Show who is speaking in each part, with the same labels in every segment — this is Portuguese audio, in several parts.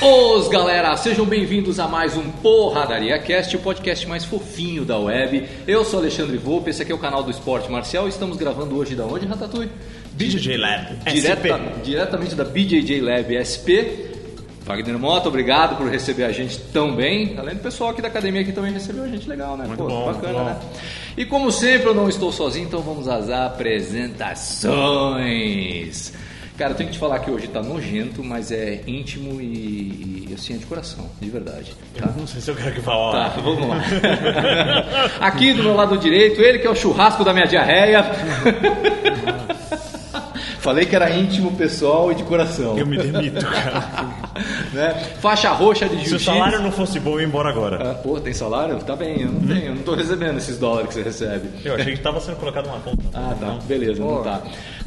Speaker 1: Os galera, sejam bem-vindos a mais um Porradaria Cast, o podcast mais fofinho da web. Eu sou Alexandre Volpe, esse aqui é o canal do Esporte Marcial e estamos gravando hoje da onde, Ratatouille?
Speaker 2: DJ Lab.
Speaker 1: Direta,
Speaker 2: SP.
Speaker 1: diretamente da BJJ Lab SP. Wagner Mota, obrigado por receber a gente tão bem. Além do pessoal aqui da academia que também recebeu a gente legal, né?
Speaker 2: Muito bom,
Speaker 1: bacana,
Speaker 2: muito bom.
Speaker 1: né? E como sempre, eu não estou sozinho, então vamos às apresentações. Cara, eu tenho que te falar que hoje tá nojento, mas é íntimo e, e assim é de coração, de verdade.
Speaker 2: Eu Não sei se eu quero que fale.
Speaker 1: Tá, vamos lá. Aqui do meu lado direito, ele que é o churrasco da minha diarreia. Falei que era íntimo, pessoal e de coração.
Speaker 2: Eu me demito, cara.
Speaker 1: né? Faixa roxa de
Speaker 2: Se o
Speaker 1: jiu-jitsu.
Speaker 2: salário não fosse bom, eu ia embora agora.
Speaker 1: Ah, pô, tem salário? Tá bem, eu não tenho, eu não tô recebendo esses dólares que você recebe.
Speaker 2: Eu achei que tava sendo colocado uma conta.
Speaker 1: Ah, tá.
Speaker 2: Não.
Speaker 1: Beleza, não tá.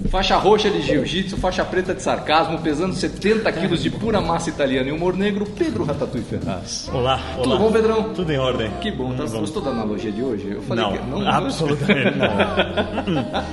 Speaker 1: Faixa roxa de jiu-jitsu, faixa preta de sarcasmo, pesando 70 quilos de pura massa italiana e humor negro, Pedro Ratatouille Ferraz.
Speaker 2: Olá, olá.
Speaker 1: Tudo bom, Pedrão?
Speaker 2: Tudo em ordem.
Speaker 1: Que bom, tá?
Speaker 2: Tudo
Speaker 1: Gostou da analogia de hoje? Eu falei
Speaker 2: Não,
Speaker 1: que né?
Speaker 2: absolutamente não.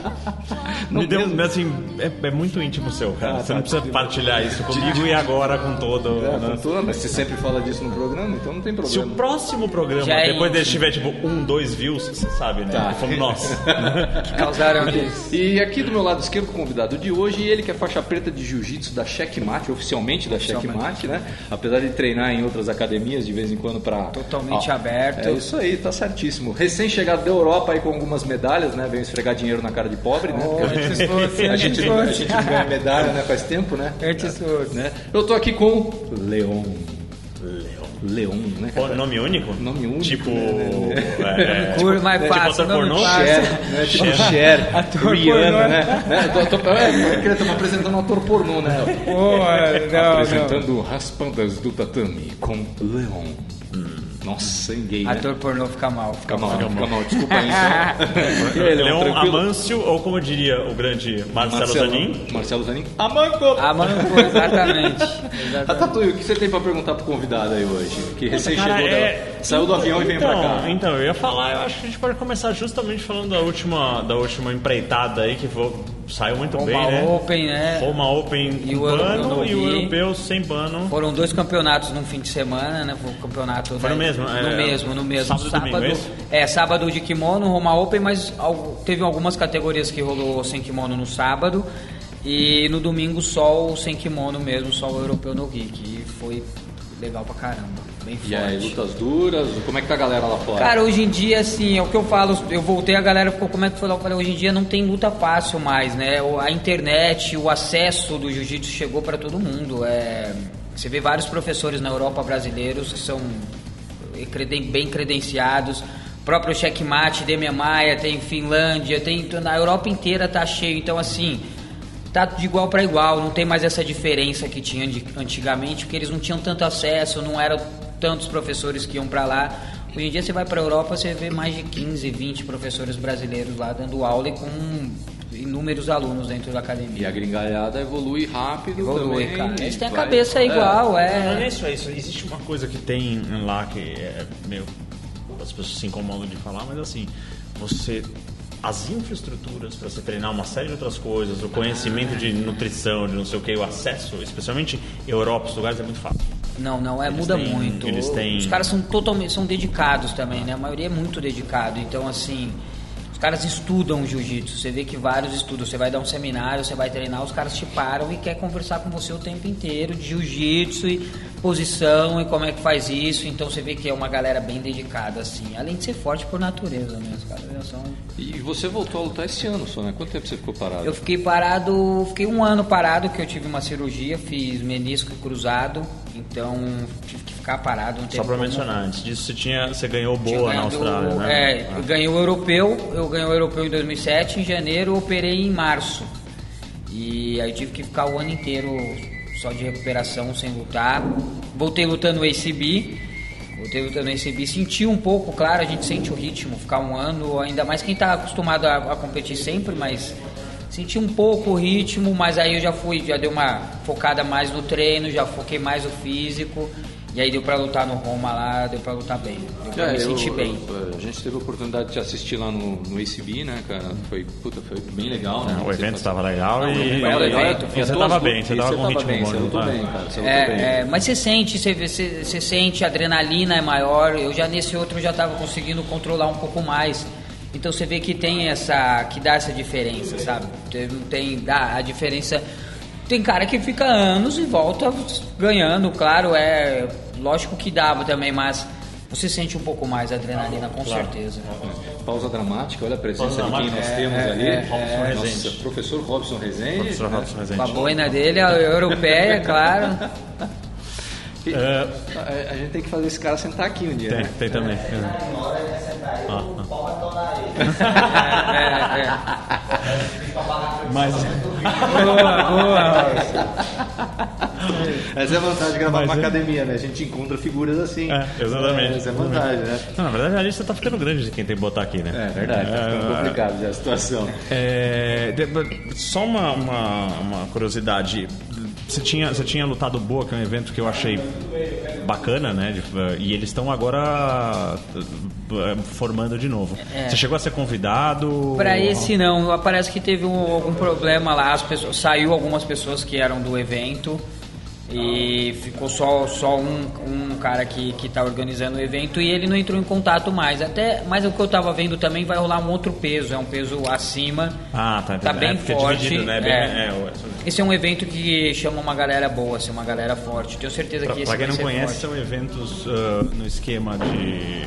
Speaker 1: Não
Speaker 2: Me deu,
Speaker 1: mesmo.
Speaker 2: mas assim, é, é muito íntimo seu, cara.
Speaker 1: Ah,
Speaker 2: Você
Speaker 1: tá.
Speaker 2: não precisa partilhar isso comigo e agora com todo.
Speaker 1: É,
Speaker 2: né?
Speaker 1: Antônio, mas você sempre fala disso no programa, então não tem
Speaker 2: Se o
Speaker 1: problema.
Speaker 2: próximo programa,
Speaker 3: Já é
Speaker 2: depois
Speaker 3: íntimo.
Speaker 2: dele tiver tipo um, dois views, você sabe, né?
Speaker 1: Tá.
Speaker 2: Que Fomos nós.
Speaker 3: Causaram aqueles.
Speaker 1: E aqui do meu lado esquerdo, o convidado de hoje, ele que é faixa preta de jiu-jitsu da Checkmate, oficialmente da Checkmate, né? Apesar de treinar em outras academias de vez em quando para
Speaker 3: Totalmente aberto.
Speaker 1: É isso aí, tá certíssimo. Recém-chegado da Europa aí com algumas medalhas, né? Veio esfregar dinheiro na cara de pobre, né?
Speaker 3: Oh,
Speaker 1: Porque a, gente, a, gente, não- a gente não ganha medalha, né? Faz tempo, né?
Speaker 3: Antes do-
Speaker 1: Né? Eu tô aqui com Leon. Leon, né?
Speaker 2: Pô, nome único?
Speaker 1: Nome único,
Speaker 2: Tipo.
Speaker 1: né,
Speaker 2: É,
Speaker 3: Cura mais
Speaker 2: tipo
Speaker 3: fácil,
Speaker 2: ator
Speaker 3: nome
Speaker 2: pornô?
Speaker 3: fácil.
Speaker 1: Cher, né? Tipo Cher,
Speaker 3: Ator
Speaker 1: Rihanna,
Speaker 3: pornô.
Speaker 1: né? né? Tô, tô, é, eu queria estar apresentando um ator pornô, né?
Speaker 3: Pô, não, não.
Speaker 1: apresentando Raspandas do Tatame com Leon. Nossa, em gay, né?
Speaker 3: Ator pornô fica mal.
Speaker 1: Fica mal, fica mal. Desculpa aí, então. E aí,
Speaker 2: Leon
Speaker 1: tranquilo?
Speaker 2: Amâncio, ou como diria o grande Marcelo, Zanin.
Speaker 1: Marcelo Zanin. Amanco!
Speaker 3: Ah, mano, pô, exatamente.
Speaker 1: A Tatuí, o que você tem pra perguntar pro convidado aí hoje? Que recém
Speaker 2: Cara,
Speaker 1: chegou
Speaker 2: é-
Speaker 1: da... Saiu do avião e veio
Speaker 2: então,
Speaker 1: pra cá.
Speaker 2: Então, eu ia falar, eu acho que a gente pode começar justamente falando da última, da última empreitada aí, que foi- saiu muito
Speaker 3: Roma
Speaker 2: bem, né?
Speaker 3: Open,
Speaker 1: é.
Speaker 3: né?
Speaker 2: Roma Open
Speaker 3: E
Speaker 2: com
Speaker 3: o Euro-
Speaker 2: bano
Speaker 3: eu
Speaker 2: e o
Speaker 3: vi.
Speaker 2: europeu sem bano.
Speaker 3: Foram dois campeonatos num fim de semana, né? Foi o campeonato.
Speaker 2: Foi no
Speaker 3: né?
Speaker 2: mesmo, é,
Speaker 3: No mesmo, no mesmo.
Speaker 2: sábado e domingo, é isso?
Speaker 3: é, sábado de kimono, Roma Open, mas al- teve algumas categorias que rolou sem kimono no sábado. E no domingo só o sem kimono mesmo, só o europeu no Gui, que foi legal pra caramba. Bem forte.
Speaker 1: E aí, lutas duras, como é que tá a galera lá fora?
Speaker 3: Cara, hoje em dia, assim, é o que eu falo, eu voltei, a galera ficou, como é que foi lá? Eu falei, hoje em dia não tem luta fácil mais, né? O- A internet, o acesso do jiu-jitsu chegou pra todo mundo. É, Você vê vários professores na Europa brasileiros que são eh, creden- bem credenciados. O próprio Checkmate, Demian Maia, tem Finlândia, tem na Europa inteira tá cheio. Então, assim, tá de igual para igual, não tem mais essa diferença que tinha de- antigamente, porque eles não tinham tanto acesso, não eram tantos professores que iam para lá. Hoje em dia você vai para a Europa, você vê mais de 15, 20 professores brasileiros lá dando aula e com inúmeros alunos dentro da
Speaker 1: E a
Speaker 3: academia.
Speaker 1: gringalhada evolui rápido
Speaker 3: Evolui,
Speaker 1: também.
Speaker 3: cara. Eles
Speaker 1: e
Speaker 3: têm a
Speaker 1: vai-
Speaker 3: cabeça
Speaker 1: é.
Speaker 3: igual,
Speaker 2: Não, não
Speaker 3: é.
Speaker 2: é isso, é isso. Existe uma coisa que tem lá que é meio. As pessoas se incomodam de falar, mas assim, você. As infraestruturas para você treinar uma série de outras coisas, o conhecimento
Speaker 1: Ah.
Speaker 2: de nutrição, de não sei o que, o acesso, especialmente Europa, os lugares é muito fácil.
Speaker 3: Não, não, é,
Speaker 2: Eles
Speaker 3: muda
Speaker 2: têm-
Speaker 3: muito.
Speaker 2: eles têm-
Speaker 3: Os caras são totalmente são dedicados também, né? A maioria é muito dedicado. Então, assim, os caras estudam o jiu-jitsu. Você vê que vários estudam. Você vai dar um seminário, você vai treinar, os caras te param e quer conversar com você o tempo inteiro de jiu-jitsu e posição e como é que faz isso. Então, você vê que é uma galera bem dedicada, assim. Além de ser forte por natureza, né? Os caras já são...
Speaker 1: E você voltou a lutar esse ano só, né? Quanto tempo você ficou parado?
Speaker 3: Eu fiquei parado, fiquei um ano parado que eu tive uma cirurgia, fiz menisco cruzado, então tive que ficar parado um tempo.
Speaker 2: Só para mencionar, antes disso você, tinha, você ganhou boa na
Speaker 3: ganhado-
Speaker 2: Austrália, né?
Speaker 3: É, eu ganhei o europeu, eu ganhei o europeu em 2007, em janeiro eu operei em março. E aí eu tive que ficar o ano inteiro só de recuperação, sem lutar. Voltei lutando o ACB, voltei lutando o ACB, senti um pouco, claro, a gente sente o ritmo, ficar um ano, ainda mais quem tá acostumado a, a competir sempre, mas senti um pouco o ritmo, mas aí eu já fui, já dei uma focada mais no treino, já foquei mais o físico. E aí deu pra lutar no Roma lá, deu pra lutar bem. Deu pra
Speaker 1: É,
Speaker 3: me
Speaker 1: eu-
Speaker 3: sentir bem.
Speaker 1: eu- a gente teve a oportunidade de assistir lá no, no ACB, né, cara? Foi, puta, foi bem legal, né?
Speaker 2: Ah, O
Speaker 1: Você
Speaker 2: evento
Speaker 1: faz-
Speaker 2: estava legal
Speaker 1: Não,
Speaker 2: e,
Speaker 1: foi
Speaker 3: o
Speaker 1: legal, e
Speaker 3: evento,
Speaker 2: e você
Speaker 1: as
Speaker 2: estava
Speaker 1: duas-
Speaker 2: bem, você
Speaker 1: e
Speaker 2: estava com um
Speaker 1: tava
Speaker 2: ritmo
Speaker 1: bem,
Speaker 2: bom.
Speaker 1: Você
Speaker 2: não
Speaker 1: lutou
Speaker 2: tava?
Speaker 1: bem, cara. Você lutou bem.
Speaker 3: É, é, mas você sente, você, vê- você, você sente, a adrenalina é maior. Eu já nesse outro já estava conseguindo controlar um pouco mais. Então você vê que tem essa, que dá essa diferença, sabe? Tem, tem dá a diferença. Tem cara que fica anos e volta ganhando, claro, é lógico que dava também, mas você sente um pouco mais a adrenalina, com certeza.
Speaker 1: Pausa dramática, olha a presença
Speaker 2: Pausa
Speaker 1: de quem
Speaker 2: dramática.
Speaker 1: nós
Speaker 2: É,
Speaker 1: temos
Speaker 2: é,
Speaker 1: ali.
Speaker 2: é, Robson
Speaker 1: Nossa,
Speaker 2: Rezende.
Speaker 1: professor Robson Rezende. né?
Speaker 2: Professor Robson
Speaker 3: Com a
Speaker 2: Rezende.
Speaker 3: boina dele, a europeia, é claro.
Speaker 1: E-
Speaker 2: É.
Speaker 1: Então, a, a gente tem que fazer esse cara sentar aqui um dia,
Speaker 2: Tem,
Speaker 1: né?
Speaker 2: tem também. é.
Speaker 3: É, é.
Speaker 2: Mas,
Speaker 1: Essa é a vantagem de gravar
Speaker 2: Mas
Speaker 1: uma
Speaker 2: é-
Speaker 1: academia, né? A gente encontra figuras assim.
Speaker 2: É, exatamente.
Speaker 1: Essa é a vantagem, né?
Speaker 2: Não, na verdade, a lista tá ficando grande de quem tem que botar aqui, né?
Speaker 1: É verdade, tá ficando
Speaker 2: É,
Speaker 1: complicado já a situação.
Speaker 2: É, de- só uma, uma, uma curiosidade. Você tinha, você tinha lutado boa, que é um evento que eu achei bacana, né? De- e eles estão agora eh, formando de novo. Você chegou a ser convidado?
Speaker 3: É. Pra esse não, parece que teve um- algum problema lá, as pessoas, saiu algumas pessoas que eram do evento e ficou só, só um, um cara que, que tá organizando o evento e ele não entrou em contato mais. Até, mas o que eu tava vendo também vai rolar um outro peso, é um peso acima.
Speaker 2: Ah, tá.
Speaker 3: Tá
Speaker 2: entendi.
Speaker 3: bem
Speaker 2: é, porque é
Speaker 3: forte,
Speaker 2: dividido, né? Bem-
Speaker 3: é.
Speaker 2: é, o-
Speaker 3: Esse é um evento que chama uma galera boa, assim, uma galera forte. Tenho certeza
Speaker 2: Pra,
Speaker 3: que esse
Speaker 2: pra quem
Speaker 3: vai
Speaker 2: não
Speaker 3: ser
Speaker 2: conhece,
Speaker 3: forte.
Speaker 2: são eventos ah, no esquema de.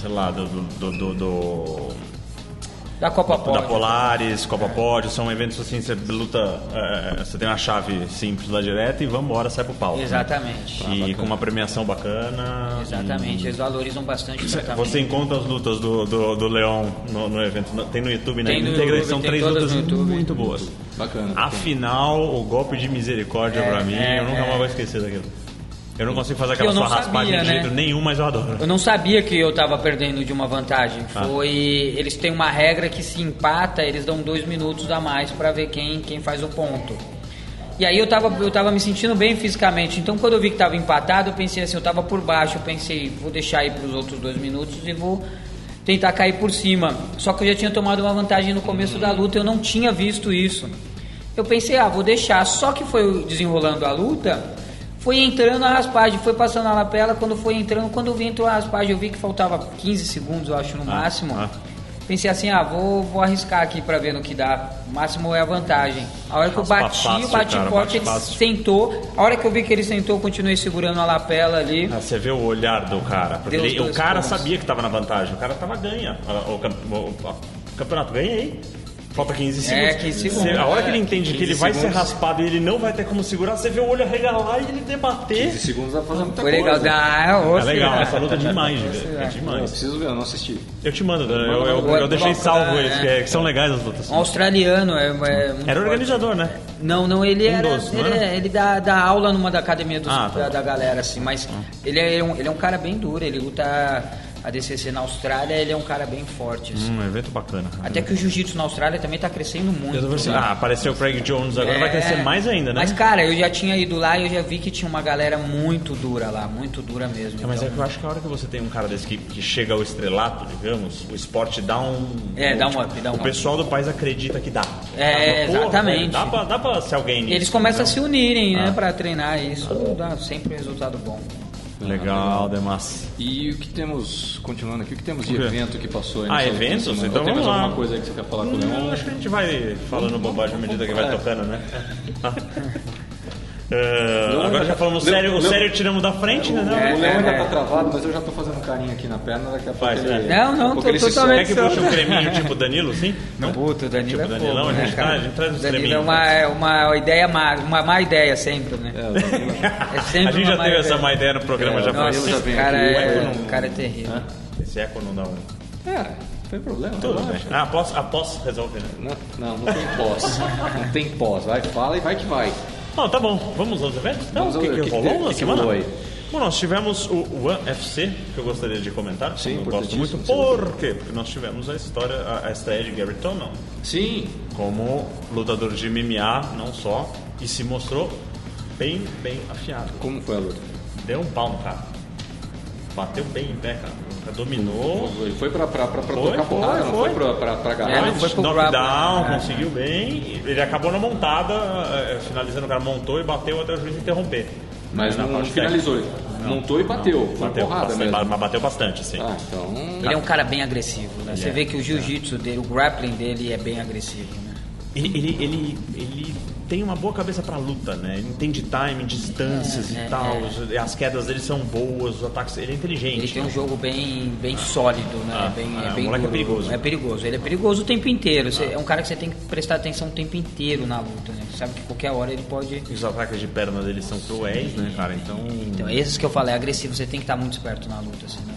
Speaker 2: sei lá, do. do, do- do-
Speaker 3: da Copa
Speaker 2: da
Speaker 3: Pódio.
Speaker 2: Polaris,
Speaker 3: É.
Speaker 2: Copa Pódio, são eventos assim, você luta, eh, você tem uma chave simples lá direta e vambora, sai pro pau. né?
Speaker 3: Exatamente.
Speaker 2: E com uma premiação bacana.
Speaker 3: Exatamente, eles valorizam bastante o
Speaker 2: Você-
Speaker 3: tratamento.
Speaker 2: Você encontra as lutas do, do, do Leão no, no evento. no- Tem no YouTube, né?
Speaker 3: Tem no
Speaker 2: Integra-
Speaker 3: YouTube,
Speaker 2: São
Speaker 3: tem
Speaker 2: três
Speaker 3: todas
Speaker 2: lutas
Speaker 3: no YouTube.
Speaker 2: muito boas.
Speaker 1: Bacana.
Speaker 2: A final, o golpe de misericórdia pra mim,
Speaker 3: é,
Speaker 2: eu nunca
Speaker 3: é.
Speaker 2: mais vou esquecer daquilo. Eu não consigo fazer
Speaker 3: Que eu
Speaker 2: aquela sua
Speaker 3: não
Speaker 2: raspagem
Speaker 3: sabia,
Speaker 2: de
Speaker 3: né?
Speaker 2: jeito nenhum, mas eu adoro.
Speaker 3: Eu não sabia que eu tava perdendo de uma vantagem. Foi. Eles têm uma regra que se empata, eles dão dois minutos a mais pra ver quem, quem faz o ponto. E aí eu tava, eu tava me sentindo bem fisicamente. Então quando eu vi que tava empatado, eu pensei assim, eu tava por baixo, eu pensei, vou deixar aí pros outros dois minutos e vou tentar cair por cima. Só que eu já tinha tomado uma vantagem no começo da luta, eu não tinha visto isso. Eu pensei, ah, vou deixar. Só que foi desenrolando a luta, foi entrando a raspagem, foi passando a lapela, quando foi entrando, quando eu vi entrou a raspagem, eu vi que faltava 15 segundos, eu acho, no máximo.
Speaker 2: ah.
Speaker 3: Pensei assim, ah, vou, vou arriscar aqui pra ver no que dá. O máximo é a vantagem. A hora que eu
Speaker 2: Raspa
Speaker 3: bati,
Speaker 2: fácil,
Speaker 3: bati
Speaker 2: cara,
Speaker 3: forte,
Speaker 2: bate
Speaker 3: ele
Speaker 2: fácil.
Speaker 3: sentou. A hora que eu vi que ele sentou, eu continuei segurando a lapela ali.
Speaker 2: Ah, Você vê o olhar do cara. Porque
Speaker 3: Deu os
Speaker 2: ele- o
Speaker 3: dois
Speaker 2: cara
Speaker 3: pontos.
Speaker 2: sabia que tava na vantagem. O cara tava ganha. Ah, O, camp- o- o campeonato ganhei. Falta 15
Speaker 3: É,
Speaker 2: segundos.
Speaker 3: 15
Speaker 2: Você- a hora que ele
Speaker 1: É,
Speaker 2: entende que ele
Speaker 1: 15
Speaker 2: vai
Speaker 1: segundos.
Speaker 2: ser raspado e ele não vai ter como segurar, você vê o olho arregalar e ele debater.
Speaker 1: 15 segundos dá pra fazer muita
Speaker 3: Foi
Speaker 1: coisa.
Speaker 3: legal. Ah,
Speaker 2: É
Speaker 3: ouça,
Speaker 2: legal,
Speaker 3: né?
Speaker 2: essa luta é demais, velho. É
Speaker 1: Eu
Speaker 2: demais.
Speaker 1: preciso ver, eu não assisti.
Speaker 2: Eu te mando, eu, eu, eu- eu deixei salvo
Speaker 3: né?
Speaker 2: eles, que, é- que são legais as lutas.
Speaker 3: Um australiano é, é muito
Speaker 2: Era
Speaker 3: forte.
Speaker 2: organizador, né?
Speaker 3: Não, não, ele era.
Speaker 2: dos, não
Speaker 3: ele
Speaker 2: era?
Speaker 3: é- ele dá, dá aula numa da academia dos-
Speaker 2: Ah, tá. Então.
Speaker 3: da, da galera, assim, mas ele, é um, ele é um cara bem duro, ele luta a DCC na Austrália, ele é um cara bem forte. assim.
Speaker 2: Um evento bacana.
Speaker 3: Até que o jiu-jitsu na Austrália também tá crescendo muito.
Speaker 2: Eu tô pensando,
Speaker 3: né?
Speaker 2: Ah, apareceu o Craig Jones agora, vai
Speaker 3: É.
Speaker 2: crescer mais ainda, né?
Speaker 3: Mas, cara, eu já tinha ido lá e eu já vi que tinha uma galera muito dura lá, muito dura mesmo.
Speaker 2: É, mas é
Speaker 3: então-
Speaker 2: que eu acho que a hora que você tem um cara desse que, que chega ao estrelato, digamos, o esporte dá um.
Speaker 3: É, dá um
Speaker 2: tipo,
Speaker 3: up, dá um
Speaker 2: O
Speaker 3: up.
Speaker 2: pessoal do país acredita que dá. Fala,
Speaker 3: É,
Speaker 2: "Pô,
Speaker 3: exatamente.
Speaker 2: Dá pra, dá pra ser alguém
Speaker 3: E
Speaker 2: nisso.
Speaker 3: eles começam a se unirem, né,
Speaker 2: Ah.
Speaker 3: pra treinar, e isso dá sempre um resultado bom.
Speaker 2: Legal, Demas.
Speaker 1: E o que temos, continuando aqui, o que temos de
Speaker 2: O quê?
Speaker 1: evento que passou aí?
Speaker 2: Ah,
Speaker 1: nessa última
Speaker 2: eventos?
Speaker 1: semana?
Speaker 2: Então
Speaker 1: Ou tem mais
Speaker 2: vamos lá.
Speaker 1: alguma coisa aí que você quer falar com o
Speaker 2: Não,
Speaker 1: Leon?
Speaker 2: acho que a gente vai falando bobagem à medida que vai tocando, né? É,
Speaker 1: Leon
Speaker 2: agora
Speaker 1: já-
Speaker 2: já falamos
Speaker 1: Leon-
Speaker 2: sério, o
Speaker 1: Leon-
Speaker 2: sério tiramos da frente, né? Não,
Speaker 1: O Leon
Speaker 3: É,
Speaker 1: ainda
Speaker 3: é.
Speaker 1: tá travado, mas eu já tô fazendo um carinho aqui na perna, daqui a pouco
Speaker 2: Faz,
Speaker 1: ele...
Speaker 2: é.
Speaker 3: Não, não,
Speaker 1: daqui a pouco
Speaker 3: tô
Speaker 1: ele se
Speaker 3: totalmente
Speaker 2: Quer que puxa um
Speaker 3: solta.
Speaker 2: creminho tipo Danilo, assim?
Speaker 3: Não, puta, o Danilo
Speaker 2: Tipo,
Speaker 3: é
Speaker 2: Danilão,
Speaker 3: fogo,
Speaker 2: a
Speaker 3: né,
Speaker 2: gente
Speaker 3: cara?
Speaker 2: traz- a gente traz um uns
Speaker 3: Danilo é
Speaker 2: creminhos.
Speaker 3: uma, é uma ideia má, uma má ideia sempre, né?
Speaker 1: solta. É, o Danilo-
Speaker 3: É
Speaker 2: a gente já
Speaker 3: uma má
Speaker 2: teve
Speaker 3: ideia.
Speaker 2: essa má ideia no programa,
Speaker 1: É,
Speaker 2: já
Speaker 1: não,
Speaker 2: foi. assim.
Speaker 1: eu já
Speaker 3: Nossa,
Speaker 1: vem
Speaker 3: esse cara
Speaker 1: aqui, o
Speaker 3: é,
Speaker 1: eco não-
Speaker 3: cara é terrível.
Speaker 2: Esse eco não dá um.
Speaker 1: É, não tem problema.
Speaker 2: Tudo
Speaker 1: relaxa.
Speaker 2: bem. Ah, após, após resolve, né?
Speaker 1: Não, não, não tem pós. não tem pós. Vai, fala e vai que vai.
Speaker 2: Não, tá bom. Vamos aos eventos? Então,
Speaker 1: Vamos
Speaker 2: o que,
Speaker 1: ao-
Speaker 2: que
Speaker 1: o que que
Speaker 2: rolou
Speaker 1: teve? O
Speaker 2: na
Speaker 1: que que
Speaker 2: semana?
Speaker 1: rolou aí?
Speaker 2: Bom, nós tivemos o One FC, que eu gostaria de comentar.
Speaker 1: Sim,
Speaker 2: que eu gosto muito.
Speaker 1: importantíssimo.
Speaker 2: Por quê? Porque nós tivemos a história, a, a estreia de Gary Tonon
Speaker 1: Sim,
Speaker 2: como lutador de MMA, não só, e se mostrou bem, bem afiado.
Speaker 1: como foi a luta?
Speaker 2: deu um pau no cara. Bateu bem em pé, cara. Dominou.
Speaker 1: Ele foi pra, pra, pra, pra
Speaker 2: Foi,
Speaker 1: tocar
Speaker 2: foi,
Speaker 1: porrada, não foi
Speaker 2: foi.
Speaker 1: pra, pra, pra agarrar.
Speaker 3: É, não
Speaker 2: Mas
Speaker 3: foi pro
Speaker 2: knockdown,
Speaker 3: grapple, né?
Speaker 2: conseguiu bem. Ele acabou na montada, eh, finalizando o cara, montou e bateu até o juiz interromper.
Speaker 1: Mas
Speaker 2: Na
Speaker 1: não,
Speaker 2: parte
Speaker 1: finalizou.
Speaker 2: técnica.
Speaker 1: Ele Montou e bateu. foi
Speaker 2: Bateu,
Speaker 1: porrada
Speaker 2: bastante,
Speaker 1: mesmo.
Speaker 2: mas bateu bastante, sim.
Speaker 1: Ah, então.
Speaker 3: Ele é um cara bem agressivo, né? Você
Speaker 2: é,
Speaker 3: vê que o jiu-jitsu dele, o grappling dele é bem agressivo, né?
Speaker 2: Ele, ele, ele, ele tem uma boa cabeça pra luta, né? Ele entende timing, distâncias
Speaker 3: É,
Speaker 2: e
Speaker 3: é,
Speaker 2: tal.
Speaker 3: é.
Speaker 2: os- As quedas dele são boas, os ataques. Ele é inteligente.
Speaker 3: Ele tem um jogo bem, bem sólido, né?
Speaker 2: Ah,
Speaker 3: bem,
Speaker 2: ah,
Speaker 3: é
Speaker 2: o
Speaker 3: bem
Speaker 2: moleque é
Speaker 3: duro.
Speaker 2: perigoso. Ah.
Speaker 3: É perigoso. Ele é perigoso o tempo inteiro. Você- É um cara que você tem que prestar atenção o tempo inteiro na luta, né? Você sabe que qualquer hora ele pode...
Speaker 2: Os ataques de perna dele são cruéis, né, cara? Então.
Speaker 3: Então, esses que eu falei, é agressivo. Você tem que estar muito esperto na luta, senão...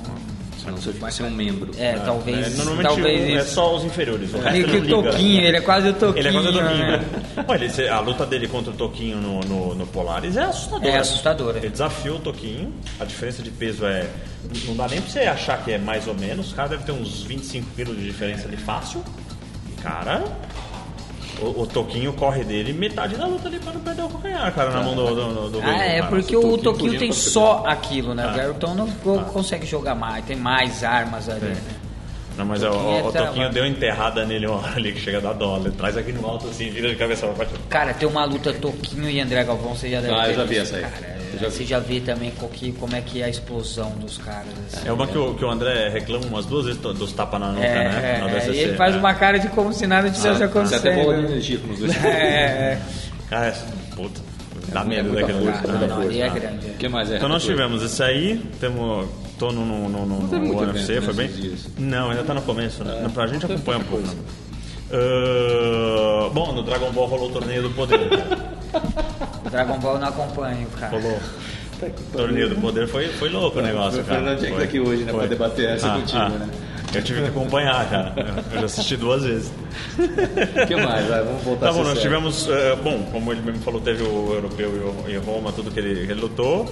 Speaker 1: Senão você vai ser um membro.
Speaker 2: Ah.
Speaker 3: É,
Speaker 2: é,
Speaker 3: talvez...
Speaker 2: normalmente
Speaker 3: talvez
Speaker 2: o- é
Speaker 3: isso.
Speaker 2: só os inferiores. O resto
Speaker 3: Meio que
Speaker 2: não
Speaker 3: o
Speaker 2: liga.
Speaker 3: Toquinho, ele é quase o Toquinho.
Speaker 2: Ele é contra o Toquinho,
Speaker 3: né?
Speaker 2: né? Olha, esse- a luta dele contra o Toquinho no, no, no Polaris é né? assustadora.
Speaker 3: É assustadora.
Speaker 2: Ele desafiou o Toquinho, a diferença de peso é. Não dá nem pra você achar que é mais ou menos, o cara deve ter uns 25 quilos de diferença ali fácil. E, cara. O, o Toquinho corre dele metade da luta ali pra não perder o calcanhar, cara, na mão do, do, do, do
Speaker 3: Ah,
Speaker 2: Gregor,
Speaker 3: é
Speaker 2: cara.
Speaker 3: porque
Speaker 1: o
Speaker 3: o
Speaker 1: Toquinho
Speaker 3: Toquinho
Speaker 1: podia
Speaker 3: tem
Speaker 1: fazer-
Speaker 3: só aquilo,
Speaker 1: Ah.
Speaker 3: né? O Garotão não co- consegue jogar mais, tem mais armas ali. né?
Speaker 2: Não, mas o,
Speaker 3: Toquinho é
Speaker 2: o, o Toquinho
Speaker 3: travado.
Speaker 2: deu enterrada nele uma hora ali que chega da dólar. Ele traz aqui no alto assim, vira de cabeça pra baixo.
Speaker 3: Cara, tem uma luta Toquinho e André Galvão, você já deve
Speaker 1: Ah,
Speaker 3: ter
Speaker 1: eu já vi
Speaker 3: visto,
Speaker 1: essa aí.
Speaker 3: cara.
Speaker 1: Eu já
Speaker 3: Você
Speaker 1: vi.
Speaker 3: já vê também qual que- como é que é a explosão dos caras. assim.
Speaker 2: É uma que o, que o André reclama umas duas vezes to- dos tapas na nuca,
Speaker 3: É,
Speaker 2: né? Na
Speaker 3: é,
Speaker 2: DCC,
Speaker 3: e ele faz
Speaker 2: né?
Speaker 3: uma cara de como se nada tivesse
Speaker 1: assim, Ah, tá. Você é
Speaker 3: acontecido.
Speaker 1: até bola de energia nos dois.
Speaker 3: É, é,
Speaker 2: Cara, essa- puta, dá medo
Speaker 1: muita
Speaker 2: daquele
Speaker 1: força,
Speaker 3: é.
Speaker 1: muita
Speaker 2: né?
Speaker 3: Não, não, ali é grande. é.
Speaker 1: O que mais é?
Speaker 2: Então nós tivemos esse aí, temos. Tô no, no, no, no,
Speaker 1: teve
Speaker 2: no
Speaker 1: muito
Speaker 2: UFC,
Speaker 1: evento
Speaker 2: foi bem?
Speaker 1: nesses dias.
Speaker 2: Não, ainda tá no começo, né? Não, pra gente
Speaker 1: teve
Speaker 2: acompanha um
Speaker 1: muita
Speaker 2: pouco. né? Ah, bom, no Dragon Ball rolou o torneio do poder. cara.
Speaker 3: O Dragon Ball eu não acompanha, cara.
Speaker 2: rolou.
Speaker 1: Tá
Speaker 2: O torneio do poder foi, foi louco o negócio,
Speaker 1: O
Speaker 2: cara.
Speaker 1: Fernando tinha que
Speaker 2: Foi,
Speaker 1: estar aqui hoje, né, pra
Speaker 2: foi. Ah,
Speaker 1: debater essa contigo, né?
Speaker 2: Eu tive que acompanhar, cara. Eu já assisti duas vezes.
Speaker 1: O que mais? Vai, vamos voltar
Speaker 2: Tá
Speaker 1: a
Speaker 2: bom,
Speaker 1: ser
Speaker 2: nós
Speaker 1: sério.
Speaker 2: tivemos. eh, bom, como ele mesmo falou, teve o europeu e o- e o Roma, tudo que ele, ele lutou.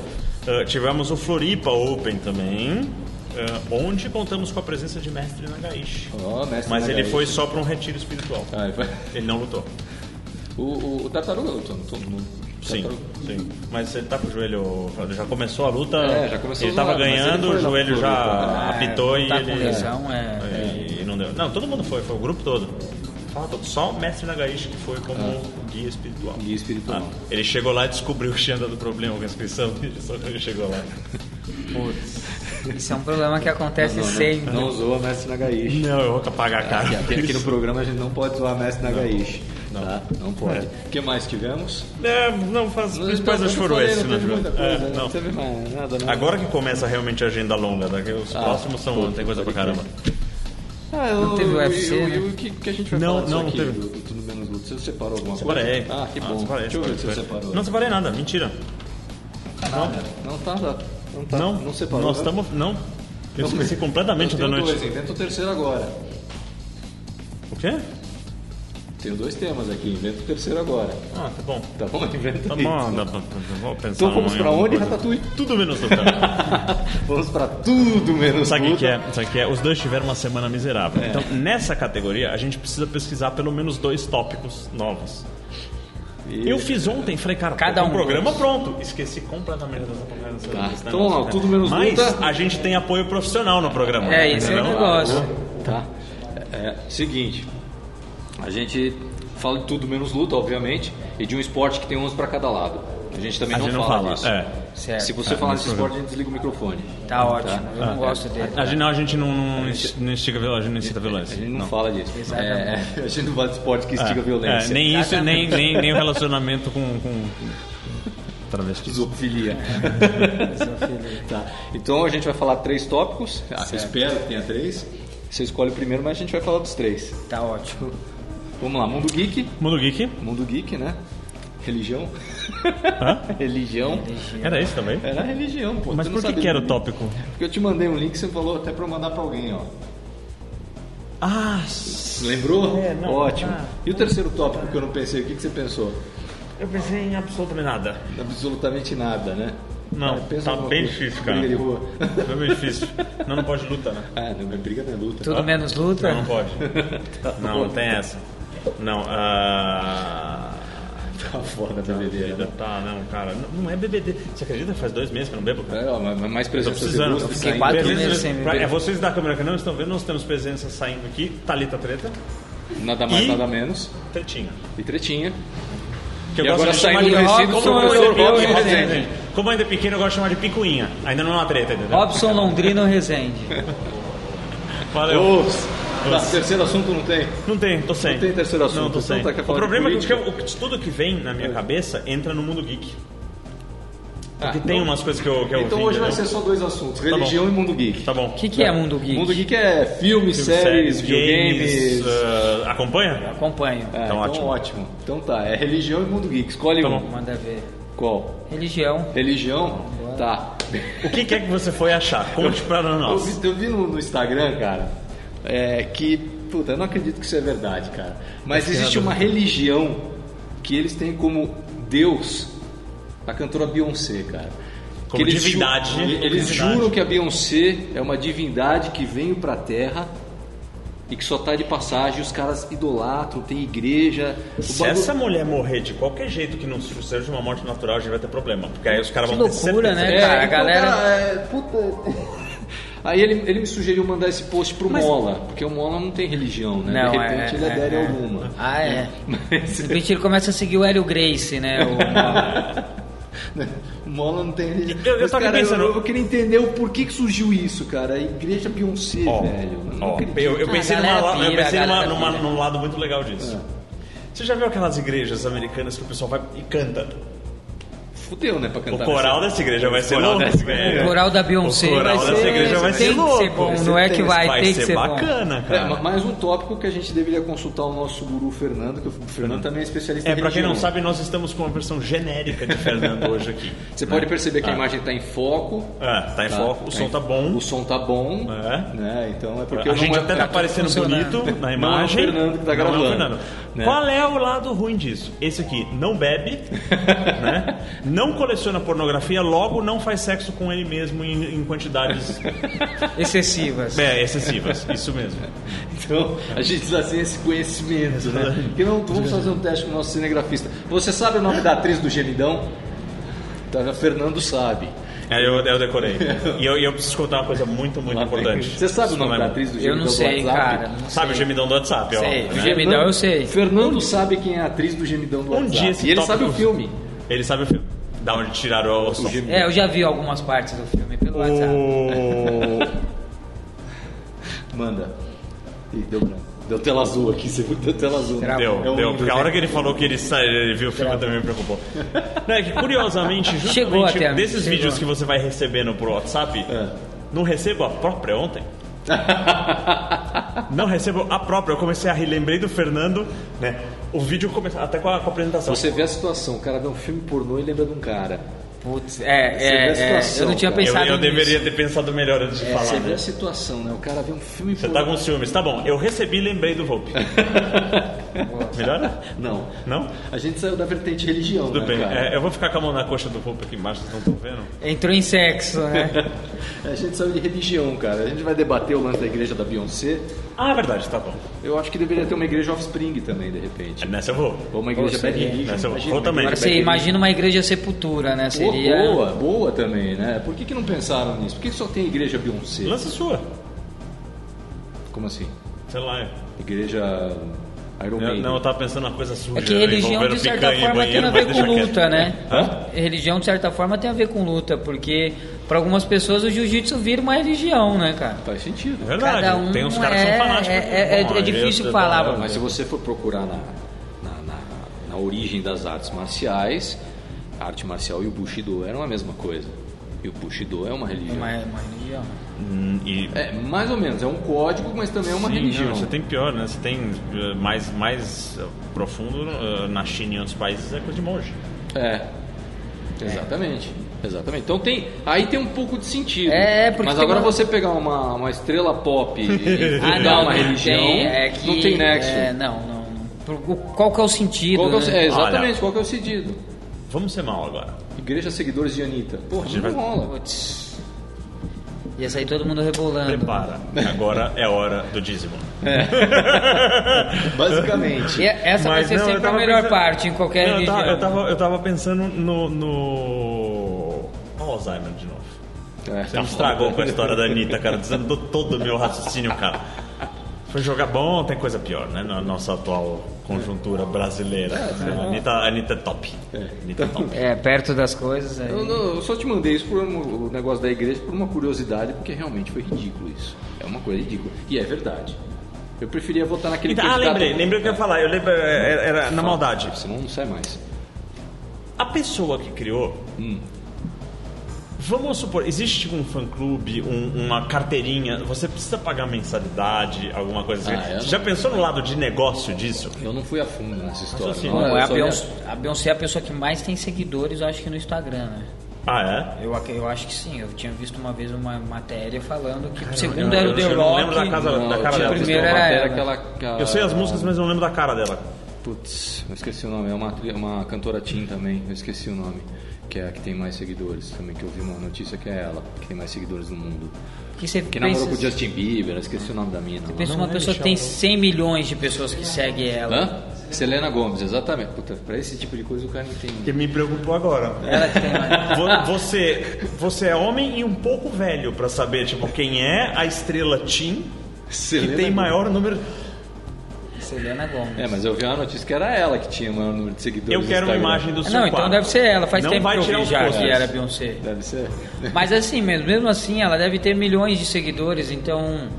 Speaker 2: Eh, tivemos o Floripa Open também, eh, onde contamos com a presença de mestre Nagaishi.
Speaker 1: Ó, mestre
Speaker 2: Mas ele
Speaker 1: Nagaishi.
Speaker 2: foi só para um retiro espiritual.
Speaker 1: Ah, vai.
Speaker 2: Ele não lutou.
Speaker 1: Tá O, o, o Tartaruga lutou, não tô- não-
Speaker 2: Sim,
Speaker 1: Tartaruga.
Speaker 2: sim. Mas ele tá com o joelho. Já começou a luta.
Speaker 1: É, já começou
Speaker 2: ele
Speaker 1: a
Speaker 2: tava
Speaker 1: zoar, mas ele
Speaker 2: ganhando,
Speaker 1: foi
Speaker 2: o
Speaker 1: lá pro
Speaker 2: joelho já
Speaker 1: Floripa.
Speaker 3: É,
Speaker 2: apitou e
Speaker 3: tá
Speaker 2: ele.
Speaker 3: com lesão, é.
Speaker 2: E, e não deu. Não, todo mundo foi, foi o grupo todo. Falta Só o mestre Nagaishi que foi como
Speaker 1: Ah.
Speaker 2: guia espiritual.
Speaker 1: Guia espiritual.
Speaker 2: Ah, ele chegou lá e descobriu que tinha dado problema com a inscrição. Ele só que ele chegou lá.
Speaker 3: Isso é um problema que acontece sempre.
Speaker 1: Não, não zoa mestre Nagaishi.
Speaker 2: Não, eu vou pagar a cara.
Speaker 1: Ah, Aqui, aqui no programa a gente não pode zoar mestre Nagaishi. Não. Tá? Não pode. O que mais tivemos?
Speaker 2: É, não, faz principais
Speaker 1: Não,
Speaker 2: eu
Speaker 1: eu
Speaker 2: choro
Speaker 1: falei,
Speaker 2: esse,
Speaker 1: não
Speaker 2: né,
Speaker 1: teve
Speaker 2: João?
Speaker 1: muita
Speaker 2: É,
Speaker 1: coisa,
Speaker 2: não.
Speaker 1: Não teve mais nada, não.
Speaker 2: Agora que começa realmente a agenda longa, daqui os próximos são.
Speaker 1: puta,
Speaker 2: tem coisa pra
Speaker 1: Ah, pode
Speaker 2: caramba.
Speaker 1: Ah, eu-
Speaker 3: Não teve
Speaker 1: eu-
Speaker 3: UFC,
Speaker 1: eu-
Speaker 3: né?
Speaker 1: eu- O que, que a gente vai
Speaker 2: Não,
Speaker 1: falar disso
Speaker 2: não, não
Speaker 1: aqui?
Speaker 2: teve.
Speaker 1: do- do Tudo menos luta. Você separou alguma
Speaker 2: Separei.
Speaker 1: coisa? Ah, que bom.
Speaker 2: separei,
Speaker 1: Deixa eu ver se você
Speaker 2: separei.
Speaker 1: separou.
Speaker 2: Não separei nada, mentira.
Speaker 1: Não tá, tá. Não tá.
Speaker 2: não,
Speaker 1: Não separou.
Speaker 2: Nós
Speaker 1: né?
Speaker 2: estamos. Não. Eu
Speaker 1: Não.
Speaker 2: esqueci completamente
Speaker 1: Eu
Speaker 2: da
Speaker 1: tenho
Speaker 2: noite.
Speaker 1: dois, inventa o terceiro agora.
Speaker 2: O quê?
Speaker 1: Tenho dois temas aqui, inventa o terceiro agora.
Speaker 2: Ah, tá bom.
Speaker 1: Tá bom? Inventa
Speaker 2: Tá
Speaker 1: aí.
Speaker 2: bom, dá pra- vou pensar.
Speaker 1: Então vamos
Speaker 2: em
Speaker 1: pra
Speaker 2: alguma
Speaker 1: onde,
Speaker 2: coisa.
Speaker 1: Ratatouille?
Speaker 2: Tudo menos do cara.
Speaker 1: Vamos pra tudo menos
Speaker 2: Sabe o que
Speaker 1: luta.
Speaker 2: que é? Sabe o que é? Os dois tiveram uma semana miserável.
Speaker 1: É.
Speaker 2: Então, nessa categoria, a gente precisa pesquisar pelo menos dois tópicos novos.
Speaker 1: E-
Speaker 2: Eu fiz ontem, falei, cara,
Speaker 3: Cada
Speaker 2: tô com
Speaker 3: um
Speaker 2: o programa pronto. Esqueci completamente dessa porcaria dessa
Speaker 1: Tá.
Speaker 2: desse
Speaker 1: Então,
Speaker 2: negócio,
Speaker 1: ó,
Speaker 2: né?
Speaker 1: tudo menos
Speaker 2: Mas
Speaker 1: luta.
Speaker 2: a gente tem apoio profissional no programa.
Speaker 3: É, esse é o
Speaker 2: entendeu?
Speaker 3: negócio.
Speaker 1: Tá. É, é, seguinte, a gente fala de tudo menos luta, obviamente, e de um esporte que tem 11 pra cada lado. A gente também
Speaker 2: A
Speaker 1: não,
Speaker 2: gente não
Speaker 1: fala,
Speaker 2: fala,
Speaker 1: disso.
Speaker 2: é.
Speaker 3: Certo.
Speaker 1: Se você Ah, falar desse esporte, a gente desliga o microfone.
Speaker 3: Tá ótimo, eu não gosto dele.
Speaker 1: Ah.
Speaker 2: A gente não, a gente não, não, não instiga violência, a gente não
Speaker 1: É.
Speaker 2: incita
Speaker 1: A
Speaker 2: violência.
Speaker 1: gente não,
Speaker 2: Não.
Speaker 1: fala disso.
Speaker 3: Exatamente.
Speaker 1: É, a gente não fala de esporte que instiga
Speaker 2: É,
Speaker 1: violência. um.
Speaker 2: é, nem isso, nem, nem, nem o relacionamento com, com travestis.
Speaker 1: Zoofilia. tá. Então a gente vai falar três tópicos. Ah, espero que tenha três. Você escolhe o primeiro, mas a gente vai falar dos três.
Speaker 3: Tá ótimo.
Speaker 1: Vamos lá, mundo geek.
Speaker 2: Mundo Geek?
Speaker 1: Mundo geek, né? Religião.
Speaker 2: Hã?
Speaker 1: religião.
Speaker 2: Era isso também?
Speaker 1: Era religião, pô.
Speaker 2: Mas
Speaker 1: tu É. não
Speaker 2: por que,
Speaker 1: sabe
Speaker 2: que era o
Speaker 1: do-
Speaker 2: tópico?
Speaker 1: Porque eu te mandei um link que você falou até pra eu mandar pra alguém, ó.
Speaker 2: Ah,
Speaker 1: Lembrou?
Speaker 2: É, não,
Speaker 1: Ótimo.
Speaker 2: tá.
Speaker 1: E o terceiro tópico que eu não pensei, o que, que você pensou?
Speaker 2: eu pensei em absolutamente nada.
Speaker 1: Absolutamente nada, né?
Speaker 2: Não,
Speaker 1: Cara, pensa
Speaker 2: tá
Speaker 1: numa
Speaker 2: bem
Speaker 1: coisa.
Speaker 2: difícil, cara.
Speaker 1: Briga de rua.
Speaker 2: Foi meio difícil. Não, não pode luta, né?
Speaker 1: ah, não, mas briga não é luta.
Speaker 3: Tudo menos luta?
Speaker 2: Não, não pode. Não, não tem essa. Não, ah,
Speaker 1: tá foda a bebedeira.
Speaker 2: Vida
Speaker 1: né?
Speaker 2: tá, não, cara. Não, não é BBD. Você acredita? que Faz dois meses que eu não bebo?
Speaker 1: É, ó, mas- mas mais
Speaker 2: Eu
Speaker 1: presença de
Speaker 2: tô
Speaker 1: né?
Speaker 2: precisando.
Speaker 1: gosto
Speaker 3: fiquei
Speaker 1: saindo.
Speaker 3: quatro
Speaker 2: Presença-
Speaker 3: meses sem beber.
Speaker 2: pra- É vocês da câmera que não estão vendo, nós temos presença saindo aqui. Thalita Treta.
Speaker 1: Nada mais,
Speaker 2: E-
Speaker 1: nada menos.
Speaker 2: Tretinha.
Speaker 1: E tretinha.
Speaker 2: Que
Speaker 1: E agora um
Speaker 2: de
Speaker 1: saindo
Speaker 2: chamar de-
Speaker 1: do recinto,
Speaker 2: como,
Speaker 1: professor
Speaker 2: eu ainda é
Speaker 1: Robson
Speaker 2: pequeno,
Speaker 1: Rezende.
Speaker 2: gente, como eu ainda pequeno, eu gosto de chamar de picuinha. Ainda não é uma treta, entendeu?
Speaker 3: Robson Londrino Rezende.
Speaker 2: Valeu.
Speaker 1: Ops. Tá, terceiro assunto não tem.
Speaker 2: Não tem, tô sem.
Speaker 1: Não tem terceiro assunto,
Speaker 2: Não, tô
Speaker 1: então
Speaker 2: sem.
Speaker 1: tá, quer
Speaker 2: o
Speaker 1: falar de
Speaker 2: problema é que
Speaker 1: política? É.
Speaker 2: o que eu- tudo que vem na minha cabeça entra no mundo geek. Porque
Speaker 1: Ah,
Speaker 2: tem umas coisas que eu, que eu
Speaker 1: Então
Speaker 2: vi,
Speaker 1: hoje vai ser
Speaker 2: entendeu?
Speaker 1: só dois assuntos: religião e mundo geek.
Speaker 2: Tá bom.
Speaker 3: O que, que é Mundo Geek?
Speaker 1: Mundo geek é filmes,
Speaker 2: Filmes,
Speaker 1: séries, videogames.
Speaker 2: ah, acompanha?
Speaker 3: Acompanho.
Speaker 1: Ah,
Speaker 2: Então,
Speaker 1: então
Speaker 2: ótimo.
Speaker 1: ótimo. Então tá, é religião e mundo geek. Escolhe
Speaker 2: Tá
Speaker 1: um.
Speaker 2: bom.
Speaker 3: Manda ver.
Speaker 1: Qual?
Speaker 3: Religião.
Speaker 1: Religião? Tá.
Speaker 2: O que, que é que você foi achar? Conte pra
Speaker 1: Eu
Speaker 2: nós.
Speaker 1: vi, eu vi no, no Instagram, cara, é, que. Puta, eu não acredito que isso é verdade, cara. Mas
Speaker 2: é
Speaker 1: existe uma religião que eles têm como Deus a cantora Beyoncé, cara.
Speaker 2: Como
Speaker 1: Que eles ju-
Speaker 2: divindade, né?
Speaker 1: eles
Speaker 2: Divindade.
Speaker 1: juram que a Beyoncé é uma divindade que veio pra terra e que só tá de passagem. Os caras idolatram, tem igreja. o
Speaker 2: Se
Speaker 1: bagulho-
Speaker 2: essa mulher morrer de qualquer jeito que não seja de uma morte natural, a gente vai ter problema. Porque aí os caras
Speaker 3: Que
Speaker 2: vão ter
Speaker 3: loucura,
Speaker 2: certeza.
Speaker 3: né? cara, a galera-
Speaker 1: cara, é, puta. Aí ele, ele me sugeriu mandar esse post pro Mola, porque o Mola não tem religião, né?
Speaker 3: Não,
Speaker 1: De repente
Speaker 3: é,
Speaker 1: ele
Speaker 3: é,
Speaker 1: adere a
Speaker 3: é.
Speaker 1: alguma.
Speaker 3: Ah, é. De
Speaker 1: Mas
Speaker 3: repente ele começa a seguir o Hélio Grace, né? O...
Speaker 1: o Mola não tem religião.
Speaker 2: Eu- eu
Speaker 1: Mas,
Speaker 2: tava
Speaker 1: cara,
Speaker 2: pensando-
Speaker 1: Eu, eu queria entender o porquê que surgiu isso, cara. A igreja Beyoncé,
Speaker 2: Ó,
Speaker 1: velho. Eu não
Speaker 2: ó,
Speaker 1: acredito.
Speaker 2: eu, eu
Speaker 3: Ah,
Speaker 2: pensei,
Speaker 3: a
Speaker 2: numa,
Speaker 3: galera
Speaker 2: la- eu
Speaker 3: pira,
Speaker 2: pensei
Speaker 3: a
Speaker 2: numa-
Speaker 3: galera
Speaker 2: numa-
Speaker 3: pira.
Speaker 2: num lado muito legal disso.
Speaker 1: É.
Speaker 2: Você já viu aquelas igrejas americanas que o pessoal vai e canta?
Speaker 1: Fudeu, né, pra
Speaker 2: O
Speaker 1: cantar.
Speaker 2: coral dessa igreja vai ser louco.
Speaker 1: dessa
Speaker 2: velho.
Speaker 3: O coral da Beyoncé.
Speaker 2: O coral
Speaker 3: Vai
Speaker 2: dessa
Speaker 3: ser-
Speaker 2: igreja vai
Speaker 3: tem
Speaker 2: ser
Speaker 3: que
Speaker 2: louco.
Speaker 3: ser bom, não é que vai, tem que
Speaker 2: ser,
Speaker 3: ser bom.
Speaker 2: bacana,
Speaker 1: É,
Speaker 2: cara.
Speaker 1: ma- mais um tópico que a gente deveria consultar o nosso guru Fernando, que o Fernando também é especialista
Speaker 2: É,
Speaker 1: em
Speaker 2: pra quem
Speaker 1: religião.
Speaker 2: não sabe, nós estamos com uma versão genérica de Fernando hoje aqui.
Speaker 1: Você pode
Speaker 2: Né?
Speaker 1: perceber que
Speaker 2: Ah.
Speaker 1: a imagem tá em foco,
Speaker 2: Ah, tá em
Speaker 1: Tá,
Speaker 2: foco, o som
Speaker 1: em-
Speaker 2: tá bom.
Speaker 1: O som tá bom,
Speaker 2: É.
Speaker 1: né? Então é porque
Speaker 2: A
Speaker 1: eu não
Speaker 2: gente
Speaker 1: é-
Speaker 2: até tá parecendo
Speaker 3: funcionando.
Speaker 2: bonito
Speaker 1: Não
Speaker 2: na
Speaker 1: é o
Speaker 2: imagem.
Speaker 1: Fernando que tá
Speaker 2: Não é o
Speaker 1: gravando,
Speaker 2: Fernando.
Speaker 1: né?
Speaker 2: Qual é o lado ruim disso? Esse aqui não bebe, né? não coleciona pornografia, logo não faz sexo com ele mesmo em, em quantidades
Speaker 3: Excessivas.
Speaker 2: é, excessivas. Isso mesmo.
Speaker 1: Então a gente precisa ter esse conhecimento, né? Porque não, vamos fazer um teste com o nosso cinegrafista. Você sabe o nome da atriz do Gemidão? Tá, o Fernando sabe.
Speaker 2: É, eu, eu decorei. E eu, e eu preciso contar uma coisa muito, muito É importante.
Speaker 1: Você sabe o nome
Speaker 2: Não é
Speaker 1: da
Speaker 2: lembro.
Speaker 1: atriz do
Speaker 3: Eu
Speaker 1: Gemidão
Speaker 3: não sei,
Speaker 1: do WhatsApp?
Speaker 3: cara. não
Speaker 2: Sabe o
Speaker 3: sei.
Speaker 2: gemidão do WhatsApp, ó.
Speaker 3: Sei.
Speaker 2: né?
Speaker 3: O Gemidão eu sei.
Speaker 1: Fernando sabe quem é a atriz do Gemidão do
Speaker 2: Um
Speaker 1: WhatsApp.
Speaker 2: dia esse
Speaker 1: e ele
Speaker 2: tópico-
Speaker 1: sabe o filme.
Speaker 2: Ele sabe o filme. Da onde tiraram o som.
Speaker 1: Gemidão.
Speaker 3: É, eu já vi algumas partes do filme pelo WhatsApp.
Speaker 2: O...
Speaker 1: Manda. Ih, deu branco. Deu tela azul aqui, você viu? Deu tela azul. né?
Speaker 3: Será?
Speaker 2: Deu,
Speaker 1: É um
Speaker 2: deu.
Speaker 1: livro,
Speaker 2: Porque a hora
Speaker 1: né?
Speaker 2: que ele falou que ele, sa- ele viu o filme eu também me preocupou. Não, é que curiosamente, justamente
Speaker 3: Chegou até a mim,
Speaker 2: desses
Speaker 3: chegou.
Speaker 2: vídeos que você vai recebendo por WhatsApp,
Speaker 1: É.
Speaker 2: não recebo a própria ontem. não recebo a própria. Eu comecei a rir, lembrei do Fernando, né? O vídeo começou até com a, com a apresentação.
Speaker 1: Você vê a situação, o cara vê um filme pornô e lembra de um cara.
Speaker 3: Putz,
Speaker 1: Você vê
Speaker 3: é,
Speaker 1: a
Speaker 3: é, é,
Speaker 1: situação,
Speaker 3: eu não tinha
Speaker 1: cara.
Speaker 2: eu
Speaker 3: pensado
Speaker 2: eu
Speaker 3: nisso. É,
Speaker 2: deveria ter pensado melhor antes de falar,
Speaker 1: Você vê
Speaker 2: né?
Speaker 1: É a situação, né? O cara vê um filme
Speaker 2: Você
Speaker 1: pornô.
Speaker 2: tá com ciúmes. Tá bom, eu recebi e lembrei do Volpe. Melhor?
Speaker 1: Não.
Speaker 2: Não?
Speaker 1: A gente saiu da vertente religião,
Speaker 2: Tudo
Speaker 1: né,
Speaker 2: bem.
Speaker 1: cara?
Speaker 2: É, eu vou ficar com a mão na coxa do Volpe aqui embaixo, vocês não estão vendo?
Speaker 3: Entrou em sexo, né?
Speaker 1: A gente saiu de religião, cara. A gente vai debater o lance da igreja da Beyoncé.
Speaker 2: Ah, é verdade, tá bom.
Speaker 1: Eu acho que deveria ter uma igreja offspring também, de repente.
Speaker 2: Nessa eu vou.
Speaker 1: Ou uma igreja
Speaker 3: Nossa,
Speaker 1: bad
Speaker 3: é.
Speaker 1: religion.
Speaker 2: Nessa eu vou
Speaker 1: Imagina, uma igreja
Speaker 2: também.
Speaker 3: Agora
Speaker 2: Mas
Speaker 1: bad
Speaker 3: você imagina uma igreja sepultura, né?
Speaker 1: religion. Pô,
Speaker 3: Seria.
Speaker 1: Boa, boa também, né? Por que, que não pensaram nisso? Por que, que só tem igreja Beyoncé?
Speaker 2: Lança sua.
Speaker 1: Como assim?
Speaker 2: Sei lá. eu-
Speaker 1: Igreja Iron
Speaker 2: eu-
Speaker 1: Maiden.
Speaker 2: não, tá. eu tava pensando uma coisa suja.
Speaker 3: É que religião,
Speaker 2: envolvendo
Speaker 3: de certa
Speaker 2: picanha e
Speaker 3: forma, tem
Speaker 2: banheiro,
Speaker 3: a
Speaker 2: mas
Speaker 3: ver com
Speaker 2: deixa quieto.
Speaker 3: luta, né?
Speaker 1: Hã?
Speaker 3: Religião, de certa forma, tem a ver com luta, porque para algumas pessoas o jiu-jitsu vira uma religião, né, cara?
Speaker 1: Faz sentido.
Speaker 2: É verdade.
Speaker 3: Cada um
Speaker 2: tem uns caras que
Speaker 3: é-
Speaker 2: são fanáticos.
Speaker 3: é- é- é-
Speaker 2: Bom,
Speaker 3: é
Speaker 2: eu-
Speaker 3: difícil
Speaker 2: eu-
Speaker 3: falar,
Speaker 2: eu-
Speaker 1: Ah, Mas se você for procurar na, na, na, na origem das artes marciais, a arte marcial e o Bushido eram a mesma coisa. E o Bushido é uma religião.
Speaker 3: Uma, uma religião.
Speaker 2: Hum, e-
Speaker 1: É, mais ou menos, é um código, mas também é uma
Speaker 2: Sim,
Speaker 1: religião.
Speaker 2: não, você tem pior, né? Você tem eh, mais, mais eh, profundo eh, na China e em outros países é coisa de monge.
Speaker 1: É. Exatamente. Exatamente. Então tem. Aí tem um pouco de sentido.
Speaker 3: É, porque
Speaker 1: Mas
Speaker 3: tem
Speaker 1: agora
Speaker 3: uma-
Speaker 1: você pegar uma, uma estrela pop e e
Speaker 2: Ah,
Speaker 1: fundar Ah, uma religião.
Speaker 3: Ah, tem, é que-
Speaker 1: não tem nexo.
Speaker 3: É, não, não. não. Por- o- Qual que é o sentido?
Speaker 1: Qual que é o-
Speaker 3: né?
Speaker 1: é, exatamente, qual que é o sentido?
Speaker 2: Vamos ser mal agora.
Speaker 1: Igreja Seguidores de Anitta. Porra,
Speaker 2: gente
Speaker 1: não
Speaker 2: vai-
Speaker 1: rola.
Speaker 3: Putz. Ia sair todo mundo rebolando.
Speaker 2: Prepara. Agora é hora do dízimo.
Speaker 1: Basicamente.
Speaker 3: E é- essa vai
Speaker 2: Mas
Speaker 3: ser
Speaker 2: não, eu
Speaker 3: sempre a
Speaker 2: tava
Speaker 3: melhor
Speaker 2: pensando-
Speaker 3: parte em qualquer
Speaker 2: Não, eu
Speaker 3: religião.
Speaker 2: tava, eu, tava, eu tava pensando no. no... Ó, o Alzheimer de novo. Você
Speaker 1: É.
Speaker 2: me estragou com a história da Anitta, cara, dizendo todo o meu raciocínio, cara. Foi jogar bom, tem coisa pior, né? Na nossa atual conjuntura brasileira. a, Anitta, a Anitta é top. Anitta é top.
Speaker 3: É, perto das coisas. aí-
Speaker 1: Eu, não- eu só te mandei isso por um, o negócio da igreja por uma curiosidade, porque realmente foi ridículo isso. É uma coisa ridícula. E é verdade. Eu preferia votar naquele
Speaker 2: Então, ah,
Speaker 1: candidato-
Speaker 2: lembrei, lembrei o que eu ia falar. Eu lembro, era, era na maldade.
Speaker 1: Senão não sai mais.
Speaker 2: A pessoa que criou.
Speaker 3: Hum.
Speaker 2: Vamos supor, existe tipo, um fã-clube, um- uma carteirinha, você precisa pagar mensalidade, alguma coisa assim.
Speaker 1: Ah, eu
Speaker 2: Já pensou no lado de negócio disso?
Speaker 1: Eu não fui a fundo nessa história.
Speaker 2: assim,
Speaker 1: não.
Speaker 3: Bom,
Speaker 1: Eu
Speaker 3: é a,
Speaker 1: só-
Speaker 3: Beyoncé, a Beyoncé é a pessoa que mais tem seguidores, eu acho que no Instagram, né?
Speaker 2: Ah, é?
Speaker 3: Eu, ac- eu acho que sim, eu tinha visto uma vez uma matéria falando que o
Speaker 2: eu-
Speaker 3: segundo era o
Speaker 2: eu
Speaker 3: The
Speaker 2: não
Speaker 3: Rock.
Speaker 2: lembro da casa- da
Speaker 1: Não,
Speaker 2: cara
Speaker 1: tinha
Speaker 2: dela.
Speaker 1: visto
Speaker 3: Primeiro
Speaker 1: uma
Speaker 3: era
Speaker 1: matéria
Speaker 3: ela.
Speaker 1: que ela- que ela-
Speaker 2: Eu sei
Speaker 3: Ah.
Speaker 2: as músicas, mas não lembro da cara dela.
Speaker 1: Putz, eu esqueci o nome. É uma, atri- uma cantora teen também, eu esqueci o nome. Que é a que tem mais seguidores também, que eu vi uma notícia que é ela, que tem mais seguidores no mundo.
Speaker 3: Que você
Speaker 1: Que
Speaker 3: pensa,
Speaker 1: namorou com o Justin Bieber, eu esqueci o nome da mina. lá.
Speaker 3: pensa uma pessoa que tem 100 milhões de pessoas que seguem ela.
Speaker 1: Hã? Selena Gomes, exatamente. Puta, pra esse tipo de coisa o cara não tem.
Speaker 2: Que me preocupou agora.
Speaker 3: Ela que tem mais.
Speaker 2: Vo- Você, você é homem e um pouco velho pra saber, tipo, quem é a estrela Tim que
Speaker 1: Selena
Speaker 2: tem
Speaker 1: Gomes.
Speaker 2: maior número.
Speaker 3: Selena Gomes.
Speaker 1: É, mas eu vi uma notícia que era ela que tinha o maior número de seguidores.
Speaker 2: Eu
Speaker 1: no
Speaker 2: quero uma
Speaker 1: Instagram.
Speaker 2: imagem do
Speaker 3: Ah,
Speaker 2: seu
Speaker 3: não, então
Speaker 2: quarto.
Speaker 3: deve ser ela, faz
Speaker 2: Não
Speaker 3: tempo
Speaker 2: vai
Speaker 3: que eu
Speaker 2: tirar um
Speaker 3: vi
Speaker 2: os
Speaker 3: já que
Speaker 2: posters.
Speaker 3: era a Beyoncé.
Speaker 1: Deve ser.
Speaker 3: Mas assim mesmo, mesmo assim ela deve ter milhões de seguidores, então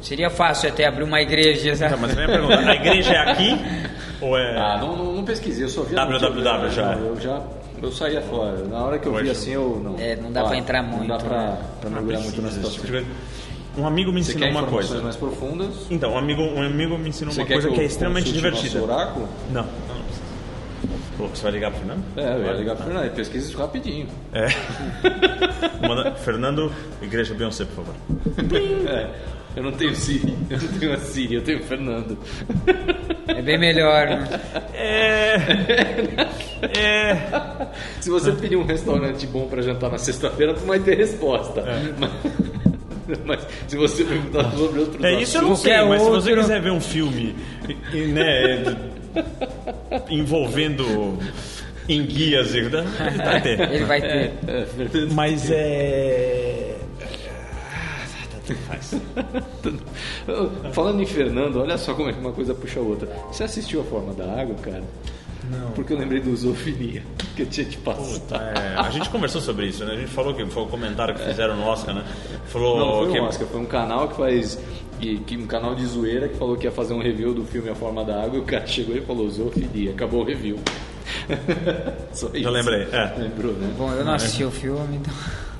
Speaker 3: seria fácil até abrir uma igreja. sabe?
Speaker 2: Tá, mas a minha pergunta, a igreja é aqui ou é...
Speaker 1: Ah, não, não, não pesquisei, eu só vi. a notícia.
Speaker 2: www já.
Speaker 1: Eu já. Eu saía fora. Na hora que eu vi
Speaker 2: Poxa.
Speaker 1: assim, eu não. Ah,
Speaker 3: É, não dá pra entrar muito,
Speaker 1: Não dá pra,
Speaker 3: né?
Speaker 1: pra
Speaker 2: Ah,
Speaker 1: mergulhar muito na
Speaker 2: precisa, esse tipo
Speaker 1: situação.
Speaker 2: de coisa. Um amigo me
Speaker 1: Você
Speaker 2: ensinou
Speaker 1: quer
Speaker 2: uma
Speaker 1: informações
Speaker 2: coisa.
Speaker 1: mais profundas?
Speaker 2: Então, um amigo, um amigo me ensinou
Speaker 1: Você
Speaker 2: uma
Speaker 1: quer
Speaker 2: coisa que,
Speaker 1: eu
Speaker 2: é extremamente
Speaker 1: consulte
Speaker 2: divertida.
Speaker 1: nosso oráculo?
Speaker 2: Não, não, não precisa. Pô, Você vai ligar pro Fernando?
Speaker 1: É, eu ia ligar pro Fernando, pesquisa isso rapidinho.
Speaker 2: Manda- Fernando, igreja Beyoncé, por favor.
Speaker 1: É, eu não tenho Siri, eu não tenho a Siri, eu tenho o Fernando.
Speaker 3: É bem melhor, né?
Speaker 2: É... É...
Speaker 1: Se você pedir um restaurante bom pra jantar na sexta-feira, tu vai ter resposta. Mas, mas se você perguntar sobre outros
Speaker 2: É. É, isso eu não
Speaker 3: assuntos.
Speaker 2: sei,
Speaker 3: Qualquer
Speaker 2: mas se você
Speaker 3: outro.
Speaker 2: quiser ver um filme e- e, né, d- envolvendo enguias, e- vai ter.
Speaker 3: Ele vai ter.
Speaker 1: É, Fernando,
Speaker 2: Mas é. Faz.
Speaker 1: Falando em Fernando, olha só como é que uma coisa puxa a outra. Você assistiu a forma da água, cara? Não. Porque eu lembrei do zoofilia que eu tinha te passado.
Speaker 2: Puta, é, a gente conversou sobre isso, né? A gente falou que foi o comentário que fizeram no Oscar, né? Falou
Speaker 1: Não, foi
Speaker 2: que
Speaker 1: um Oscar, foi um canal que faz. Que, que- um canal de zoeira que falou que ia fazer um review do filme A Forma da Água e o cara chegou e falou zoofilia, acabou o review. Só isso.
Speaker 2: Eu lembrei, é.
Speaker 1: Lembrou, né?
Speaker 3: Bom, eu não assisti o filme, então.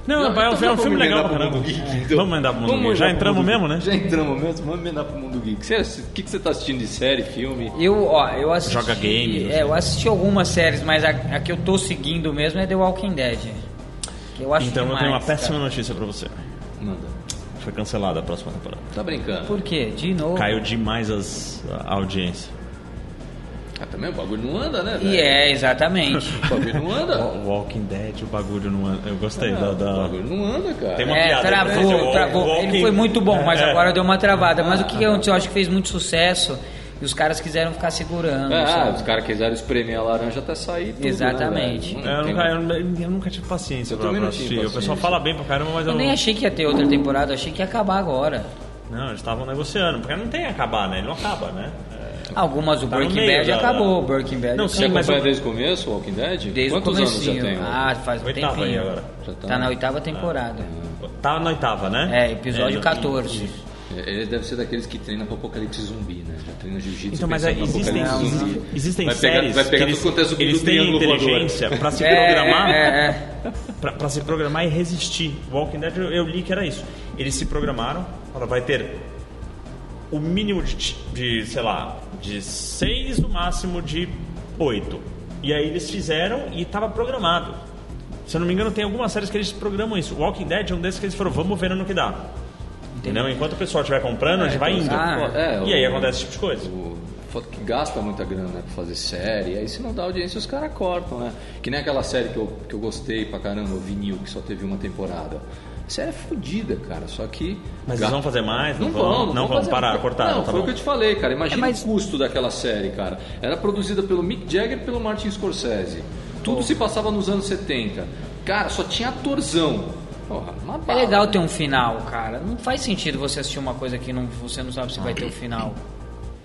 Speaker 2: Não,
Speaker 1: Então
Speaker 2: é um filme- é um
Speaker 1: vamos
Speaker 2: filme
Speaker 1: emendar
Speaker 2: legal
Speaker 1: pro
Speaker 2: pra
Speaker 1: Mundo
Speaker 2: caramba.
Speaker 1: Geek, então.
Speaker 2: Vamos mandar pro mundo
Speaker 1: Vamos
Speaker 2: Geek. Já
Speaker 1: mandar pro
Speaker 2: entramos
Speaker 1: Mundo
Speaker 2: mesmo, né?
Speaker 1: Geek. Já entramos mesmo, vamos emendar pro Mundo Geek. Você- O que, que você tá assistindo de série, filme?
Speaker 3: Eu, ó, eu assisti.
Speaker 2: Joga game,
Speaker 3: É, eu assisti algumas séries, mas a, a que eu tô seguindo mesmo é The Walking Dead. Que eu acho
Speaker 2: Então eu
Speaker 3: demais,
Speaker 2: tenho uma
Speaker 3: cara.
Speaker 2: péssima notícia pra você.
Speaker 1: Manda.
Speaker 2: Foi cancelada a próxima temporada.
Speaker 1: Tá brincando.
Speaker 3: Por quê? De novo.
Speaker 2: Caiu demais as, a audiência.
Speaker 1: Ah, também o bagulho não anda, né?
Speaker 3: E
Speaker 1: velho?
Speaker 3: é, exatamente.
Speaker 1: O bagulho não anda.
Speaker 2: Walking Dead, o bagulho não anda. Eu gostei da.
Speaker 1: É, O
Speaker 2: da...
Speaker 1: bagulho não anda, cara.
Speaker 2: Tem uma-
Speaker 3: É,
Speaker 2: piada, né?
Speaker 3: travou,
Speaker 2: Walking-
Speaker 3: travou. Ele foi muito bom, mas
Speaker 2: É.
Speaker 3: agora deu uma travada. Mas o que que aconteceu? Eu acho que fez muito sucesso e os caras quiseram ficar segurando.
Speaker 1: Ah,
Speaker 3: sabe?
Speaker 1: os caras quiseram espremer a laranja até sair tudo, né,
Speaker 3: Exatamente.
Speaker 1: velho?
Speaker 2: É, eu,
Speaker 1: tem-
Speaker 2: nunca, eu, nu- eu nunca tive paciência
Speaker 1: Eu
Speaker 2: pra,
Speaker 1: também
Speaker 2: pra
Speaker 1: não tive
Speaker 2: assistir. O pessoal
Speaker 1: paciência.
Speaker 2: fala bem pra caramba, mas eu,
Speaker 3: Eu nem achei que ia ter outra temporada, eu achei que ia acabar agora.
Speaker 2: não. eles estavam negociando, porque não tem que acabar, né? Ele não acaba, né? É,
Speaker 3: Algumas, o
Speaker 2: Tá no
Speaker 3: Breaking
Speaker 2: meio
Speaker 3: Bad
Speaker 2: da- da-
Speaker 3: acabou, o Breaking Bad.
Speaker 2: Não,
Speaker 3: acabou.
Speaker 1: Você
Speaker 2: Sim, mas
Speaker 1: acompanha
Speaker 2: eu-
Speaker 1: desde o começo, Walking Dead?
Speaker 3: Desde
Speaker 1: Quantos
Speaker 3: o
Speaker 1: anos já
Speaker 3: comecinho.
Speaker 1: tem?
Speaker 3: Ah, faz um
Speaker 2: Oitava aí
Speaker 3: tempinho.
Speaker 2: agora.
Speaker 1: Já tá.
Speaker 3: Tá na oitava temporada.
Speaker 2: tá na oitava, né?
Speaker 3: É, episódio
Speaker 2: no-
Speaker 3: 14.
Speaker 1: É, Ele deve ser daqueles que treinam pro apocalipse zumbi, né? Já treina jiu-jitsu.
Speaker 2: Então, mas
Speaker 1: pensando
Speaker 2: é,
Speaker 1: no
Speaker 2: existem,
Speaker 1: apocalipse
Speaker 2: exi-
Speaker 1: zumbi.
Speaker 2: existem
Speaker 1: vai pegar,
Speaker 2: séries
Speaker 1: Vai pegar
Speaker 2: que eles,
Speaker 1: tudo quanto é zumbi
Speaker 2: eles
Speaker 1: do
Speaker 2: têm
Speaker 1: triângulo voador.
Speaker 2: inteligência pra se
Speaker 3: É,
Speaker 2: programar.
Speaker 3: é, é.
Speaker 2: Pra, pra se programar e resistir. Walking Dead, eu, eu li que era isso. Eles se programaram, falaram, vai ter o mínimo de, ti- de, sei lá, de seis, o máximo de oito. E aí eles fizeram e estava programado. Se eu não me engano, tem algumas séries que eles programam isso. Walking Dead é um desses que eles foram, vamos ver no que dá. Entendeu? Enquanto o pessoal estiver comprando, a gente vai indo.
Speaker 3: ah,
Speaker 1: é,
Speaker 2: e aí
Speaker 1: o-
Speaker 2: acontece esse tipo de coisa.
Speaker 1: O foto que gasta muita grana né, pra fazer série, aí se não dá audiência os caras cortam, né? Que nem aquela série que eu, que eu gostei pra caramba, o Vinil, que só teve uma temporada. Isso é fodida, cara. Só que.
Speaker 2: Mas
Speaker 1: Ga-
Speaker 2: eles vão fazer mais?
Speaker 1: Não vão,
Speaker 2: Não vão,
Speaker 1: fazer-
Speaker 2: parar, cortaram,
Speaker 1: Não,
Speaker 2: tá
Speaker 1: foi
Speaker 2: bom.
Speaker 1: o que eu te falei, cara. Imagina
Speaker 3: É, mas-
Speaker 1: o custo daquela série, cara. Era produzida pelo Mick Jagger e pelo Martin Scorsese. Tudo se passava nos anos 70. Cara, só tinha atorzão. Porra, uma
Speaker 3: É
Speaker 1: bala,
Speaker 3: legal
Speaker 1: né?
Speaker 3: ter um final, cara. Não faz sentido você assistir uma coisa que não, você não sabe se vai ter o final.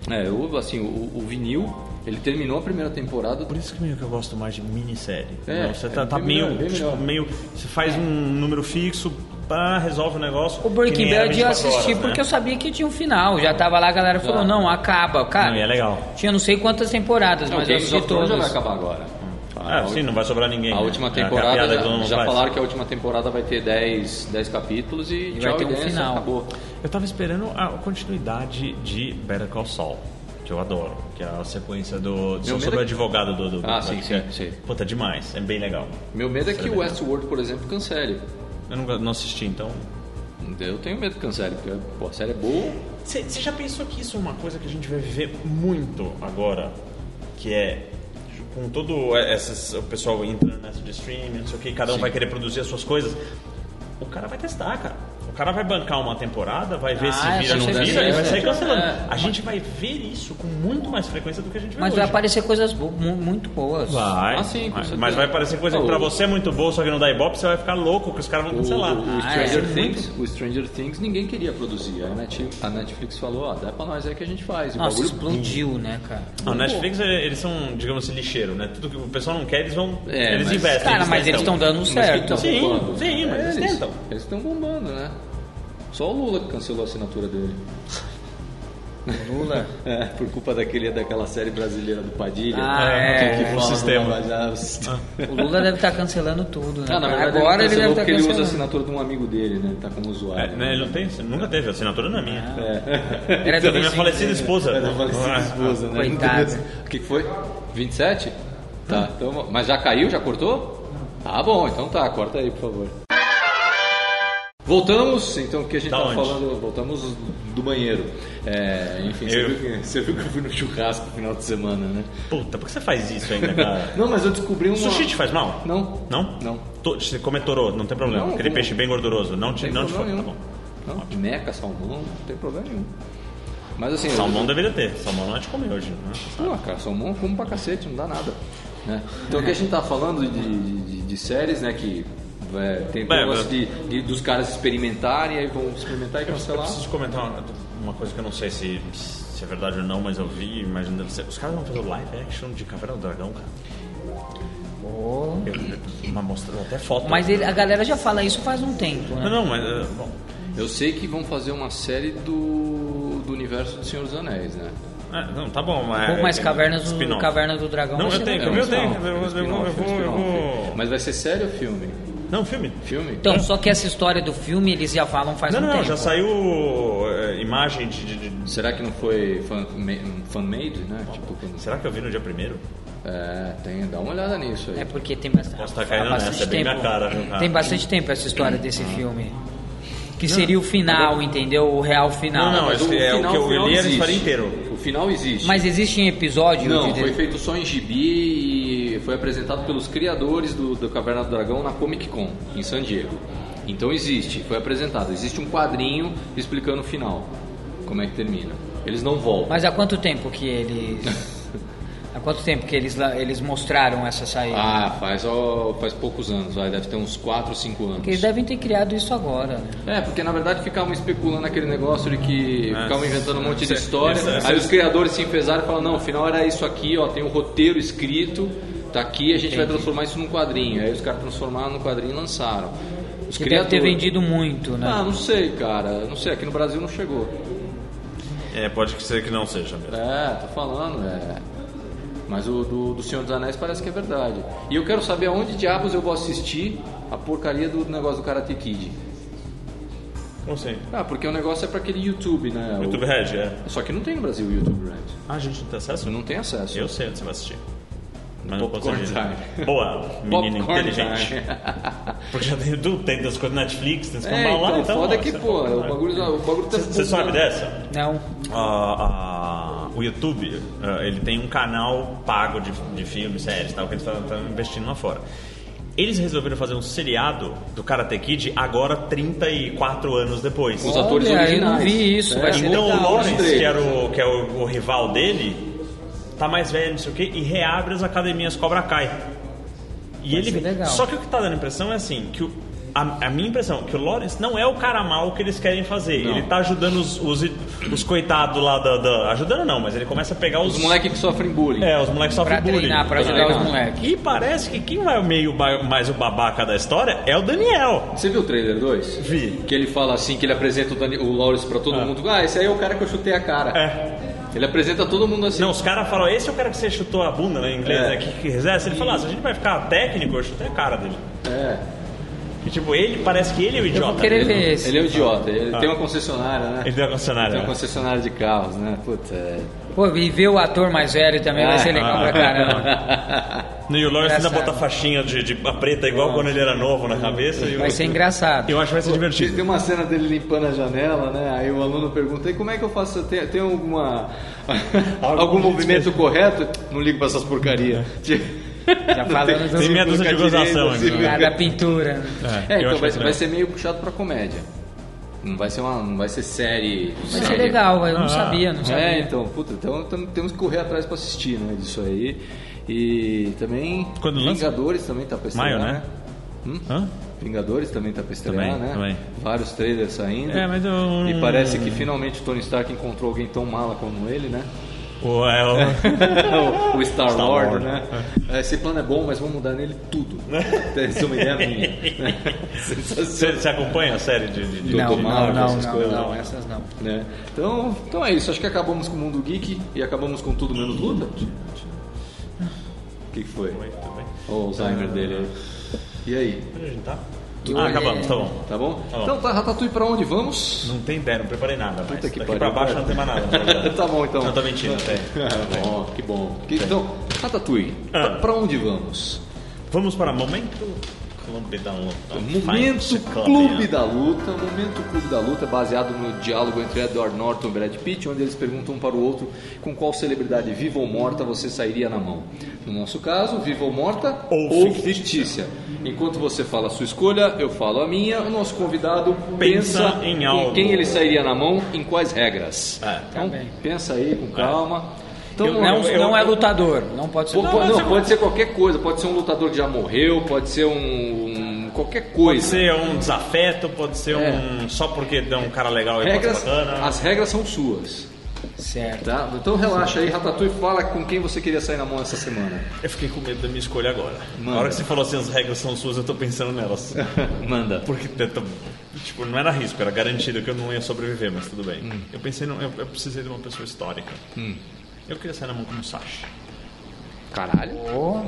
Speaker 1: É, eu, assim, o, o vinil, ele terminou a primeira temporada.
Speaker 2: Por isso que meio que eu gosto mais de minissérie.
Speaker 1: É,
Speaker 2: Não, você
Speaker 1: é
Speaker 2: tá, tá
Speaker 1: bem
Speaker 2: meio,
Speaker 1: melhor, bem
Speaker 2: tipo,
Speaker 1: melhor.
Speaker 2: meio. Você faz um número fixo, pá, resolve o negócio.
Speaker 3: O Breaking
Speaker 2: que nem era
Speaker 3: Bad eu
Speaker 2: 24
Speaker 3: assisti
Speaker 2: horas,
Speaker 3: porque
Speaker 2: né?
Speaker 3: eu sabia que tinha um final. Já tava lá, a galera falou,
Speaker 1: Ah.
Speaker 3: não, acaba, cara.
Speaker 2: Não, e é legal.
Speaker 3: Tinha não sei quantas temporadas,
Speaker 1: Não,
Speaker 3: mas eu
Speaker 1: Games
Speaker 3: assisti
Speaker 1: of Thrones já vai
Speaker 3: todas.
Speaker 1: acabar agora.
Speaker 2: Ah, sim, não vai sobrar ninguém.
Speaker 1: A
Speaker 2: né?
Speaker 1: última
Speaker 2: É, que é a
Speaker 1: temporada,
Speaker 2: piada que todo
Speaker 1: já,
Speaker 2: mundo
Speaker 1: já
Speaker 2: faz.
Speaker 1: falaram que a última temporada vai ter 10, 10 capítulos e,
Speaker 3: vai
Speaker 1: tchau,
Speaker 3: ter um
Speaker 1: dança,
Speaker 3: final.
Speaker 1: acabou.
Speaker 2: Eu tava esperando a continuidade de Better Call Saul, que eu adoro, que é a sequência do. Só
Speaker 1: medo
Speaker 2: sobre
Speaker 1: é
Speaker 2: o
Speaker 1: que-
Speaker 2: advogado do. do- do-
Speaker 1: Ah, sim,
Speaker 2: do-
Speaker 1: sim, sim.
Speaker 2: Puta, demais, é bem legal.
Speaker 1: Meu medo é que
Speaker 2: Será
Speaker 1: o
Speaker 2: legal.
Speaker 1: Westworld, por exemplo, cancele.
Speaker 2: Eu nunca, não assisti, então.
Speaker 1: Eu tenho medo que cancele, porque pô, a série é boa.
Speaker 2: Você você já pensou que isso é uma coisa que a gente vai viver muito agora? Que é com todo essas, o pessoal entra nessa de streaming, não sei o que, cada um vai querer produzir as suas coisas. O cara vai testar, cara. O cara vai bancar uma temporada, vai ver
Speaker 3: Ah,
Speaker 2: se
Speaker 3: é,
Speaker 2: vira ou não
Speaker 3: com certeza.
Speaker 2: vira e vai sair
Speaker 1: É.
Speaker 2: cancelando.
Speaker 1: É.
Speaker 2: A gente vai ver isso com muito mais frequência do que a gente vê
Speaker 3: Mas
Speaker 2: hoje.
Speaker 3: vai aparecer coisas bo- mu- muito boas.
Speaker 2: Vai.
Speaker 1: Ah, sim, com
Speaker 2: mas,
Speaker 1: certeza.
Speaker 2: mas vai parecer coisa que
Speaker 1: Ah,
Speaker 2: pra
Speaker 1: o-
Speaker 2: você é muito boa, só que não dá ibope, você vai ficar louco que os caras vão
Speaker 1: O,
Speaker 2: cancelar.
Speaker 1: o
Speaker 3: Ah, é.
Speaker 1: Stranger
Speaker 2: Muito.
Speaker 1: Things, o Stranger Things ninguém queria produzir. Aí A, Net- a Netflix falou, ó, dá pra nós aí que a gente faz. E o
Speaker 3: Nossa,
Speaker 1: bagulho
Speaker 3: explodiu, né, cara?
Speaker 2: Não, Netflix, eh, eles são, digamos assim, lixeiro, né? Tudo que o pessoal não quer, eles vão.
Speaker 1: É,
Speaker 2: eles
Speaker 1: mas-
Speaker 2: investem.
Speaker 3: Cara, mas eles estão
Speaker 2: tentam.
Speaker 3: dando
Speaker 1: Mas que
Speaker 3: certo.
Speaker 1: tão
Speaker 2: Sim,
Speaker 1: bombando. É,
Speaker 2: sim, mas eles tentam.
Speaker 1: Eles estão bombando, né? Só o Lula que cancelou a assinatura dele.
Speaker 3: Lula.
Speaker 1: É, por culpa daquele, daquela série brasileira do Padilha.
Speaker 3: Ah, é.
Speaker 1: que
Speaker 2: O
Speaker 1: fala do
Speaker 2: sistema.
Speaker 1: Lava Jato, o Um sistema.
Speaker 3: O Lula deve estar cancelando tudo, né?
Speaker 1: Ah, na
Speaker 3: cara?
Speaker 1: verdade,
Speaker 3: Agora ele, deve
Speaker 1: cancelou
Speaker 3: estar
Speaker 1: porque ele usa a
Speaker 3: cancelando.
Speaker 1: assinatura de um amigo dele, né? Ele tá como
Speaker 2: É,
Speaker 1: usuário.
Speaker 2: né, ele não tem, nunca teve, a assinatura não é
Speaker 3: Ah.
Speaker 2: minha.
Speaker 3: Era
Speaker 2: da
Speaker 3: do
Speaker 2: minha
Speaker 3: vizinho
Speaker 2: falecida
Speaker 3: dele.
Speaker 2: esposa. Ah,
Speaker 1: É da falecida esposa, né?
Speaker 3: Coitada.
Speaker 1: O que que foi? 27?
Speaker 2: Hum.
Speaker 1: Tá, então, mas já caiu? Já cortou? Ah, bom, então tá, corta aí, por favor. Voltamos, então, o que a gente
Speaker 2: Da
Speaker 1: tava
Speaker 2: onde?
Speaker 1: falando, voltamos do banheiro. É, enfim, você
Speaker 2: Eu.
Speaker 1: viu, que, você viu que eu fui no churrasco no final de semana, né?
Speaker 2: Puta, por que você faz isso ainda, cara?
Speaker 1: Não, mas eu descobri um.
Speaker 2: Sushi te faz mal?
Speaker 1: Não.
Speaker 2: Não?
Speaker 1: Não.
Speaker 2: To- Você come torô, não tem problema.
Speaker 1: Não,
Speaker 2: Aquele
Speaker 1: como-
Speaker 2: peixe bem gorduroso. Não te,
Speaker 1: tem
Speaker 2: não te fa-
Speaker 1: problema
Speaker 2: Tá bom.
Speaker 1: nenhum. Não, meca, salmão, não tem problema nenhum. Mas assim, eu-
Speaker 2: Salmão deveria ter. Salmão não é de comer hoje. Né?
Speaker 1: Pô, cara, salmão eu como pra cacete, não dá nada. né? Então o
Speaker 2: É.
Speaker 1: que a gente tá falando de, de- de séries, né? Que é, tem
Speaker 2: É,
Speaker 1: o negócio
Speaker 2: mas-
Speaker 1: de, de- dos caras experimentarem, aí vão experimentar e
Speaker 2: Eu
Speaker 1: cancelar.
Speaker 2: preciso comentar uma, uma coisa que eu não sei se, se é verdade ou não, mas eu vi, imagino deve ser. Os caras vão fazer live action de Caverna do Dragão, cara.
Speaker 1: Oh.
Speaker 3: Pô.
Speaker 2: Eu- Uma mostra até foto.
Speaker 3: Mas ele- a galera já fala isso faz um tempo, né?
Speaker 2: Não, não, mas. eh, Bom,
Speaker 1: Eu sei que vão fazer uma série do, do universo do Senhor dos Anéis, né?
Speaker 2: Ah, não, tá bom, mas.
Speaker 3: Um pouco mais cavernas do,
Speaker 2: é, Spin-off.
Speaker 3: caverna do dragão.
Speaker 2: Não,
Speaker 3: vai
Speaker 2: eu
Speaker 3: ser
Speaker 2: tenho,
Speaker 3: legal.
Speaker 2: Então, eu meu
Speaker 1: um spin-off,
Speaker 2: tenho, eu
Speaker 1: um spin-off,
Speaker 2: vou- eu vou-
Speaker 1: um
Speaker 2: eu
Speaker 1: spin-off.
Speaker 2: vou-
Speaker 1: Mas vai ser série ou filme?
Speaker 2: Não, filme.
Speaker 1: Filme?
Speaker 3: Então, só que essa história do filme eles já falam faz
Speaker 2: É. Não,
Speaker 3: um
Speaker 2: não, não,
Speaker 3: tempo.
Speaker 2: já saiu eh, imagem de, de- de-
Speaker 1: Será que não foi fan- ma- fan-made, né? Tipo, quando-
Speaker 2: Será que eu vi no dia primeiro?
Speaker 1: É, tem, dá uma olhada nisso aí.
Speaker 3: É porque tem bastante,
Speaker 2: Posso tá caindo
Speaker 3: bastante
Speaker 2: nessa, é bem
Speaker 3: tempo.
Speaker 2: minha cara, viu, cara?
Speaker 3: Tem bastante tempo essa história desse filme. Que seria o final, entendeu? O real final.
Speaker 2: Não, não,
Speaker 1: Mas
Speaker 2: esse é o que eu
Speaker 1: final
Speaker 2: li, era a
Speaker 1: existe.
Speaker 2: história inteira.
Speaker 1: O final existe.
Speaker 3: Mas existe um episódio
Speaker 1: Não,
Speaker 3: de-
Speaker 1: foi feito só em gibi e foi apresentado pelos criadores do, do Caverna do Dragão na Comic Con, em San Diego. Então existe, foi apresentado. Existe um quadrinho explicando o final, como é que termina. Eles não voltam.
Speaker 3: Mas há quanto tempo que eles. há quanto tempo que eles, la- eles mostraram essa saída?
Speaker 1: Ah, faz, ó, faz poucos anos, vai, deve ter uns 4 ou 5 anos.
Speaker 3: Porque eles devem ter criado isso agora, né?
Speaker 1: É, porque na verdade ficavam especulando aquele negócio de que
Speaker 2: Ah,
Speaker 1: ficavam inventando um monte de
Speaker 2: cê-
Speaker 1: história.
Speaker 2: cê- cê-
Speaker 1: aí os criadores se enfesaram e falaram: não, o final era isso aqui, ó, tem um roteiro escrito, tá aqui, a gente vai transformar isso num quadrinho. Aí os caras transformaram no quadrinho e lançaram. Os
Speaker 3: Que deve ter vendido muito, né?
Speaker 1: Ah, não sei, cara, não sei, aqui no Brasil não chegou.
Speaker 2: É, pode ser que não seja mesmo.
Speaker 1: É, tô falando, é. Mas o do, do Senhor dos Anéis parece que é verdade. E eu quero saber aonde diabos eu vou assistir a porcaria do negócio do Karate Kid.
Speaker 2: Não sei.
Speaker 1: Ah, porque o negócio é pra aquele YouTube, né? O-
Speaker 2: YouTube Red, é.
Speaker 1: Só que não tem no Brasil o YouTube Red.
Speaker 2: Ah, a gente não tem acesso?
Speaker 1: Eu não tenho acesso.
Speaker 2: Eu sei onde você vai assistir. Mas não posso
Speaker 1: Popcorn
Speaker 2: dizer.
Speaker 1: Time.
Speaker 2: Boa, menina um inteligente.
Speaker 1: É,
Speaker 2: Então, Porque já tem tudo, tem das coisas Netflix, tem das coisas
Speaker 1: É,
Speaker 2: lá,
Speaker 1: então,
Speaker 2: então.
Speaker 1: foda
Speaker 2: ó,
Speaker 1: que,
Speaker 2: você-
Speaker 1: pô, o bagulho, o bagulho tá...
Speaker 2: Você sabe dessa?
Speaker 3: Não.
Speaker 2: Ah, ah, o YouTube, ah, ele tem um canal pago de, de filmes, séries, tal, que eles estão investindo lá fora. Eles resolveram fazer um seriado do Karate Kid agora 34 anos depois.
Speaker 1: Os atores
Speaker 3: Olha, eu não
Speaker 1: originais.
Speaker 3: vi isso,
Speaker 1: É,
Speaker 3: vai ser
Speaker 2: Então
Speaker 3: legal.
Speaker 2: o Lawrence,
Speaker 1: Os três.
Speaker 2: que, era o, que é o, o rival dele, tá mais velho, não sei o quê, e reabre as academias Cobra Kai. E
Speaker 3: Vai
Speaker 2: ele.
Speaker 3: ser legal.
Speaker 2: Só que o que tá dando a impressão é assim, que o- a, a minha impressão é que o Lawrence não é o cara mal que eles querem fazer. Ele tá ajudando os, os, os coitados lá da, da- Ajudando não, mas ele começa a pegar os.
Speaker 1: Os moleques que sofrem bullying.
Speaker 2: É, os moleques sofrem
Speaker 3: Pra
Speaker 2: bullying.
Speaker 3: treinar, pra ajudar
Speaker 1: treinar.
Speaker 3: os moleques.
Speaker 2: E parece que quem vai meio ba- mais o babaca da história é o Daniel.
Speaker 1: Você viu o trailer 2?
Speaker 2: Vi.
Speaker 1: Que ele fala assim, que ele apresenta o, Dani, o Lawrence pra todo mundo. Ah, esse aí é o cara que eu chutei a cara.
Speaker 2: É.
Speaker 1: Ele apresenta todo mundo assim.
Speaker 2: Não, os caras falam, esse é o cara que você chutou a bunda, né, em inglês,
Speaker 1: É.
Speaker 2: né, que, que reserva. Se ele falar, se a gente vai ficar técnico, eu chutei a cara dele.
Speaker 1: É.
Speaker 2: E, tipo, ele, parece que ele é o
Speaker 3: Eu
Speaker 2: idiota.
Speaker 3: vou querer
Speaker 2: Ele-
Speaker 3: ver esse.
Speaker 1: Ele é um idiota. Ele tem uma concessionária, né?
Speaker 2: Ah. Ele é. deu
Speaker 1: Ele
Speaker 2: a
Speaker 1: tem
Speaker 2: concessionária.
Speaker 1: uma concessionária de carros, né? Puta. é.
Speaker 3: Pô, e ver o ator mais velho também
Speaker 2: Ah.
Speaker 3: vai ser legal pra caramba.
Speaker 2: No E o Lawrence ainda
Speaker 3: Engraçado.
Speaker 2: bota a faixinha de, de a preta igual quando ele era novo na cabeça. e o-
Speaker 3: Vai ser engraçado.
Speaker 2: Eu acho que vai ser divertido.
Speaker 1: Tem uma cena dele limpando a janela, né? Aí o aluno pergunta, e como é que eu faço? Tem, tem alguma... algum movimento correto? Não ligo pra essas Tipo, porcarias. Já
Speaker 3: falamos dos- Tem
Speaker 2: meia dúzia É. de gozação ainda,
Speaker 3: Cara da pintura. né?
Speaker 2: É,
Speaker 1: assim. É,
Speaker 2: eu
Speaker 1: então
Speaker 2: acho
Speaker 1: vai,
Speaker 2: que
Speaker 1: vai ser meio puxado pra comédia. Não vai ser uma, não vai ser série.
Speaker 3: Vai ser
Speaker 1: série.
Speaker 3: é legal, eu
Speaker 2: Ah,
Speaker 3: não sabia, não sabia.
Speaker 1: É, então, puta, então tam- temos que correr atrás pra assistir, né, disso aí. E também
Speaker 2: Quando lança?
Speaker 1: Vingadores também tá pra estrear,
Speaker 2: Maio, né?
Speaker 1: Hum?
Speaker 2: Hã?
Speaker 1: Vingadores também tá pra estrear,
Speaker 2: Também,
Speaker 1: né?
Speaker 2: também.
Speaker 1: Vários trailers saindo.
Speaker 2: É, mas eu-
Speaker 1: E parece que finalmente o Tony Stark encontrou alguém tão mala como ele, né?
Speaker 2: O, é,
Speaker 1: o
Speaker 2: o-
Speaker 1: o Star,
Speaker 2: Star
Speaker 1: Lord,
Speaker 2: Lord,
Speaker 1: né? Esse plano é bom, mas vamos mudar nele tudo. Essa é uma ideia minha. Sensacional.
Speaker 2: Você, você acompanha a série de... de, de-
Speaker 3: Não,
Speaker 2: de-
Speaker 1: Marvel,
Speaker 3: não, não,
Speaker 1: essas
Speaker 3: não,
Speaker 1: coisas,
Speaker 3: não, é.
Speaker 1: né?
Speaker 3: essas não.
Speaker 1: né? Então, então é isso. Acho que acabamos com o mundo geek e acabamos com tudo menos luta. O que, que foi?
Speaker 2: Oi, tudo bem?
Speaker 1: Olha o Alzheimer dele aí. E aí?
Speaker 2: Onde a gente tá?
Speaker 3: Tudo
Speaker 2: Ah,
Speaker 3: bem.
Speaker 2: acabamos, tá bom.
Speaker 1: Tá bom?
Speaker 2: Tá bom.
Speaker 1: Então tá, Ratatouille, pra onde vamos?
Speaker 2: Não tem ideia, não preparei nada. Mas
Speaker 1: Puta que
Speaker 2: daqui
Speaker 1: pariu,
Speaker 2: pra baixo
Speaker 1: cara.
Speaker 2: não tem mais nada.
Speaker 1: tá bom então.
Speaker 2: Não, tô mentindo, é. tem.
Speaker 1: Ah, bom, que bom. Que- então, Ratatouille,
Speaker 2: Ah.
Speaker 1: pra, pra onde vamos?
Speaker 2: Vamos para Momento Clube da Luta.
Speaker 1: Momento
Speaker 2: Fight Club,
Speaker 1: Clube
Speaker 2: né?
Speaker 1: da Luta. Momento Clube da Luta é baseado no diálogo entre Edward Norton e Brad Pitt, onde eles perguntam um para o outro com qual celebridade viva ou morta você sairia na mão. No nosso caso, viva ou morta
Speaker 2: Ou
Speaker 1: ou
Speaker 2: fictícia.
Speaker 1: fictícia. Enquanto você fala a sua escolha, eu falo a minha. O nosso convidado pensa,
Speaker 2: Pensa em
Speaker 1: com
Speaker 2: algo.
Speaker 1: quem ele sairia na mão, em quais regras.
Speaker 2: É.
Speaker 1: Então,
Speaker 3: bem.
Speaker 1: pensa aí com calma. Então,
Speaker 2: Ah. Eu-
Speaker 1: vamos-
Speaker 3: Não,
Speaker 2: eu-
Speaker 3: não é
Speaker 2: eu-
Speaker 3: lutador, não pode ser.
Speaker 1: Pô, pô,
Speaker 3: lutador.
Speaker 1: não, pode ser qualquer coisa, pode ser um lutador que já morreu, pode ser um. um- qualquer coisa.
Speaker 2: Pode ser um desafeto, pode ser
Speaker 1: É.
Speaker 2: um. Só porque é um cara legal e pode
Speaker 1: Regras,
Speaker 2: ser bacana. né?
Speaker 1: as regras são suas,
Speaker 3: Certo.
Speaker 1: tá? Então relaxa aí, Ratatouille, fala com quem você queria sair na mão essa semana.
Speaker 2: Eu fiquei com medo da minha escolha agora.
Speaker 1: Manda.
Speaker 2: Na hora que você falou assim, as regras são suas, eu tô pensando nelas.
Speaker 1: É. Manda.
Speaker 2: Porque, eu tô- tipo, não era risco, era garantido que eu não ia sobreviver, mas tudo bem.
Speaker 1: Hum.
Speaker 2: Eu pensei, num- eu, eu precisei de uma pessoa histórica. Eu queria sair na mão com o Sasha.
Speaker 1: Caralho.
Speaker 3: Pô,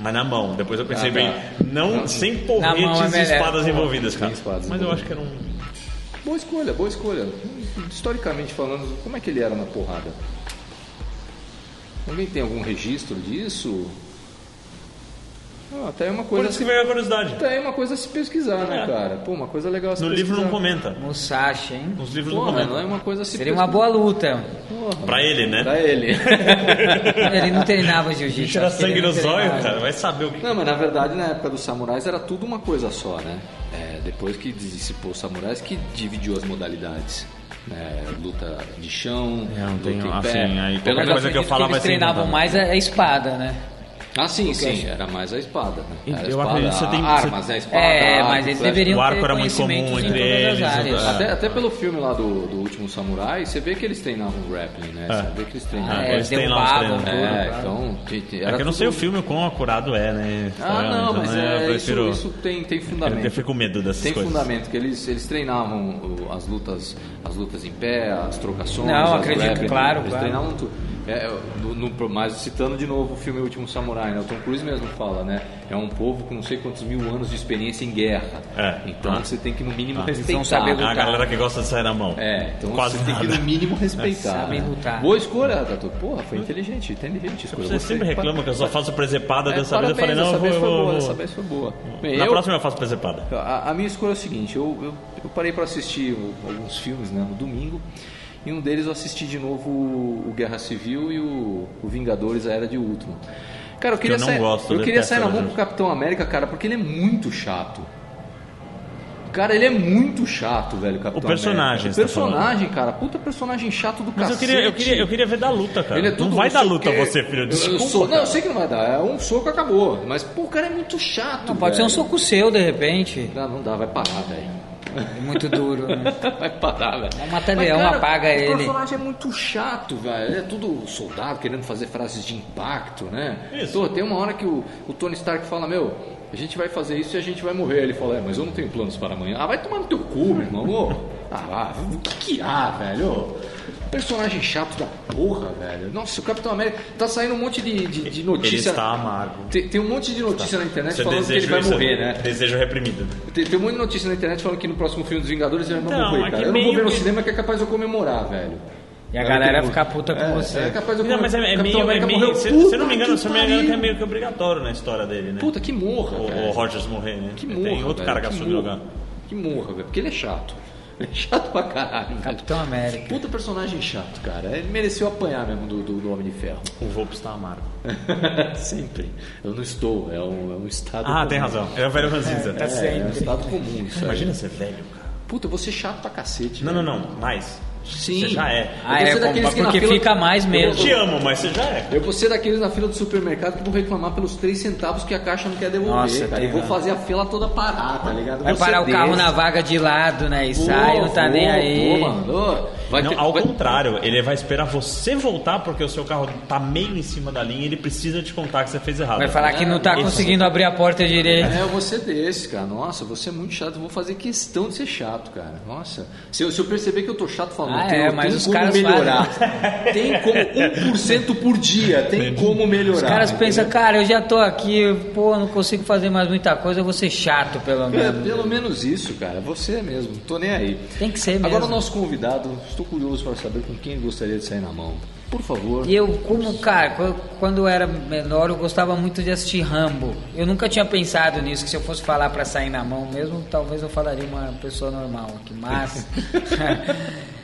Speaker 2: Mas na mão, depois eu pensei
Speaker 1: Ah, tá.
Speaker 2: bem, não, sem
Speaker 3: Na mão é
Speaker 2: porretes e
Speaker 3: melhor.
Speaker 2: espadas envolvidas, cara.
Speaker 1: espadas
Speaker 2: mas eu
Speaker 1: envolvidas.
Speaker 2: acho que era um.
Speaker 1: Boa escolha, boa escolha. Historicamente falando, como é que ele era na porrada? Alguém tem algum registro disso? Ah, até é uma
Speaker 2: Por
Speaker 1: coisa.
Speaker 2: isso que veio a curiosidade.
Speaker 1: Até é uma coisa a se pesquisar, né,
Speaker 2: É.
Speaker 1: cara? Pô, uma coisa legal a se
Speaker 2: No livro
Speaker 1: pesquisar.
Speaker 2: não comenta.
Speaker 3: Musashi, hein?
Speaker 2: Nos livros não
Speaker 1: Porra,
Speaker 2: comenta.
Speaker 1: não é uma coisa a se
Speaker 3: Seria uma boa luta.
Speaker 1: Porra,
Speaker 2: Pra ele, né?
Speaker 1: Pra ele.
Speaker 3: Ele não treinava jiu-jitsu.
Speaker 2: Tirar
Speaker 3: acho que ele
Speaker 2: sangue
Speaker 3: não
Speaker 2: nos olhos,
Speaker 3: treinava.
Speaker 2: cara, vai saber o que.
Speaker 1: Não, mas na verdade na época dos samurais era tudo uma coisa só, né? É, depois que dissipou os samurais que dividiu as modalidades. né? luta de chão,
Speaker 2: Eu É, não
Speaker 1: luta
Speaker 2: tenho,
Speaker 1: em pé.
Speaker 2: assim,
Speaker 1: Pelo
Speaker 2: aí qualquer
Speaker 1: menos-
Speaker 2: coisa que eu assim, né?
Speaker 3: acredito
Speaker 2: falar vai
Speaker 3: eles
Speaker 2: ser
Speaker 3: treinavam
Speaker 2: inventado.
Speaker 3: mais a a espada, né?
Speaker 1: Ah, sim, sim, era mais a espada. Né? Era a
Speaker 2: Então, Eu
Speaker 1: espada,
Speaker 2: acredito que você tem-
Speaker 1: a armas, a espada.
Speaker 3: é,
Speaker 1: a
Speaker 3: mas
Speaker 1: arco,
Speaker 3: eles
Speaker 1: flecha.
Speaker 2: Ah,
Speaker 3: deveriam
Speaker 2: tá. O arco
Speaker 3: ter
Speaker 2: era muito comum
Speaker 3: conhecimentos em
Speaker 2: entre
Speaker 3: todas
Speaker 2: eles,
Speaker 3: as áreas.
Speaker 2: o-
Speaker 1: Até, até pelo filme lá do, do Último Samurai, você vê que eles treinavam grappling, né? Você vê que eles treinavam.
Speaker 2: Ah,
Speaker 3: É,
Speaker 2: eles têm lá uns
Speaker 3: derrubavam
Speaker 2: treinos.
Speaker 3: tudo.
Speaker 1: É,
Speaker 3: cara.
Speaker 1: então. t- t-
Speaker 2: É
Speaker 1: era
Speaker 2: que eu não sei o
Speaker 1: tudo-
Speaker 2: filme o quão acurado é, né?
Speaker 1: Ah, não,
Speaker 2: Então,
Speaker 1: mas
Speaker 2: né,
Speaker 1: é,
Speaker 2: eu prefiro...
Speaker 1: isso, isso tem, tem fundamento.
Speaker 2: Eu fico com medo dessas
Speaker 1: Tem
Speaker 2: coisas.
Speaker 1: fundamento, que eles, eles treinavam o- as lutas, as lutas em pé, as trocações.
Speaker 3: Não,
Speaker 1: as
Speaker 3: acredito, claro,
Speaker 1: Eles
Speaker 3: claro.
Speaker 1: treinavam tudo. É, no, no- mas citando de novo o filme O Último Samurai, né? o Tom Cruise mesmo fala, né? É um povo com não sei quantos mil anos de experiência em guerra.
Speaker 2: É.
Speaker 1: Então
Speaker 2: Ah.
Speaker 1: você tem que no mínimo
Speaker 2: Ah.
Speaker 1: respeitar.
Speaker 3: Eles vão saber
Speaker 2: A
Speaker 3: lutar.
Speaker 2: galera que gosta de sair na mão.
Speaker 1: É, então
Speaker 2: Quase
Speaker 1: você tem que
Speaker 2: nada.
Speaker 1: no mínimo respeitar.
Speaker 3: Sabem
Speaker 1: né?
Speaker 3: lutar.
Speaker 1: Boa escolha, Tatu. Porra, foi inteligente, inteligente escolha.
Speaker 2: Você sempre reclama que eu só faço presepada
Speaker 1: É,
Speaker 2: dessa vez. Eu
Speaker 1: parabéns,
Speaker 2: falei, não,
Speaker 1: dessa
Speaker 2: eu vou...
Speaker 1: vez
Speaker 2: eu
Speaker 1: foi
Speaker 2: vou-
Speaker 1: boa,
Speaker 2: eu
Speaker 1: dessa
Speaker 2: vou-
Speaker 1: vez foi boa. Bem,
Speaker 2: Na
Speaker 1: eu-
Speaker 2: próxima eu faço presepada.
Speaker 1: a, a minha escolha é o seguinte: eu, eu, eu parei para assistir o- alguns filmes né, no domingo, e um deles eu assisti de novo o, o Guerra Civil e o, o Vingadores A Era de Ultron. Cara, eu queria
Speaker 2: eu não
Speaker 1: sair,
Speaker 2: gosto,
Speaker 1: eu
Speaker 2: eu
Speaker 1: queria
Speaker 2: detesto
Speaker 1: sair na mão
Speaker 2: elogios.
Speaker 1: com o Capitão América, cara, porque ele é muito chato. Cara, ele é muito chato, velho, Capitão América.
Speaker 2: personagem,
Speaker 1: O
Speaker 2: você tá falando.
Speaker 1: personagem, cara. Puta personagem chato do
Speaker 2: Mas eu
Speaker 1: cacete.
Speaker 2: queria, eu, queria, eu queria ver da luta, cara.
Speaker 1: Ele é
Speaker 2: não
Speaker 1: todo-
Speaker 2: vai dar
Speaker 1: sei o
Speaker 2: luta
Speaker 1: quê.
Speaker 2: você, filho.
Speaker 1: Eu- eu
Speaker 2: Desculpa.
Speaker 1: sou- não,
Speaker 2: cara.
Speaker 1: eu sei que não vai dar. É um soco acabou. Mas, pô, o cara é muito chato.
Speaker 3: Não, pode ser
Speaker 1: velho.
Speaker 3: um soco seu, de repente.
Speaker 1: Não, não dá, vai parar, velho.
Speaker 3: É muito duro. né?
Speaker 1: Vai parar, velho.
Speaker 3: Vai matar leão, apaga ele.
Speaker 1: O personagem é muito chato, velho. Ele é tudo soldado, querendo fazer frases de impacto, né?
Speaker 2: Isso.
Speaker 1: Pô, tem uma hora que o, o Tony Stark fala, meu, a gente vai fazer isso e a gente vai morrer. Ele fala, é, mas eu não tenho planos para amanhã. Ah, vai tomar no teu cu, meu irmão. ô. Ah, ah, o que que há, velho? Personagem chato da porra, velho. Nossa, o Capitão América... Tá saindo um monte de, de, de notícia...
Speaker 2: Ele está amargo.
Speaker 1: Tem, tem um monte de notícia na internet
Speaker 2: Seu
Speaker 1: falando que ele
Speaker 2: desejo,
Speaker 1: vai
Speaker 2: isso é
Speaker 1: morrer, né?
Speaker 2: Desejo reprimido.
Speaker 1: Tem, tem um monte de notícia na internet falando que no próximo filme dos Vingadores ele vai
Speaker 2: Então,
Speaker 1: morrer,
Speaker 2: é
Speaker 1: cara.
Speaker 2: que
Speaker 1: Eu não vou
Speaker 2: meio
Speaker 1: ver no
Speaker 2: que-
Speaker 1: cinema que é capaz de eu comemorar, velho.
Speaker 3: E a
Speaker 1: Eu
Speaker 3: galera
Speaker 1: tenho-
Speaker 3: ficar puta com
Speaker 1: é,
Speaker 3: você.
Speaker 1: É capaz de eu
Speaker 2: Não,
Speaker 1: comemorar.
Speaker 2: mas é, é
Speaker 1: Capitão
Speaker 2: meio. É
Speaker 1: América
Speaker 2: meio
Speaker 1: morreu.
Speaker 2: se,
Speaker 1: Puta
Speaker 2: se eu não me engano,
Speaker 1: que
Speaker 2: se eu não me engano,
Speaker 1: pariu.
Speaker 2: que é meio que obrigatório na história dele, né?
Speaker 1: Puta, que morra,
Speaker 2: o,
Speaker 1: velho.
Speaker 2: o Rogers morrer, né?
Speaker 1: Que
Speaker 2: Tem
Speaker 1: morra,
Speaker 2: outro
Speaker 1: velho,
Speaker 2: cara que
Speaker 1: que
Speaker 2: assume o
Speaker 1: morra.
Speaker 2: lugar.
Speaker 1: Que morra, velho. Porque ele é chato. Ele é chato pra caralho. velho.
Speaker 3: Capitão América.
Speaker 1: Puta personagem chato, cara. Ele mereceu apanhar mesmo do, do, do Homem de Ferro.
Speaker 2: O Volpe está amargo.
Speaker 1: Sempre. Eu não estou. É um, é um estado
Speaker 2: Ah,
Speaker 1: comum.
Speaker 2: tem razão. É o velho ranzinza.
Speaker 1: É, é um estado comum isso aí.
Speaker 2: Imagina ser velho, cara.
Speaker 1: Puta, eu vou ser chato pra cacete.
Speaker 2: Não,
Speaker 1: velho.
Speaker 2: não, não. Mais.
Speaker 1: Sim.
Speaker 2: Você já é.
Speaker 3: Ah,
Speaker 1: Eu vou
Speaker 3: é,
Speaker 1: ser
Speaker 3: como-
Speaker 1: daqueles que na
Speaker 3: porque
Speaker 1: fila-
Speaker 3: fica mais
Speaker 2: Eu
Speaker 3: mesmo.
Speaker 2: te amo, mas você já é.
Speaker 1: Eu vou ser daqueles na fila do supermercado que vou reclamar pelos 3 centavos que a caixa não quer devolver,
Speaker 3: Nossa,
Speaker 1: cara.
Speaker 3: tem
Speaker 1: E vou
Speaker 3: razão.
Speaker 1: fazer a fila toda parar, tá ligado?
Speaker 3: Vai
Speaker 1: Vou ser
Speaker 3: parar o carro
Speaker 1: desse.
Speaker 3: na vaga de lado, né? E
Speaker 1: Vou,
Speaker 3: sai, não tá
Speaker 1: vou,
Speaker 3: nem aí.
Speaker 1: vou, mano. Ô, Vai
Speaker 2: Não,
Speaker 1: ter-
Speaker 2: ao
Speaker 1: vai-
Speaker 2: contrário, ele vai esperar você voltar porque o seu carro tá meio em cima da linha e ele precisa te contar que você fez errado.
Speaker 3: Vai falar que não tá
Speaker 2: Isso.
Speaker 3: conseguindo abrir a porta direito.
Speaker 1: É, eu vou ser desse, cara. Nossa, você é muito chato. Eu vou fazer questão de ser chato, cara. Nossa. Se eu, se eu perceber que eu tô chato, eu falo,
Speaker 3: Ah,
Speaker 1: não, tem,
Speaker 3: é,
Speaker 1: tem
Speaker 3: mas os
Speaker 1: como
Speaker 3: caras
Speaker 1: melhorar. Tem como 1% por dia. Tem como melhorar.
Speaker 3: Os caras
Speaker 1: entendeu?
Speaker 3: pensam, cara, eu já tô aqui, pô, não consigo fazer mais muita coisa, eu vou ser chato pelo
Speaker 1: É,
Speaker 3: menos.
Speaker 1: pelo menos isso, cara. Você mesmo. Tô nem aí.
Speaker 3: Tem que ser É mesmo.
Speaker 1: Agora o nosso convidado, estou curioso para saber com quem ele gostaria de sair na mão. Por favor.
Speaker 3: E eu, como, cara, qu- quando eu era menor, eu gostava muito de assistir Rambo. Eu nunca tinha pensado nisso, que se eu fosse falar pra sair na mão mesmo, talvez eu falaria uma pessoa normal aqui, mas.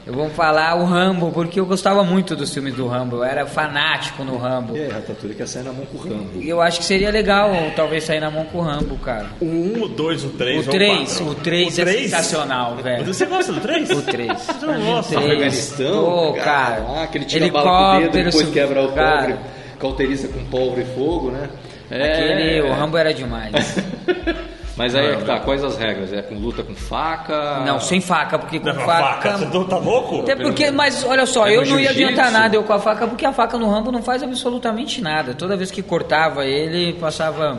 Speaker 3: eu vou falar o Rambo, porque eu gostava muito dos filmes do Rambo, eu era fanático no Rambo.
Speaker 1: E aí, Ratatouille quer sair na mão com o Rambo.
Speaker 3: E eu acho que seria legal, talvez, sair na mão com o Rambo, cara.
Speaker 2: O 1, o 2, o 3,
Speaker 3: O três, o três é sensacional, velho.
Speaker 2: Você gosta do 3?
Speaker 3: O três.
Speaker 2: Você não gosta.
Speaker 3: Três. Pô, cara.
Speaker 1: Ah, que ele tira a bala do dedo,
Speaker 3: Helicóptero,
Speaker 1: depois quebra o
Speaker 3: cara. É,
Speaker 1: cobre, cauteriza com pólvora e fogo, né?
Speaker 2: é-
Speaker 1: é.
Speaker 3: Aquele, o Rambo era demais.
Speaker 1: Mas aí é que tá, quais as regras? É com luta com faca?
Speaker 3: Não, sem faca, porque com
Speaker 2: Ah. Não, com a
Speaker 3: faca.
Speaker 2: faca, é você tá louco?
Speaker 3: Até porque, mas olha só,
Speaker 1: É
Speaker 3: eu
Speaker 1: no
Speaker 3: não ia adiantar
Speaker 1: jiu-jitsu.
Speaker 3: nada eu com a faca, porque a faca no Rambo não faz absolutamente nada. Toda vez que cortava ele, passava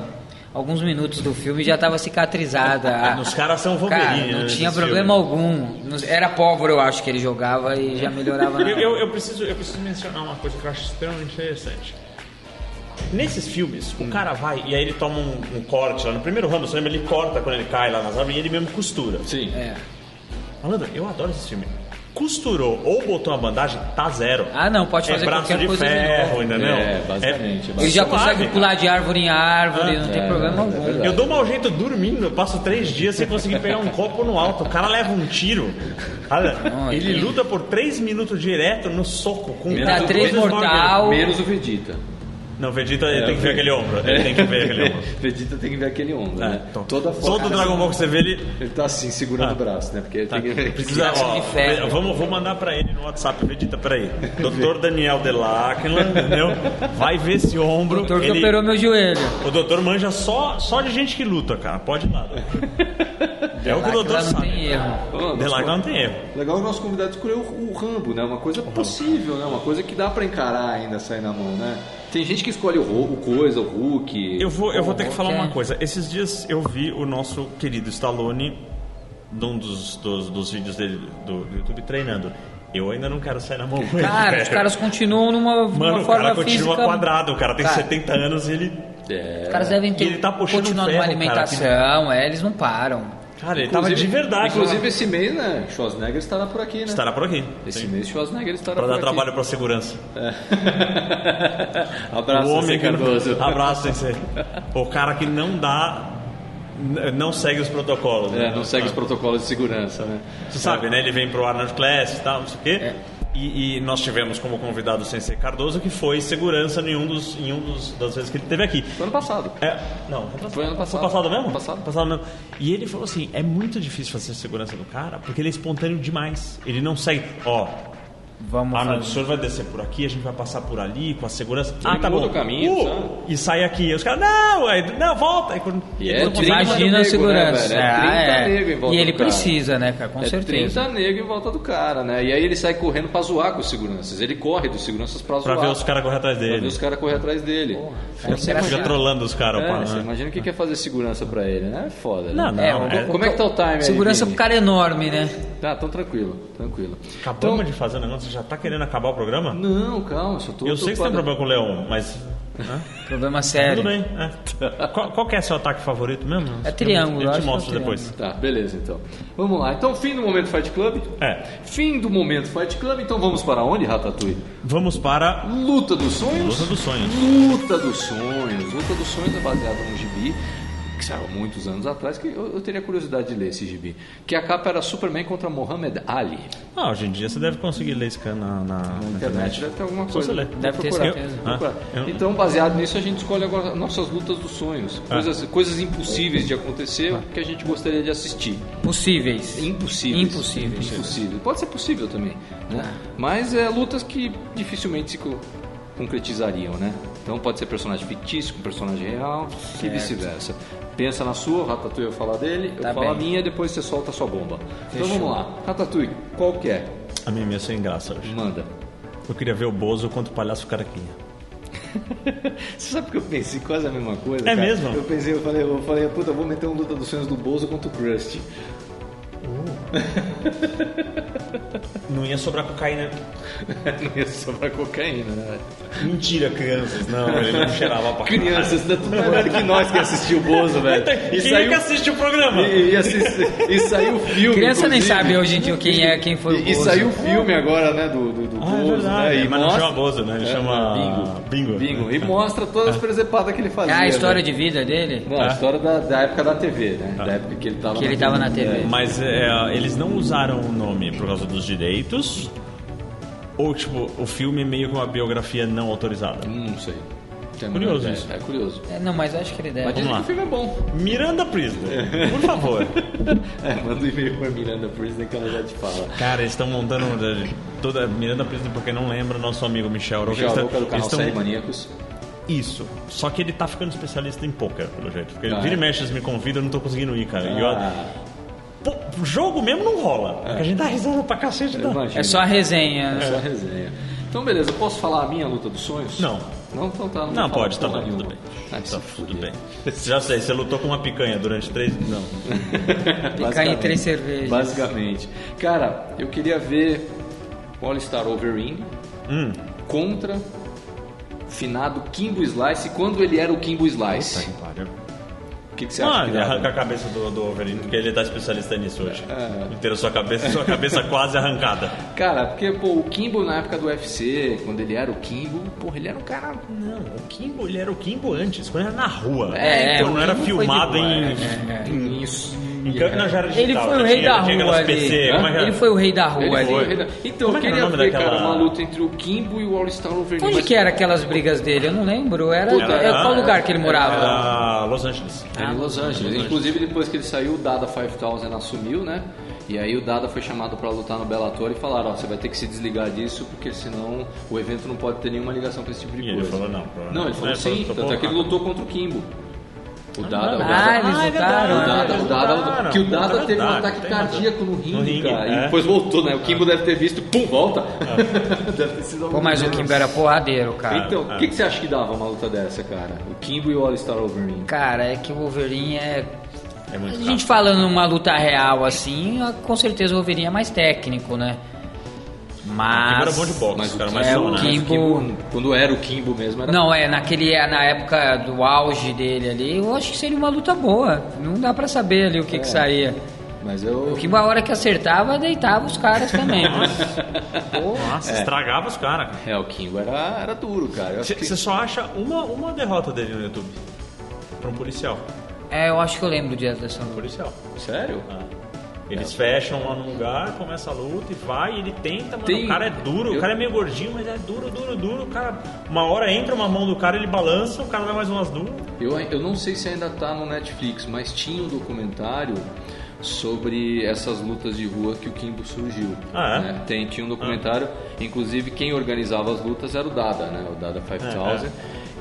Speaker 3: alguns minutos do filme e já estava cicatrizada.
Speaker 2: Os caras são
Speaker 3: Cara,
Speaker 2: Wolverine.
Speaker 3: não
Speaker 2: né,
Speaker 3: tinha
Speaker 2: nesse
Speaker 3: problema
Speaker 2: filme.
Speaker 3: algum. Nos- Era pólvora, eu acho, que ele jogava e já melhorava na
Speaker 2: Eu, eu, eu preciso, eu preciso mencionar uma coisa que eu acho extremamente interessante. Nesses filmes, o cara vai e aí ele toma um, um corte lá. No primeiro Rambo, você lembra? Ele corta quando ele cai lá nas árvores e ele mesmo costura.
Speaker 1: Sim.
Speaker 3: É.
Speaker 2: Malandro, eu adoro esse filme. Costurou ou botou uma bandagem, tá zero.
Speaker 3: Ah, não, pode
Speaker 2: é
Speaker 3: fazer
Speaker 2: braço
Speaker 3: qualquer
Speaker 2: de
Speaker 3: coisa.
Speaker 2: ferro, né?
Speaker 3: ele
Speaker 2: entendeu?
Speaker 1: É, basicamente,
Speaker 3: ele já
Speaker 2: suave,
Speaker 3: consegue
Speaker 2: cara.
Speaker 3: pular de árvore em árvore,
Speaker 2: Ah,
Speaker 3: não tem
Speaker 1: é,
Speaker 3: problema
Speaker 1: é
Speaker 3: algum.
Speaker 1: verdade.
Speaker 2: Eu dou um mau jeito dormindo, eu passo três dias sem conseguir pegar um copo no alto. O cara leva um tiro. Cara,
Speaker 3: Não,
Speaker 2: ele
Speaker 3: ele-
Speaker 2: luta por três minutos direto no soco com
Speaker 1: Ele
Speaker 2: cara
Speaker 1: dá
Speaker 2: do
Speaker 1: três
Speaker 2: Chris
Speaker 3: mortal.
Speaker 2: Morgan.
Speaker 3: Ao-
Speaker 1: Menos o Vegeta.
Speaker 2: Não, o Vegeta ele
Speaker 1: É,
Speaker 2: tem que ver
Speaker 1: o-
Speaker 2: aquele ombro. Ele tem que ver aquele ombro.
Speaker 1: Vegeta tem que ver aquele ombro,
Speaker 2: É,
Speaker 1: né?
Speaker 2: então,
Speaker 1: Toda
Speaker 2: todo
Speaker 1: focada-
Speaker 2: Dragon Ball que você vê, ele
Speaker 1: Ele tá assim, segurando
Speaker 2: Ah.
Speaker 1: o braço, né? Porque ele
Speaker 2: Tá,
Speaker 1: tem que...
Speaker 2: precisa,
Speaker 3: Braço
Speaker 2: ó,
Speaker 3: de ferro.
Speaker 2: vamos, vou mandar pra ele no WhatsApp, Vegeta, peraí. Doutor Daniel Delacla, entendeu? Vai ver esse
Speaker 3: O
Speaker 2: ombro.
Speaker 3: doutor que
Speaker 2: ele-
Speaker 3: operou meu joelho.
Speaker 2: O doutor manja só, só de gente que luta, cara. Pode ir lá. doutor. É o que o
Speaker 3: Lá
Speaker 2: doutor
Speaker 3: não tem
Speaker 2: sabe.
Speaker 3: erro.
Speaker 1: Ô, nosso-
Speaker 2: Delacla não tem erro.
Speaker 1: Legal o nosso convidado escolheu o o Rambo, né? Uma coisa possível, né? Uma coisa que dá pra encarar ainda sair na mão, né? Tem gente que escolhe o, Ro- o coisa, o Hulk.
Speaker 2: Eu vou, eu vou ter que
Speaker 3: ok.
Speaker 2: falar uma coisa. Esses dias eu vi o nosso querido Stallone num dos, dos, dos vídeos dele do, do YouTube treinando. Eu ainda não quero sair na mão. com ele,
Speaker 3: Cara, os
Speaker 2: velho.
Speaker 3: caras continuam numa, numa
Speaker 2: Mano, o
Speaker 3: forma
Speaker 2: cara continua
Speaker 3: física.
Speaker 2: quadrado, o cara tem
Speaker 3: Cara,
Speaker 2: 70 anos e ele.
Speaker 1: É.
Speaker 3: Os caras devem ter
Speaker 2: E ele tá puxando
Speaker 3: continuado
Speaker 2: um ferro,
Speaker 3: numa alimentação, é, eles não param.
Speaker 2: Cara, ele tava de verdade.
Speaker 1: Inclusive, esse mês, né? Schwarzenegger estará por aqui, né?
Speaker 2: Estará por aqui.
Speaker 1: Esse
Speaker 2: Sim.
Speaker 1: mês, Schwarzenegger estará
Speaker 2: Pra
Speaker 1: por
Speaker 2: dar
Speaker 1: aqui.
Speaker 2: trabalho pra segurança.
Speaker 1: Abraço,
Speaker 2: o
Speaker 1: Zé
Speaker 2: homem
Speaker 1: Cardoso.
Speaker 2: Que... tá Abraço, Sensei. O cara que não dá. n- Não segue os protocolos. Ah.
Speaker 1: É, não segue os protocolos de segurança, né?
Speaker 2: Você sabe, né? Ele vem pro Arnold Class e tal, não sei o quê. E, e nós tivemos como convidado o Sensei Cardoso, que foi segurança em um dos, em um dos das vezes que ele teve aqui.
Speaker 1: Foi ano passado.
Speaker 2: É, não, retrasado.
Speaker 1: Foi ano passado.
Speaker 2: Foi passado mesmo?
Speaker 1: Passado.
Speaker 2: mesmo. E ele falou assim: é muito difícil fazer segurança do cara, porque ele é espontâneo demais. Ele não segue, ó.
Speaker 3: Vamos
Speaker 2: Ah, não, o
Speaker 3: fazer.
Speaker 2: senhor vai descer por aqui, a gente vai passar por ali com a segurança.
Speaker 1: Ele
Speaker 2: ah, tá
Speaker 1: muda
Speaker 2: bom.
Speaker 1: o caminho, sabe?
Speaker 2: e sai aqui. Aí Os caras, não, aí, não, volta. Aí quando-
Speaker 1: E é
Speaker 2: quando
Speaker 1: Tem mais
Speaker 3: Imagina a
Speaker 1: nego,
Speaker 3: segurança.
Speaker 1: né, velho? É 30
Speaker 3: Ah,
Speaker 1: nego em volta
Speaker 3: E ele
Speaker 1: do cara.
Speaker 3: precisa, né, cara? Com
Speaker 1: é
Speaker 3: certeza.
Speaker 1: 30 negros em volta do cara, né? E aí ele sai correndo pra zoar com os seguranças. Ele corre dos seguranças pra
Speaker 2: Pra
Speaker 1: zoar.
Speaker 2: ver os caras correr atrás
Speaker 1: Pra ver
Speaker 2: dele.
Speaker 1: os caras correr atrás dele.
Speaker 3: cara,
Speaker 1: Você
Speaker 3: cara,
Speaker 1: imagina-
Speaker 2: Fica trolando os caras.
Speaker 1: É,
Speaker 2: pá,
Speaker 1: você
Speaker 2: né?
Speaker 1: imagina o que quer fazer segurança pra ele, né? É foda.
Speaker 2: Não,
Speaker 1: né?
Speaker 2: não.
Speaker 3: É,
Speaker 2: é.
Speaker 1: Como é que tá o time aí,
Speaker 3: Segurança
Speaker 1: Vini?
Speaker 3: pro cara é enorme, né?
Speaker 1: Tá, então tranquilo, tranquilo.
Speaker 2: Acabamos de fazer o negócio, você já tá querendo acabar o programa?
Speaker 1: Não, calma, só tô.
Speaker 2: Eu
Speaker 1: tô
Speaker 2: sei que você tem
Speaker 1: quadra-
Speaker 2: problema com o Leão, mas. né?
Speaker 3: Problema
Speaker 2: Tudo
Speaker 3: sério.
Speaker 2: bem. é. Qual, qual que é seu ataque favorito mesmo?
Speaker 3: É triângulo,
Speaker 2: Eu
Speaker 3: acho
Speaker 2: te
Speaker 3: que é
Speaker 2: mostro
Speaker 3: triângulo.
Speaker 2: depois.
Speaker 1: Tá, beleza então. Vamos lá. Então, fim do momento Fight Club.
Speaker 2: É.
Speaker 1: Fim do momento Fight Club, então vamos para onde, Ratatouille?
Speaker 2: Vamos para um-
Speaker 1: Luta dos sonhos?
Speaker 2: Luta dos Sonhos.
Speaker 1: Luta dos Sonhos. Luta dos Sonhos é baseado num gibi que saiu há muitos anos atrás, que eu, eu teria curiosidade de ler esse gibi. Que a capa era Superman contra Mohamed Ali.
Speaker 2: Ah, hoje em dia você deve conseguir ler esse cara na, na, na
Speaker 1: Na internet deve ter alguma
Speaker 2: Só
Speaker 1: coisa.
Speaker 2: você ler.
Speaker 1: Vou
Speaker 3: Deve ter
Speaker 1: procurar.
Speaker 3: certeza.
Speaker 1: Vou procurar.
Speaker 2: Ah, eu-
Speaker 1: Então, baseado nisso, a gente escolhe agora nossas lutas dos sonhos. Coisas, coisas impossíveis de acontecer que a gente gostaria de assistir.
Speaker 3: Possíveis.
Speaker 1: Impossíveis.
Speaker 3: Impossíveis.
Speaker 1: Impossível. Pode ser possível também, né? Mas é lutas que dificilmente se co- concretizariam, né? Então pode ser personagem fictício, com personagem real e vice-versa. Pensa na sua, Ratatouille eu falar dele, eu
Speaker 3: Tá
Speaker 1: falo a
Speaker 3: bem.
Speaker 1: minha, depois você solta a sua bomba. Então
Speaker 3: Fechou.
Speaker 1: vamos lá. Ratatouille, qual que é?
Speaker 2: A minha mesa sem graça hoje.
Speaker 1: Manda.
Speaker 2: Eu queria ver o Bozo quanto o palhaço caraquinha.
Speaker 1: Você sabe que eu pensei quase a mesma coisa?
Speaker 2: É
Speaker 1: cara?
Speaker 2: mesmo?
Speaker 1: Eu pensei, eu falei, eu falei, puta, eu vou meter um luta dos sonhos do Bozo contra o Krusty.
Speaker 2: Não ia sobrar cocaína.
Speaker 1: Não ia sobrar cocaína, né?
Speaker 2: Mentira, crianças. Não, ele não cheirava pra caralho.
Speaker 1: Crianças, tá tudo melhor que nós que assistiu o Bozo, velho.
Speaker 2: Quem que assiste o programa?
Speaker 1: E, e, assisti- e saiu o filme.
Speaker 3: Criança nem
Speaker 1: inclusive.
Speaker 3: sabe hoje em dia quem é, quem foi o
Speaker 1: E, e
Speaker 3: Bozo.
Speaker 1: saiu o filme agora, né? Do, do, do
Speaker 2: Ah,
Speaker 1: Bozo,
Speaker 2: é verdade.
Speaker 1: né? E
Speaker 2: mas não
Speaker 1: mostra-
Speaker 2: chama Bozo, né? Ele
Speaker 1: É,
Speaker 2: chama...
Speaker 1: Bingo. Bingo. E mostra todas as presepadas que ele fazia.
Speaker 3: Ah, a história
Speaker 1: né?
Speaker 3: de vida dele?
Speaker 1: Não, a
Speaker 2: Ah.
Speaker 1: história da, da época da TV, né? Da época que ele tava
Speaker 3: Que ele tava na TV.
Speaker 1: né?
Speaker 2: Mas é, eles não usaram o nome por causa dos direitos? Ou, tipo, o filme é meio que uma biografia não autorizada?
Speaker 1: Hum, Não sei. Tem a
Speaker 2: Curioso
Speaker 1: menor ideia.
Speaker 2: isso.
Speaker 1: É curioso.
Speaker 3: É, não, mas acho que ele
Speaker 1: Mas
Speaker 3: deve.
Speaker 1: dizem
Speaker 2: lá.
Speaker 1: que o filme é bom.
Speaker 2: Miranda Priestler, por favor.
Speaker 1: É, manda um e-mail pra Miranda Priestner que ela já te fala.
Speaker 2: Cara, eles estão montando é, toda Miranda Priestler, pra quem não lembra, nosso amigo Michel Roca.
Speaker 1: Já
Speaker 2: eles tão-
Speaker 1: é do canal
Speaker 2: eles tão-
Speaker 1: Série Maníacos.
Speaker 2: Isso. Só que ele tá ficando especialista em poker, pelo jeito. Porque
Speaker 1: Ah,
Speaker 2: vira
Speaker 1: é?
Speaker 2: e mexe, eles me convidam, eu não tô conseguindo ir, cara. E eu-
Speaker 1: Ah, É.
Speaker 2: Pô, jogo mesmo não rola. Porque a gente dá risada pra cacete.
Speaker 1: eu
Speaker 2: Não.
Speaker 1: imagino.
Speaker 3: É só a resenha. né?
Speaker 1: Essa resenha. Então, beleza, posso falar a minha luta dos sonhos?
Speaker 2: Não.
Speaker 1: Não, então tá.
Speaker 2: Não,
Speaker 1: vou
Speaker 2: pode, tá
Speaker 1: falar
Speaker 2: bom,
Speaker 1: porra
Speaker 2: tudo bem.
Speaker 1: nenhuma. Ai,
Speaker 2: Tá,
Speaker 1: se
Speaker 2: tudo
Speaker 1: fuder.
Speaker 2: bem. Já sei, você lutou com uma picanha durante três. Não.
Speaker 3: Ficar em três cervejas.
Speaker 1: Basicamente. Cara, eu queria ver All-Star Overeem
Speaker 2: Hum.
Speaker 1: contra finado Kimbo Slice quando ele era o Kimbo Slice. O que, que você
Speaker 2: Ah,
Speaker 1: acha? que
Speaker 2: ele
Speaker 1: dá?
Speaker 2: arranca a cabeça do, do Wolverine, porque ele tá especialista nisso hoje. Inteira sua cabeça, sua cabeça quase arrancada.
Speaker 1: Cara, porque pô, o Kimbo na época do UFC, quando ele era o Kimbo, porra, ele era um cara
Speaker 2: Não, o Kimbo, ele era o Kimbo antes, quando era na rua. quando
Speaker 3: É, o
Speaker 2: então, não era
Speaker 3: Kimbo foi
Speaker 2: filmado
Speaker 3: de boa,
Speaker 2: em.
Speaker 3: é,
Speaker 1: em isso.
Speaker 2: Em campo não já era digital,
Speaker 3: Ele foi o
Speaker 2: já
Speaker 3: rei
Speaker 2: tinha-
Speaker 3: da
Speaker 2: já tinha
Speaker 3: rua
Speaker 2: aquelas
Speaker 3: ali.
Speaker 2: PC, como é que era?
Speaker 3: Ele foi o rei da rua
Speaker 1: Ele foi.
Speaker 3: ali.
Speaker 1: Então, eu
Speaker 2: Como é que era
Speaker 1: queria
Speaker 2: o nome
Speaker 1: ver,
Speaker 2: daquela-
Speaker 1: cara, uma luta entre o Kimbo e o All-Star Overeem.
Speaker 3: Onde
Speaker 1: mas-
Speaker 3: que era aquelas brigas dele? Eu não lembro. Era,
Speaker 1: Puta,
Speaker 3: era qual
Speaker 2: era-
Speaker 3: lugar que ele morava?
Speaker 2: ah, Era Los Angeles. né?
Speaker 1: Era em Los Angeles. Inclusive, depois que ele saiu, o Dada 5000 assumiu, né? E aí o Dada foi chamado pra lutar no Bellator e falaram, ó, você vai ter que se desligar disso, porque senão o evento não pode ter nenhuma ligação com esse tipo de
Speaker 2: E ele
Speaker 1: coisa.
Speaker 2: falou não, Né?
Speaker 1: Não, ele falou sim, tanto é que ele lutou contra o Kimbo. O Dada, o
Speaker 3: Ah,
Speaker 1: Dada...
Speaker 2: Ah,
Speaker 3: eles
Speaker 2: é
Speaker 3: lutaram.
Speaker 1: o Dada,
Speaker 2: eles
Speaker 1: o Dada-
Speaker 2: lutaram.
Speaker 1: que o Dada
Speaker 2: É
Speaker 1: teve um
Speaker 2: verdade,
Speaker 1: ataque
Speaker 2: tem razão.
Speaker 1: cardíaco no ringue,
Speaker 2: No ringue,
Speaker 1: cara.
Speaker 2: é.
Speaker 1: E depois voltou, né? O Kimbo deve ter visto, pum, volta. deve ter sido
Speaker 3: Pô, mas o
Speaker 1: algum-
Speaker 3: Kimbo era porradeiro, cara.
Speaker 1: Então, o que, que você acha que dava uma luta dessa, cara? O Kimbo e o All-Star Overeem.
Speaker 3: Cara, é que o Wolverine é.
Speaker 2: É
Speaker 3: A
Speaker 2: muito
Speaker 3: gente falando uma luta real assim, com certeza o Wolverine é mais técnico, né? Mas.
Speaker 2: Kimbo era bom de boxe,
Speaker 1: Mas o
Speaker 2: cara,
Speaker 1: Kimbo-
Speaker 2: Ah, mas
Speaker 3: é,
Speaker 2: só,
Speaker 3: o
Speaker 2: né?
Speaker 1: Mas o
Speaker 3: Kimbo-
Speaker 1: Kimbo, quando era o Kimbo mesmo, era
Speaker 3: Não, é, naquele, é, na época do auge dele ali, eu acho que seria uma luta boa. Não dá pra saber ali o
Speaker 1: É.
Speaker 3: que, que saía.
Speaker 1: Mas eu.
Speaker 3: O Kimbo, a hora que acertava, deitava os caras também. né? Porra.
Speaker 2: Nossa, estragava os caras. cara.
Speaker 1: É, o Kimbo era, era duro, cara. Eu acho
Speaker 2: Você
Speaker 1: que-
Speaker 2: você só acha uma, uma derrota dele no YouTube. Pra um policial.
Speaker 3: É, eu acho que eu lembro de dessa luta.
Speaker 2: Policial.
Speaker 1: Sério?
Speaker 2: Ah. Eles fecham lá num lugar, começa a luta e vai, e ele tenta, mano.
Speaker 1: Tem-
Speaker 2: O cara é duro,
Speaker 1: eu-
Speaker 2: o cara é meio gordinho, mas é duro, duro, duro. O cara, uma hora entra uma mão do cara, ele balança, o cara dá mais umas duas.
Speaker 1: Eu, eu não sei se ainda tá no Netflix, mas tinha um documentário sobre essas lutas de rua que o Kimbo surgiu.
Speaker 2: Ah, é?
Speaker 1: né? Tem, tinha um documentário, inclusive quem organizava as lutas era o Dada, né? O Dada
Speaker 2: É,
Speaker 1: 5000.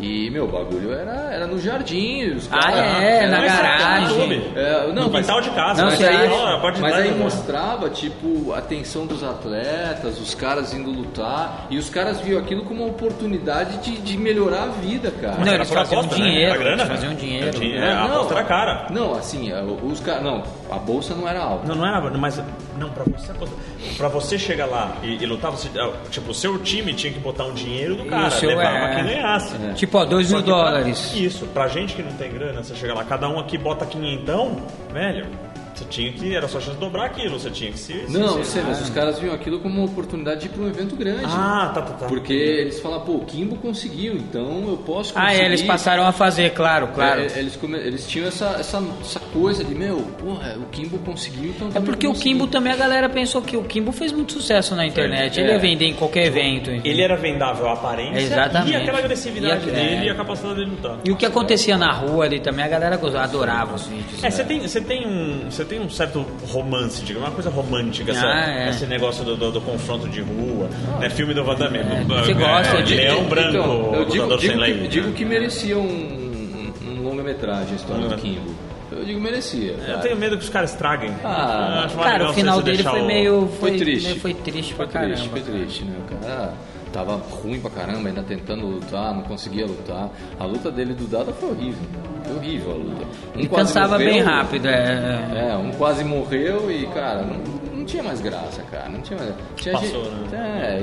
Speaker 1: E, meu, o bagulho era, era no jardim. os
Speaker 3: Ah,
Speaker 1: caras-
Speaker 3: é,
Speaker 1: era-
Speaker 3: na
Speaker 1: era-
Speaker 3: garagem.
Speaker 1: É, não,
Speaker 2: no
Speaker 1: mas-
Speaker 2: quintal de casa,
Speaker 3: Não,
Speaker 2: mas
Speaker 3: você
Speaker 2: aí,
Speaker 3: acha-
Speaker 2: ó, a parte de
Speaker 1: mas
Speaker 2: trás
Speaker 1: aí
Speaker 2: é boa.
Speaker 1: mostrava, tipo, a tensão dos atletas, os caras indo lutar, e os caras viam aquilo como uma oportunidade de, de melhorar a vida, cara.
Speaker 3: Não,
Speaker 2: Era
Speaker 3: eles
Speaker 2: por
Speaker 3: faziam
Speaker 2: aposta,
Speaker 3: dinheiro,
Speaker 2: Era grana,
Speaker 3: eles faziam
Speaker 2: né?
Speaker 3: dinheiro.
Speaker 2: Era
Speaker 1: É,
Speaker 2: a aposta era cara.
Speaker 1: Não, assim, a- os caras. Não, a bolsa não era alta.
Speaker 2: Não, não era, mas não para você apostar- pra você chegar lá e, e lutar, você, ah, tipo, o seu time tinha que botar um dinheiro do
Speaker 3: E
Speaker 2: cara,
Speaker 3: o seu
Speaker 2: levava
Speaker 3: é-
Speaker 2: quem ganhasse.
Speaker 3: Tipo, ó, 2
Speaker 2: Só
Speaker 3: mil
Speaker 2: que pra-
Speaker 3: dólares.
Speaker 2: isso, pra gente que não tem grana, você chega lá, cada um aqui bota quinhentão, velho, você tinha que, era sua chance de dobrar aquilo, você tinha que se... se-
Speaker 1: Não,
Speaker 2: se-
Speaker 1: eu sei, mas os caras viam aquilo como uma oportunidade de ir pra um evento grande.
Speaker 2: Ah, tá, tá, tá.
Speaker 1: Porque eles falam, pô, o Kimbo conseguiu, então eu posso conseguir.
Speaker 3: Ah, é, eles passaram a fazer, claro, claro.
Speaker 1: É, eles, come- eles tinham essa, essa, essa coisa de, meu, porra, o Kimbo conseguiu, então. eu
Speaker 3: É
Speaker 1: também
Speaker 3: porque o
Speaker 1: vou conseguir.
Speaker 3: Kimbo também a galera pensou que o Kimbo fez muito sucesso na internet.
Speaker 1: É.
Speaker 3: Ele ia vender em qualquer evento. enfim.
Speaker 2: Ele era vendável à aparência
Speaker 3: Exatamente.
Speaker 2: e aquela agressividade
Speaker 3: E a-
Speaker 2: dele
Speaker 3: é.
Speaker 2: e a capacidade dele lutar.
Speaker 3: E o que acontecia na rua ali também, a galera goza- adorava os vídeos.
Speaker 2: É, você tem, você tem um, você tem um certo romance, digamos, uma coisa romântica, essa-
Speaker 3: Ah, é. Ah.
Speaker 2: esse negócio do, do- do confronto de rua, né? Filme do Vandame,
Speaker 3: É. você gosta de-
Speaker 2: é, Leão um Branco,
Speaker 1: Então, eu digo,
Speaker 2: lutador
Speaker 1: digo,
Speaker 2: sem né? lei.
Speaker 1: que, digo que merecia um, um, um longa-metragem a história do
Speaker 2: Ah.
Speaker 1: Kimbo. Eu digo merecia.
Speaker 2: Eu
Speaker 1: cara.
Speaker 2: tenho medo que os caras estraguem.
Speaker 1: Ah,
Speaker 2: Eu acho mais
Speaker 3: Cara,
Speaker 2: legal
Speaker 3: o final
Speaker 2: você
Speaker 3: dele
Speaker 2: deixar
Speaker 3: foi
Speaker 2: o-
Speaker 3: meio.
Speaker 1: Foi triste.
Speaker 3: meio- Foi triste
Speaker 1: Foi
Speaker 3: pra caramba.
Speaker 1: triste, foi triste, né? O cara tava ruim pra caramba, ainda tentando lutar, não conseguia lutar. A luta dele do Dada foi horrível. Foi horrível a luta. Um
Speaker 3: Ele
Speaker 1: quase
Speaker 3: cansava
Speaker 1: morreu,
Speaker 3: bem rápido, é.
Speaker 1: É, um quase morreu e, cara, não, não tinha mais graça, cara. Não tinha mais tinha
Speaker 2: Passou,
Speaker 1: gente-
Speaker 3: né?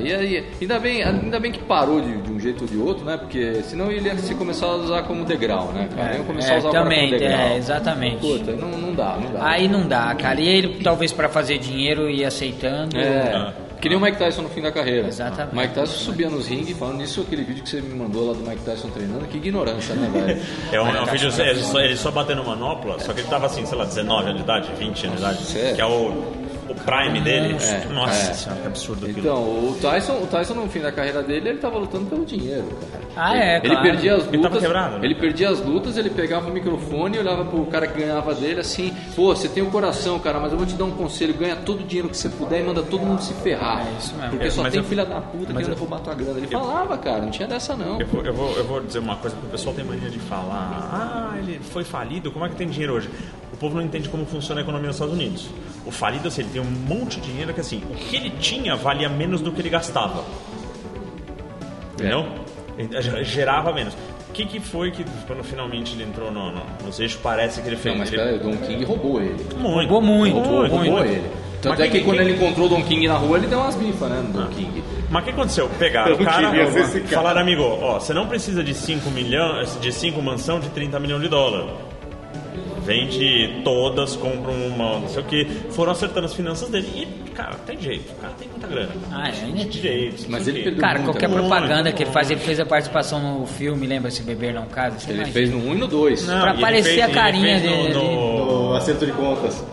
Speaker 1: É, e aí, ainda bem, ainda bem que parou de, de um jeito ou de outro, né? Porque senão ele ia se começar a usar como degrau, né, cara? Ia começar a
Speaker 3: É,
Speaker 1: usar agora
Speaker 3: também,
Speaker 1: como degrau.
Speaker 3: é, exatamente.
Speaker 1: Puta, não, não dá, não dá.
Speaker 3: Aí não dá, cara. E ele, talvez pra fazer dinheiro, ia aceitando.
Speaker 1: É. Que nem o Mike Tyson no fim da carreira.
Speaker 3: Exatamente.
Speaker 1: O Mike Tyson subia nos ringues falando isso, aquele vídeo que você me mandou lá do Mike Tyson treinando, que ignorância, né, velho?
Speaker 2: É um, é um vídeo, é só, ele só batendo manopla, só que ele tava assim, sei lá, 19 anos de idade, 20 anos de idade,
Speaker 1: Sério?
Speaker 2: que é o, o prime dele.
Speaker 1: É,
Speaker 2: Nossa
Speaker 1: é.
Speaker 2: senhora, que absurdo aquilo.
Speaker 1: Então, o Tyson, o Tyson no fim da carreira dele, ele tava lutando pelo dinheiro, cara.
Speaker 3: Ah, é,
Speaker 1: Ele
Speaker 3: claro.
Speaker 1: perdia as
Speaker 2: Ele
Speaker 1: lutas.
Speaker 2: tava quebrado, né?
Speaker 1: ele perdia as lutas, ele pegava o microfone e olhava pro cara que ganhava dele assim, pô, você tem o coração, cara, mas eu vou te dar um conselho, ganha todo o dinheiro que você puder e manda todo mundo se ferrar.
Speaker 3: É, isso mesmo.
Speaker 1: Porque
Speaker 2: É,
Speaker 1: só
Speaker 2: mas
Speaker 1: tem
Speaker 2: eu-
Speaker 1: filha da puta
Speaker 2: mas
Speaker 1: querendo
Speaker 2: eu-
Speaker 1: roubar tua grana. Ele falava, cara, não tinha dessa não.
Speaker 2: Eu vou, eu, vou, eu vou dizer uma coisa, porque o pessoal tem mania de falar, ah, ele foi falido, como é que tem dinheiro hoje? O povo não entende como funciona a economia nos Estados Unidos. O falido, assim, ele tem um monte de dinheiro que, assim, o que ele tinha valia menos do que ele gastava. Entendeu?
Speaker 1: É.
Speaker 2: Ele ge- Gerava menos. O que, que foi que, quando finalmente ele entrou no, no, nos eixos, parece que ele fez?
Speaker 1: Não, mas
Speaker 2: ele...
Speaker 1: peraí, o Don King roubou ele.
Speaker 2: Muito.
Speaker 3: Roubou muito,
Speaker 2: Roubou,
Speaker 3: roubou
Speaker 2: roubou
Speaker 1: ele. Tanto
Speaker 2: Mas
Speaker 1: é
Speaker 2: quem-
Speaker 1: que quando
Speaker 2: quem- Ah.
Speaker 1: ele encontrou o Don King na rua, ele deu umas bifas, né, no Don King.
Speaker 2: Mas o que aconteceu? Pegaram
Speaker 1: Eu
Speaker 2: o cara,
Speaker 1: queria ver esse cara.
Speaker 2: falaram, amigo, ó, você não precisa de 5 milhões, de 5 mansão de 30 milhões de dólar. Vende todas, compra uma, não sei o que. Foram acertando as finanças dele. E, cara, tem jeito. O cara tem muita grana.
Speaker 3: Ah, é,
Speaker 2: Tem
Speaker 3: né?
Speaker 2: direitos. não
Speaker 1: Mas
Speaker 2: sei
Speaker 1: ele
Speaker 2: o quê.
Speaker 1: perdeu
Speaker 3: Cara,
Speaker 1: Muito
Speaker 3: qualquer
Speaker 2: bom.
Speaker 3: propaganda que ele
Speaker 2: Muito
Speaker 3: faz,
Speaker 2: bom.
Speaker 3: ele fez a participação no filme, lembra se beber não casa? Você
Speaker 1: Ele
Speaker 3: imagina?
Speaker 1: fez no 1 e no 2.
Speaker 2: Não,
Speaker 3: pra
Speaker 2: e ele
Speaker 3: aparecer
Speaker 2: fez-
Speaker 3: a carinha
Speaker 2: ele fez
Speaker 3: dele
Speaker 2: No, no,
Speaker 1: acerto de contas.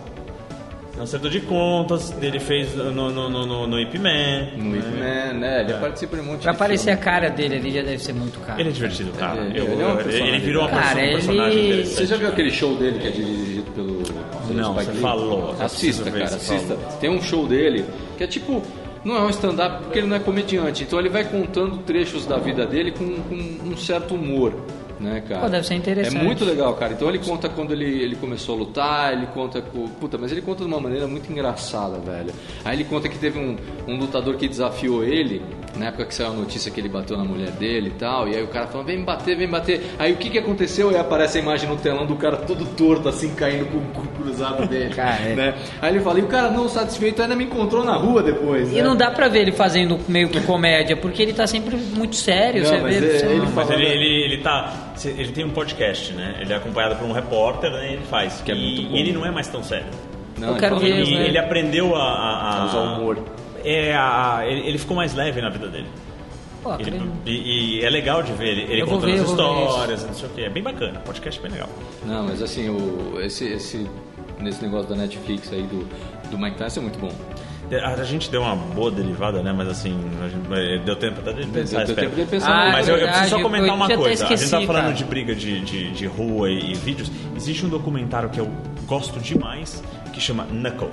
Speaker 2: no acerto de contas, ele fez no, no, no, no, no Ip Man.
Speaker 1: No Ip Man, né?
Speaker 2: É.
Speaker 1: Ele participa de um monte
Speaker 3: Pra
Speaker 1: de
Speaker 3: aparecer a
Speaker 1: filme.
Speaker 3: cara dele ali já deve ser muito caro.
Speaker 2: Ele é divertido, cara.
Speaker 1: Ele-
Speaker 2: Eu-
Speaker 1: ele é uma
Speaker 2: eu- ele,
Speaker 1: personalidade.
Speaker 2: virou uma
Speaker 3: Cara,
Speaker 2: pessoa- um
Speaker 3: ele-
Speaker 2: personagem
Speaker 1: Você
Speaker 2: interessante.
Speaker 1: já viu aquele show dele que é dirigido pelo. pelo
Speaker 2: Não,
Speaker 1: Spike
Speaker 2: você
Speaker 1: Lee?
Speaker 2: falou. Eu preciso
Speaker 1: Assista,
Speaker 2: ver,
Speaker 1: cara,
Speaker 2: você
Speaker 1: assista.
Speaker 2: falou.
Speaker 1: Tem um show dele que é tipo. Não é um stand-up porque ele não é comediante. Então ele vai contando trechos da vida dele com, com um certo humor. Né, cara?
Speaker 3: Pô, deve ser interessante.
Speaker 1: É muito legal, cara. Então ele conta quando ele, ele começou a lutar, ele conta. com- Puta, mas ele conta de uma maneira muito engraçada, velho. Aí ele conta que teve um, um lutador que desafiou ele, na época que saiu a notícia que ele bateu na mulher dele e tal. E aí o cara falou: vem me bater, vem me bater. Aí o que que aconteceu? Aí aparece a imagem no telão do cara todo torto, assim, caindo com o cu cruzado dele.
Speaker 3: Cara, é.
Speaker 1: né? Aí ele fala: e o cara não satisfeito ainda me encontrou na rua depois.
Speaker 3: E
Speaker 1: né?
Speaker 3: não dá pra ver ele fazendo meio que comédia, porque ele tá sempre muito sério,
Speaker 1: Não,
Speaker 3: você
Speaker 1: mas
Speaker 3: vê.
Speaker 1: é-
Speaker 3: você
Speaker 1: ele
Speaker 3: não-
Speaker 2: Mas
Speaker 1: Falando-
Speaker 2: ele, ele, ele tá. se- Ele tem um podcast, né? Ele é acompanhado por um repórter, né? Ele faz.
Speaker 1: Que é
Speaker 2: e,
Speaker 1: muito bom.
Speaker 2: e ele não é mais tão sério.
Speaker 1: Não,
Speaker 3: Eu
Speaker 1: ele
Speaker 3: quero
Speaker 1: fala-
Speaker 3: ver.
Speaker 2: Ele,
Speaker 3: né?
Speaker 2: ele aprendeu a. a, a-
Speaker 1: A usar o humor.
Speaker 2: É, a, a- ele, ele ficou mais leve na vida dele.
Speaker 3: Pô,
Speaker 2: Ele-
Speaker 3: acredito.
Speaker 2: e, e é legal de ver ele, ele
Speaker 3: Tá, Eu vou
Speaker 2: contando
Speaker 3: ver,
Speaker 2: as
Speaker 3: eu vou ver
Speaker 2: histórias, não sei o que. É bem bacana, podcast é bem legal.
Speaker 1: Não, mas assim, o, esse, esse, nesse negócio da Netflix aí do, do Mike Tyson é muito bom.
Speaker 2: A gente deu uma boa derivada, né? Mas assim, a gente- deu tempo até de pensar.
Speaker 1: Deu- deu
Speaker 2: espero.
Speaker 1: tempo de pensar.
Speaker 3: Ah,
Speaker 2: Mas eu, eu
Speaker 3: verdade,
Speaker 2: preciso só
Speaker 3: eu
Speaker 2: comentar uma
Speaker 3: tinha até
Speaker 2: coisa. a gente
Speaker 3: esquecido,
Speaker 2: tá falando
Speaker 3: cara.
Speaker 2: de briga de, de, de rua e, e vídeos. Existe um documentário que eu gosto demais que chama Knuckle.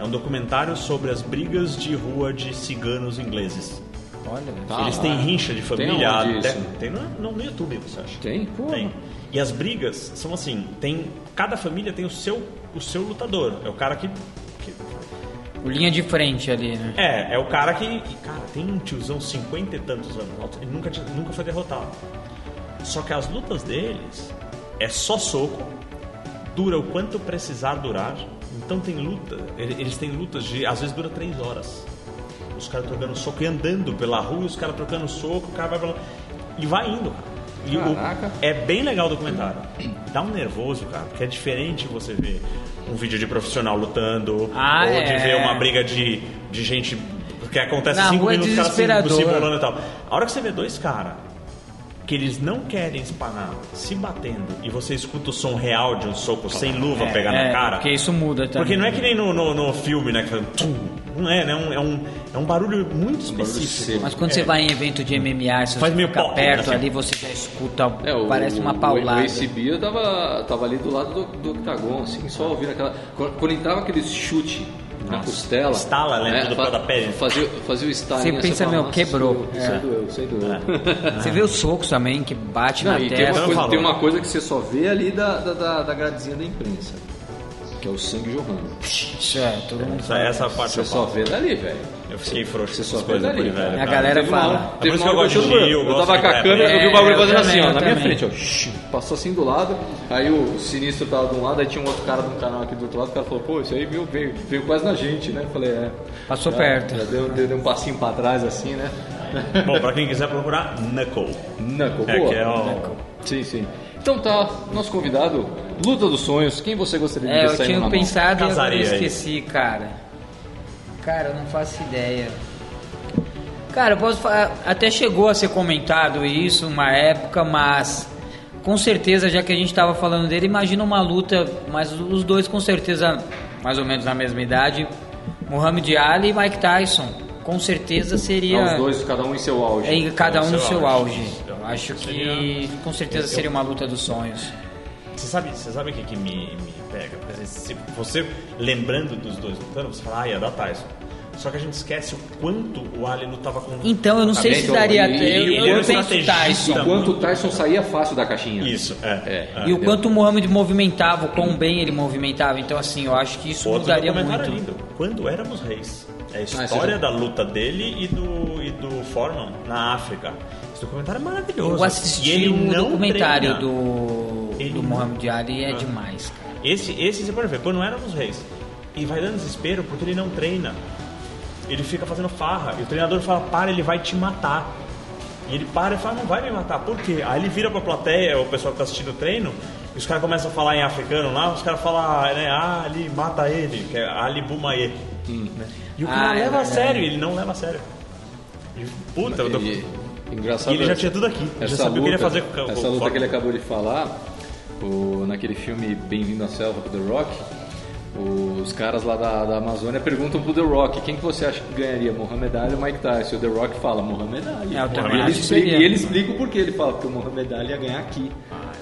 Speaker 2: É um documentário sobre as brigas de rua de ciganos ingleses.
Speaker 3: Olha,
Speaker 1: Tá.
Speaker 2: Eles têm
Speaker 1: lá.
Speaker 2: rincha de
Speaker 1: Tem
Speaker 2: família.
Speaker 1: onde
Speaker 2: até-
Speaker 1: isso?
Speaker 2: tem no, no- no YouTube, você acha?
Speaker 1: Tem? Pô.
Speaker 2: Tem. E as brigas são assim, tem cada família tem o seu o seu lutador, é o cara que, que-
Speaker 3: o linha de frente ali, né?
Speaker 2: é, é o cara que, que, cara, tem um tiozão 50 e tantos anos, alto, ele nunca tinha- nunca foi derrotado. Só que as lutas deles é só soco, dura o quanto precisar durar. Então tem luta, ele- eles têm lutas de às vezes dura três horas. Os caras trocando soco e andando pela rua, e os caras trocando soco, o cara vai pra lá. E vai indo, cara. E o-
Speaker 1: Caraca.
Speaker 2: é bem legal o documentário. Dá um nervoso, cara, porque é diferente você ver um vídeo de profissional lutando,
Speaker 3: Ah,
Speaker 2: ou
Speaker 3: é.
Speaker 2: de ver uma briga de, de gente que acontece
Speaker 3: Na
Speaker 2: cinco
Speaker 3: rua é
Speaker 2: minutos, os caras se, se
Speaker 3: desesperador.
Speaker 2: bolando e tal. A hora que você vê dois caras que eles não querem espanar, se batendo, e você escuta o som real de um soco sem luva pegar
Speaker 3: é,
Speaker 2: na cara.
Speaker 3: Porque isso muda também.
Speaker 2: Porque não é que nem no, no, no filme, né? Que faz um tum. não é, né? É um, é um, é um barulho muito
Speaker 1: Um barulho
Speaker 2: específico.
Speaker 1: seco.
Speaker 3: Mas quando você vai em evento de MMA, se
Speaker 2: É. Faz
Speaker 3: você
Speaker 2: meio
Speaker 3: fica
Speaker 2: pop,
Speaker 3: perto
Speaker 2: né?
Speaker 3: ali, você já escuta,
Speaker 1: É, o-
Speaker 3: parece uma
Speaker 1: o-
Speaker 3: paulada.
Speaker 1: O ACB eu tava, tava ali do lado do, do octagon, assim, só ouvindo aquela. Quando quando entrava aquele chute na
Speaker 2: Nossa,
Speaker 1: costela.
Speaker 2: estala, né, do
Speaker 1: fa-
Speaker 2: rodapé.
Speaker 1: Fazia, fazia o estalinho.
Speaker 3: Você
Speaker 1: assim,
Speaker 3: pensa,
Speaker 1: eu falava,
Speaker 3: meu,
Speaker 1: "Nossa,
Speaker 3: quebrou."
Speaker 1: Isso aí
Speaker 3: É.
Speaker 1: doeu, isso aí doeu.
Speaker 3: Você vê os socos também que bate
Speaker 1: Não,
Speaker 3: na
Speaker 1: e tem, uma
Speaker 3: testa.
Speaker 1: coisa,
Speaker 2: falou.
Speaker 1: tem uma coisa que você só vê ali da, da, da, da gradezinha da imprensa, que é o sangue jorrando.
Speaker 3: Isso é, todo mundo
Speaker 2: Essa,
Speaker 3: fala.
Speaker 2: essa parte
Speaker 1: Você
Speaker 2: eu
Speaker 1: só
Speaker 2: falo.
Speaker 1: vê dali, velho.
Speaker 2: Eu fiquei frouxo com
Speaker 1: Você só né?
Speaker 2: essas
Speaker 1: vê
Speaker 2: coisas
Speaker 1: dali.
Speaker 2: ali,
Speaker 1: cara.
Speaker 2: velho.
Speaker 3: A galera
Speaker 1: Teve uma
Speaker 3: fala.
Speaker 1: hora-
Speaker 2: É
Speaker 1: teve
Speaker 2: por isso
Speaker 1: uma
Speaker 2: que eu
Speaker 1: hora
Speaker 2: gosto de
Speaker 1: eu
Speaker 2: giro, eu
Speaker 1: eu
Speaker 2: gosto
Speaker 1: tava
Speaker 2: de
Speaker 1: com a
Speaker 2: cara.
Speaker 1: câmera, eu vi o bagulho
Speaker 3: É, eu
Speaker 1: fazendo
Speaker 3: também,
Speaker 1: assim, ó,
Speaker 3: eu
Speaker 1: na minha
Speaker 3: também.
Speaker 1: frente, ó. shhh, Passou assim do lado, aí o sinistro tava de um lado, aí tinha um outro cara de um canal aqui do outro lado, o cara falou, pô, isso aí veio, veio, veio quase na gente, né? Eu falei, é.
Speaker 3: Passou
Speaker 1: Já-
Speaker 3: perto.
Speaker 1: Já deu, deu- deu um passinho pra trás assim, né?
Speaker 2: Bom, pra quem quiser procurar, Knuckle.
Speaker 1: Knuckle,
Speaker 2: É,
Speaker 1: boa.
Speaker 2: que é o...
Speaker 1: Sim, sim. Então tá, nosso convidado, Luta dos Sonhos, quem você gostaria de
Speaker 3: É,
Speaker 1: ver
Speaker 3: eu
Speaker 1: saindo na
Speaker 3: tinha
Speaker 1: mão?
Speaker 3: pensado e agora eu
Speaker 2: Casaria aí.
Speaker 3: esqueci, cara. Cara, eu não faço ideia. Cara, eu posso falar, até chegou a ser comentado isso uma época, mas com certeza, já que a gente tava falando dele, imagina uma luta, mas os dois com certeza mais ou menos na mesma idade, Muhammad Ali e Mike Tyson, com certeza seria
Speaker 1: Ah, os dois, cada um em seu auge.
Speaker 3: em cada um no seu auge. Eu
Speaker 2: Eu
Speaker 3: acho que
Speaker 2: seria-
Speaker 3: com certeza seria uma luta dos sonhos.
Speaker 2: Você sabe, você sabe o que, que me, me pega? Por exemplo, se você lembrando dos dois lutando, você fala, ah, ia dar Tyson. Só que a gente esquece o quanto o Ali lutava com.
Speaker 3: Então, eu não sei
Speaker 1: bem,
Speaker 3: se
Speaker 1: então,
Speaker 3: daria.
Speaker 1: e-
Speaker 3: eu-
Speaker 2: e
Speaker 3: eu
Speaker 2: ele é um
Speaker 3: penso
Speaker 2: estrategista.
Speaker 3: Tyson.
Speaker 1: Enquanto o Tyson saía fácil da caixinha.
Speaker 2: Isso, é.
Speaker 1: É.
Speaker 3: E o
Speaker 1: Entendeu?
Speaker 3: quanto o Mohamed movimentava, o quão bem ele movimentava. Então, assim, eu acho que isso
Speaker 2: Outro
Speaker 3: mudaria
Speaker 2: documentário
Speaker 3: muito. Ah,
Speaker 2: lindo. Quando éramos reis. É a
Speaker 1: esse
Speaker 2: história
Speaker 1: já-
Speaker 2: da luta dele e do, e do Foreman na África. Esse documentário é maravilhoso.
Speaker 3: Eu assisti
Speaker 2: e ele
Speaker 3: o
Speaker 2: não
Speaker 3: documentário
Speaker 2: treina.
Speaker 3: do,
Speaker 2: Ele
Speaker 3: do
Speaker 2: não- Ah.
Speaker 3: Mohamed Ali e é demais, cara.
Speaker 2: Esse, esse você pode ver, quando éramos reis. E vai dando desespero porque ele não treina. Ele fica fazendo farra. E o treinador fala, para, ele vai te matar. E ele para e fala, não vai me matar. Por quê? Aí ele vira pra plateia, o pessoal que tá assistindo o treino, e os caras começam a falar em africano lá, os caras falam, né, ah, ali, mata ele, que é Ali Bumaye. né? E o cara
Speaker 3: Ah, é
Speaker 2: leva a
Speaker 3: verdade.
Speaker 2: sério, ele não leva a sério. E, puta, eu tô...
Speaker 1: E-
Speaker 2: e
Speaker 1: engraçado.
Speaker 2: Então,
Speaker 1: é
Speaker 2: ele já tinha tudo aqui.
Speaker 1: Essa
Speaker 2: já sabia o que ele ia
Speaker 1: luta-
Speaker 2: fazer com o com
Speaker 1: Essa
Speaker 2: o
Speaker 1: luta que ele
Speaker 2: Foreman.
Speaker 1: acabou de falar, o- naquele filme Bem-vindo à Selva do The Rock, os caras lá da, da Amazônia perguntam pro The Rock quem que você acha que ganharia, Mohamed Ali ou Mike Tyson? O The Rock fala, Mohamed Ali.
Speaker 3: É, eu também
Speaker 1: e, ele
Speaker 3: acho que
Speaker 1: explica,
Speaker 3: seria.
Speaker 1: e ele explica o porquê, ele fala, porque o Mohamed Ali ia ganhar aqui,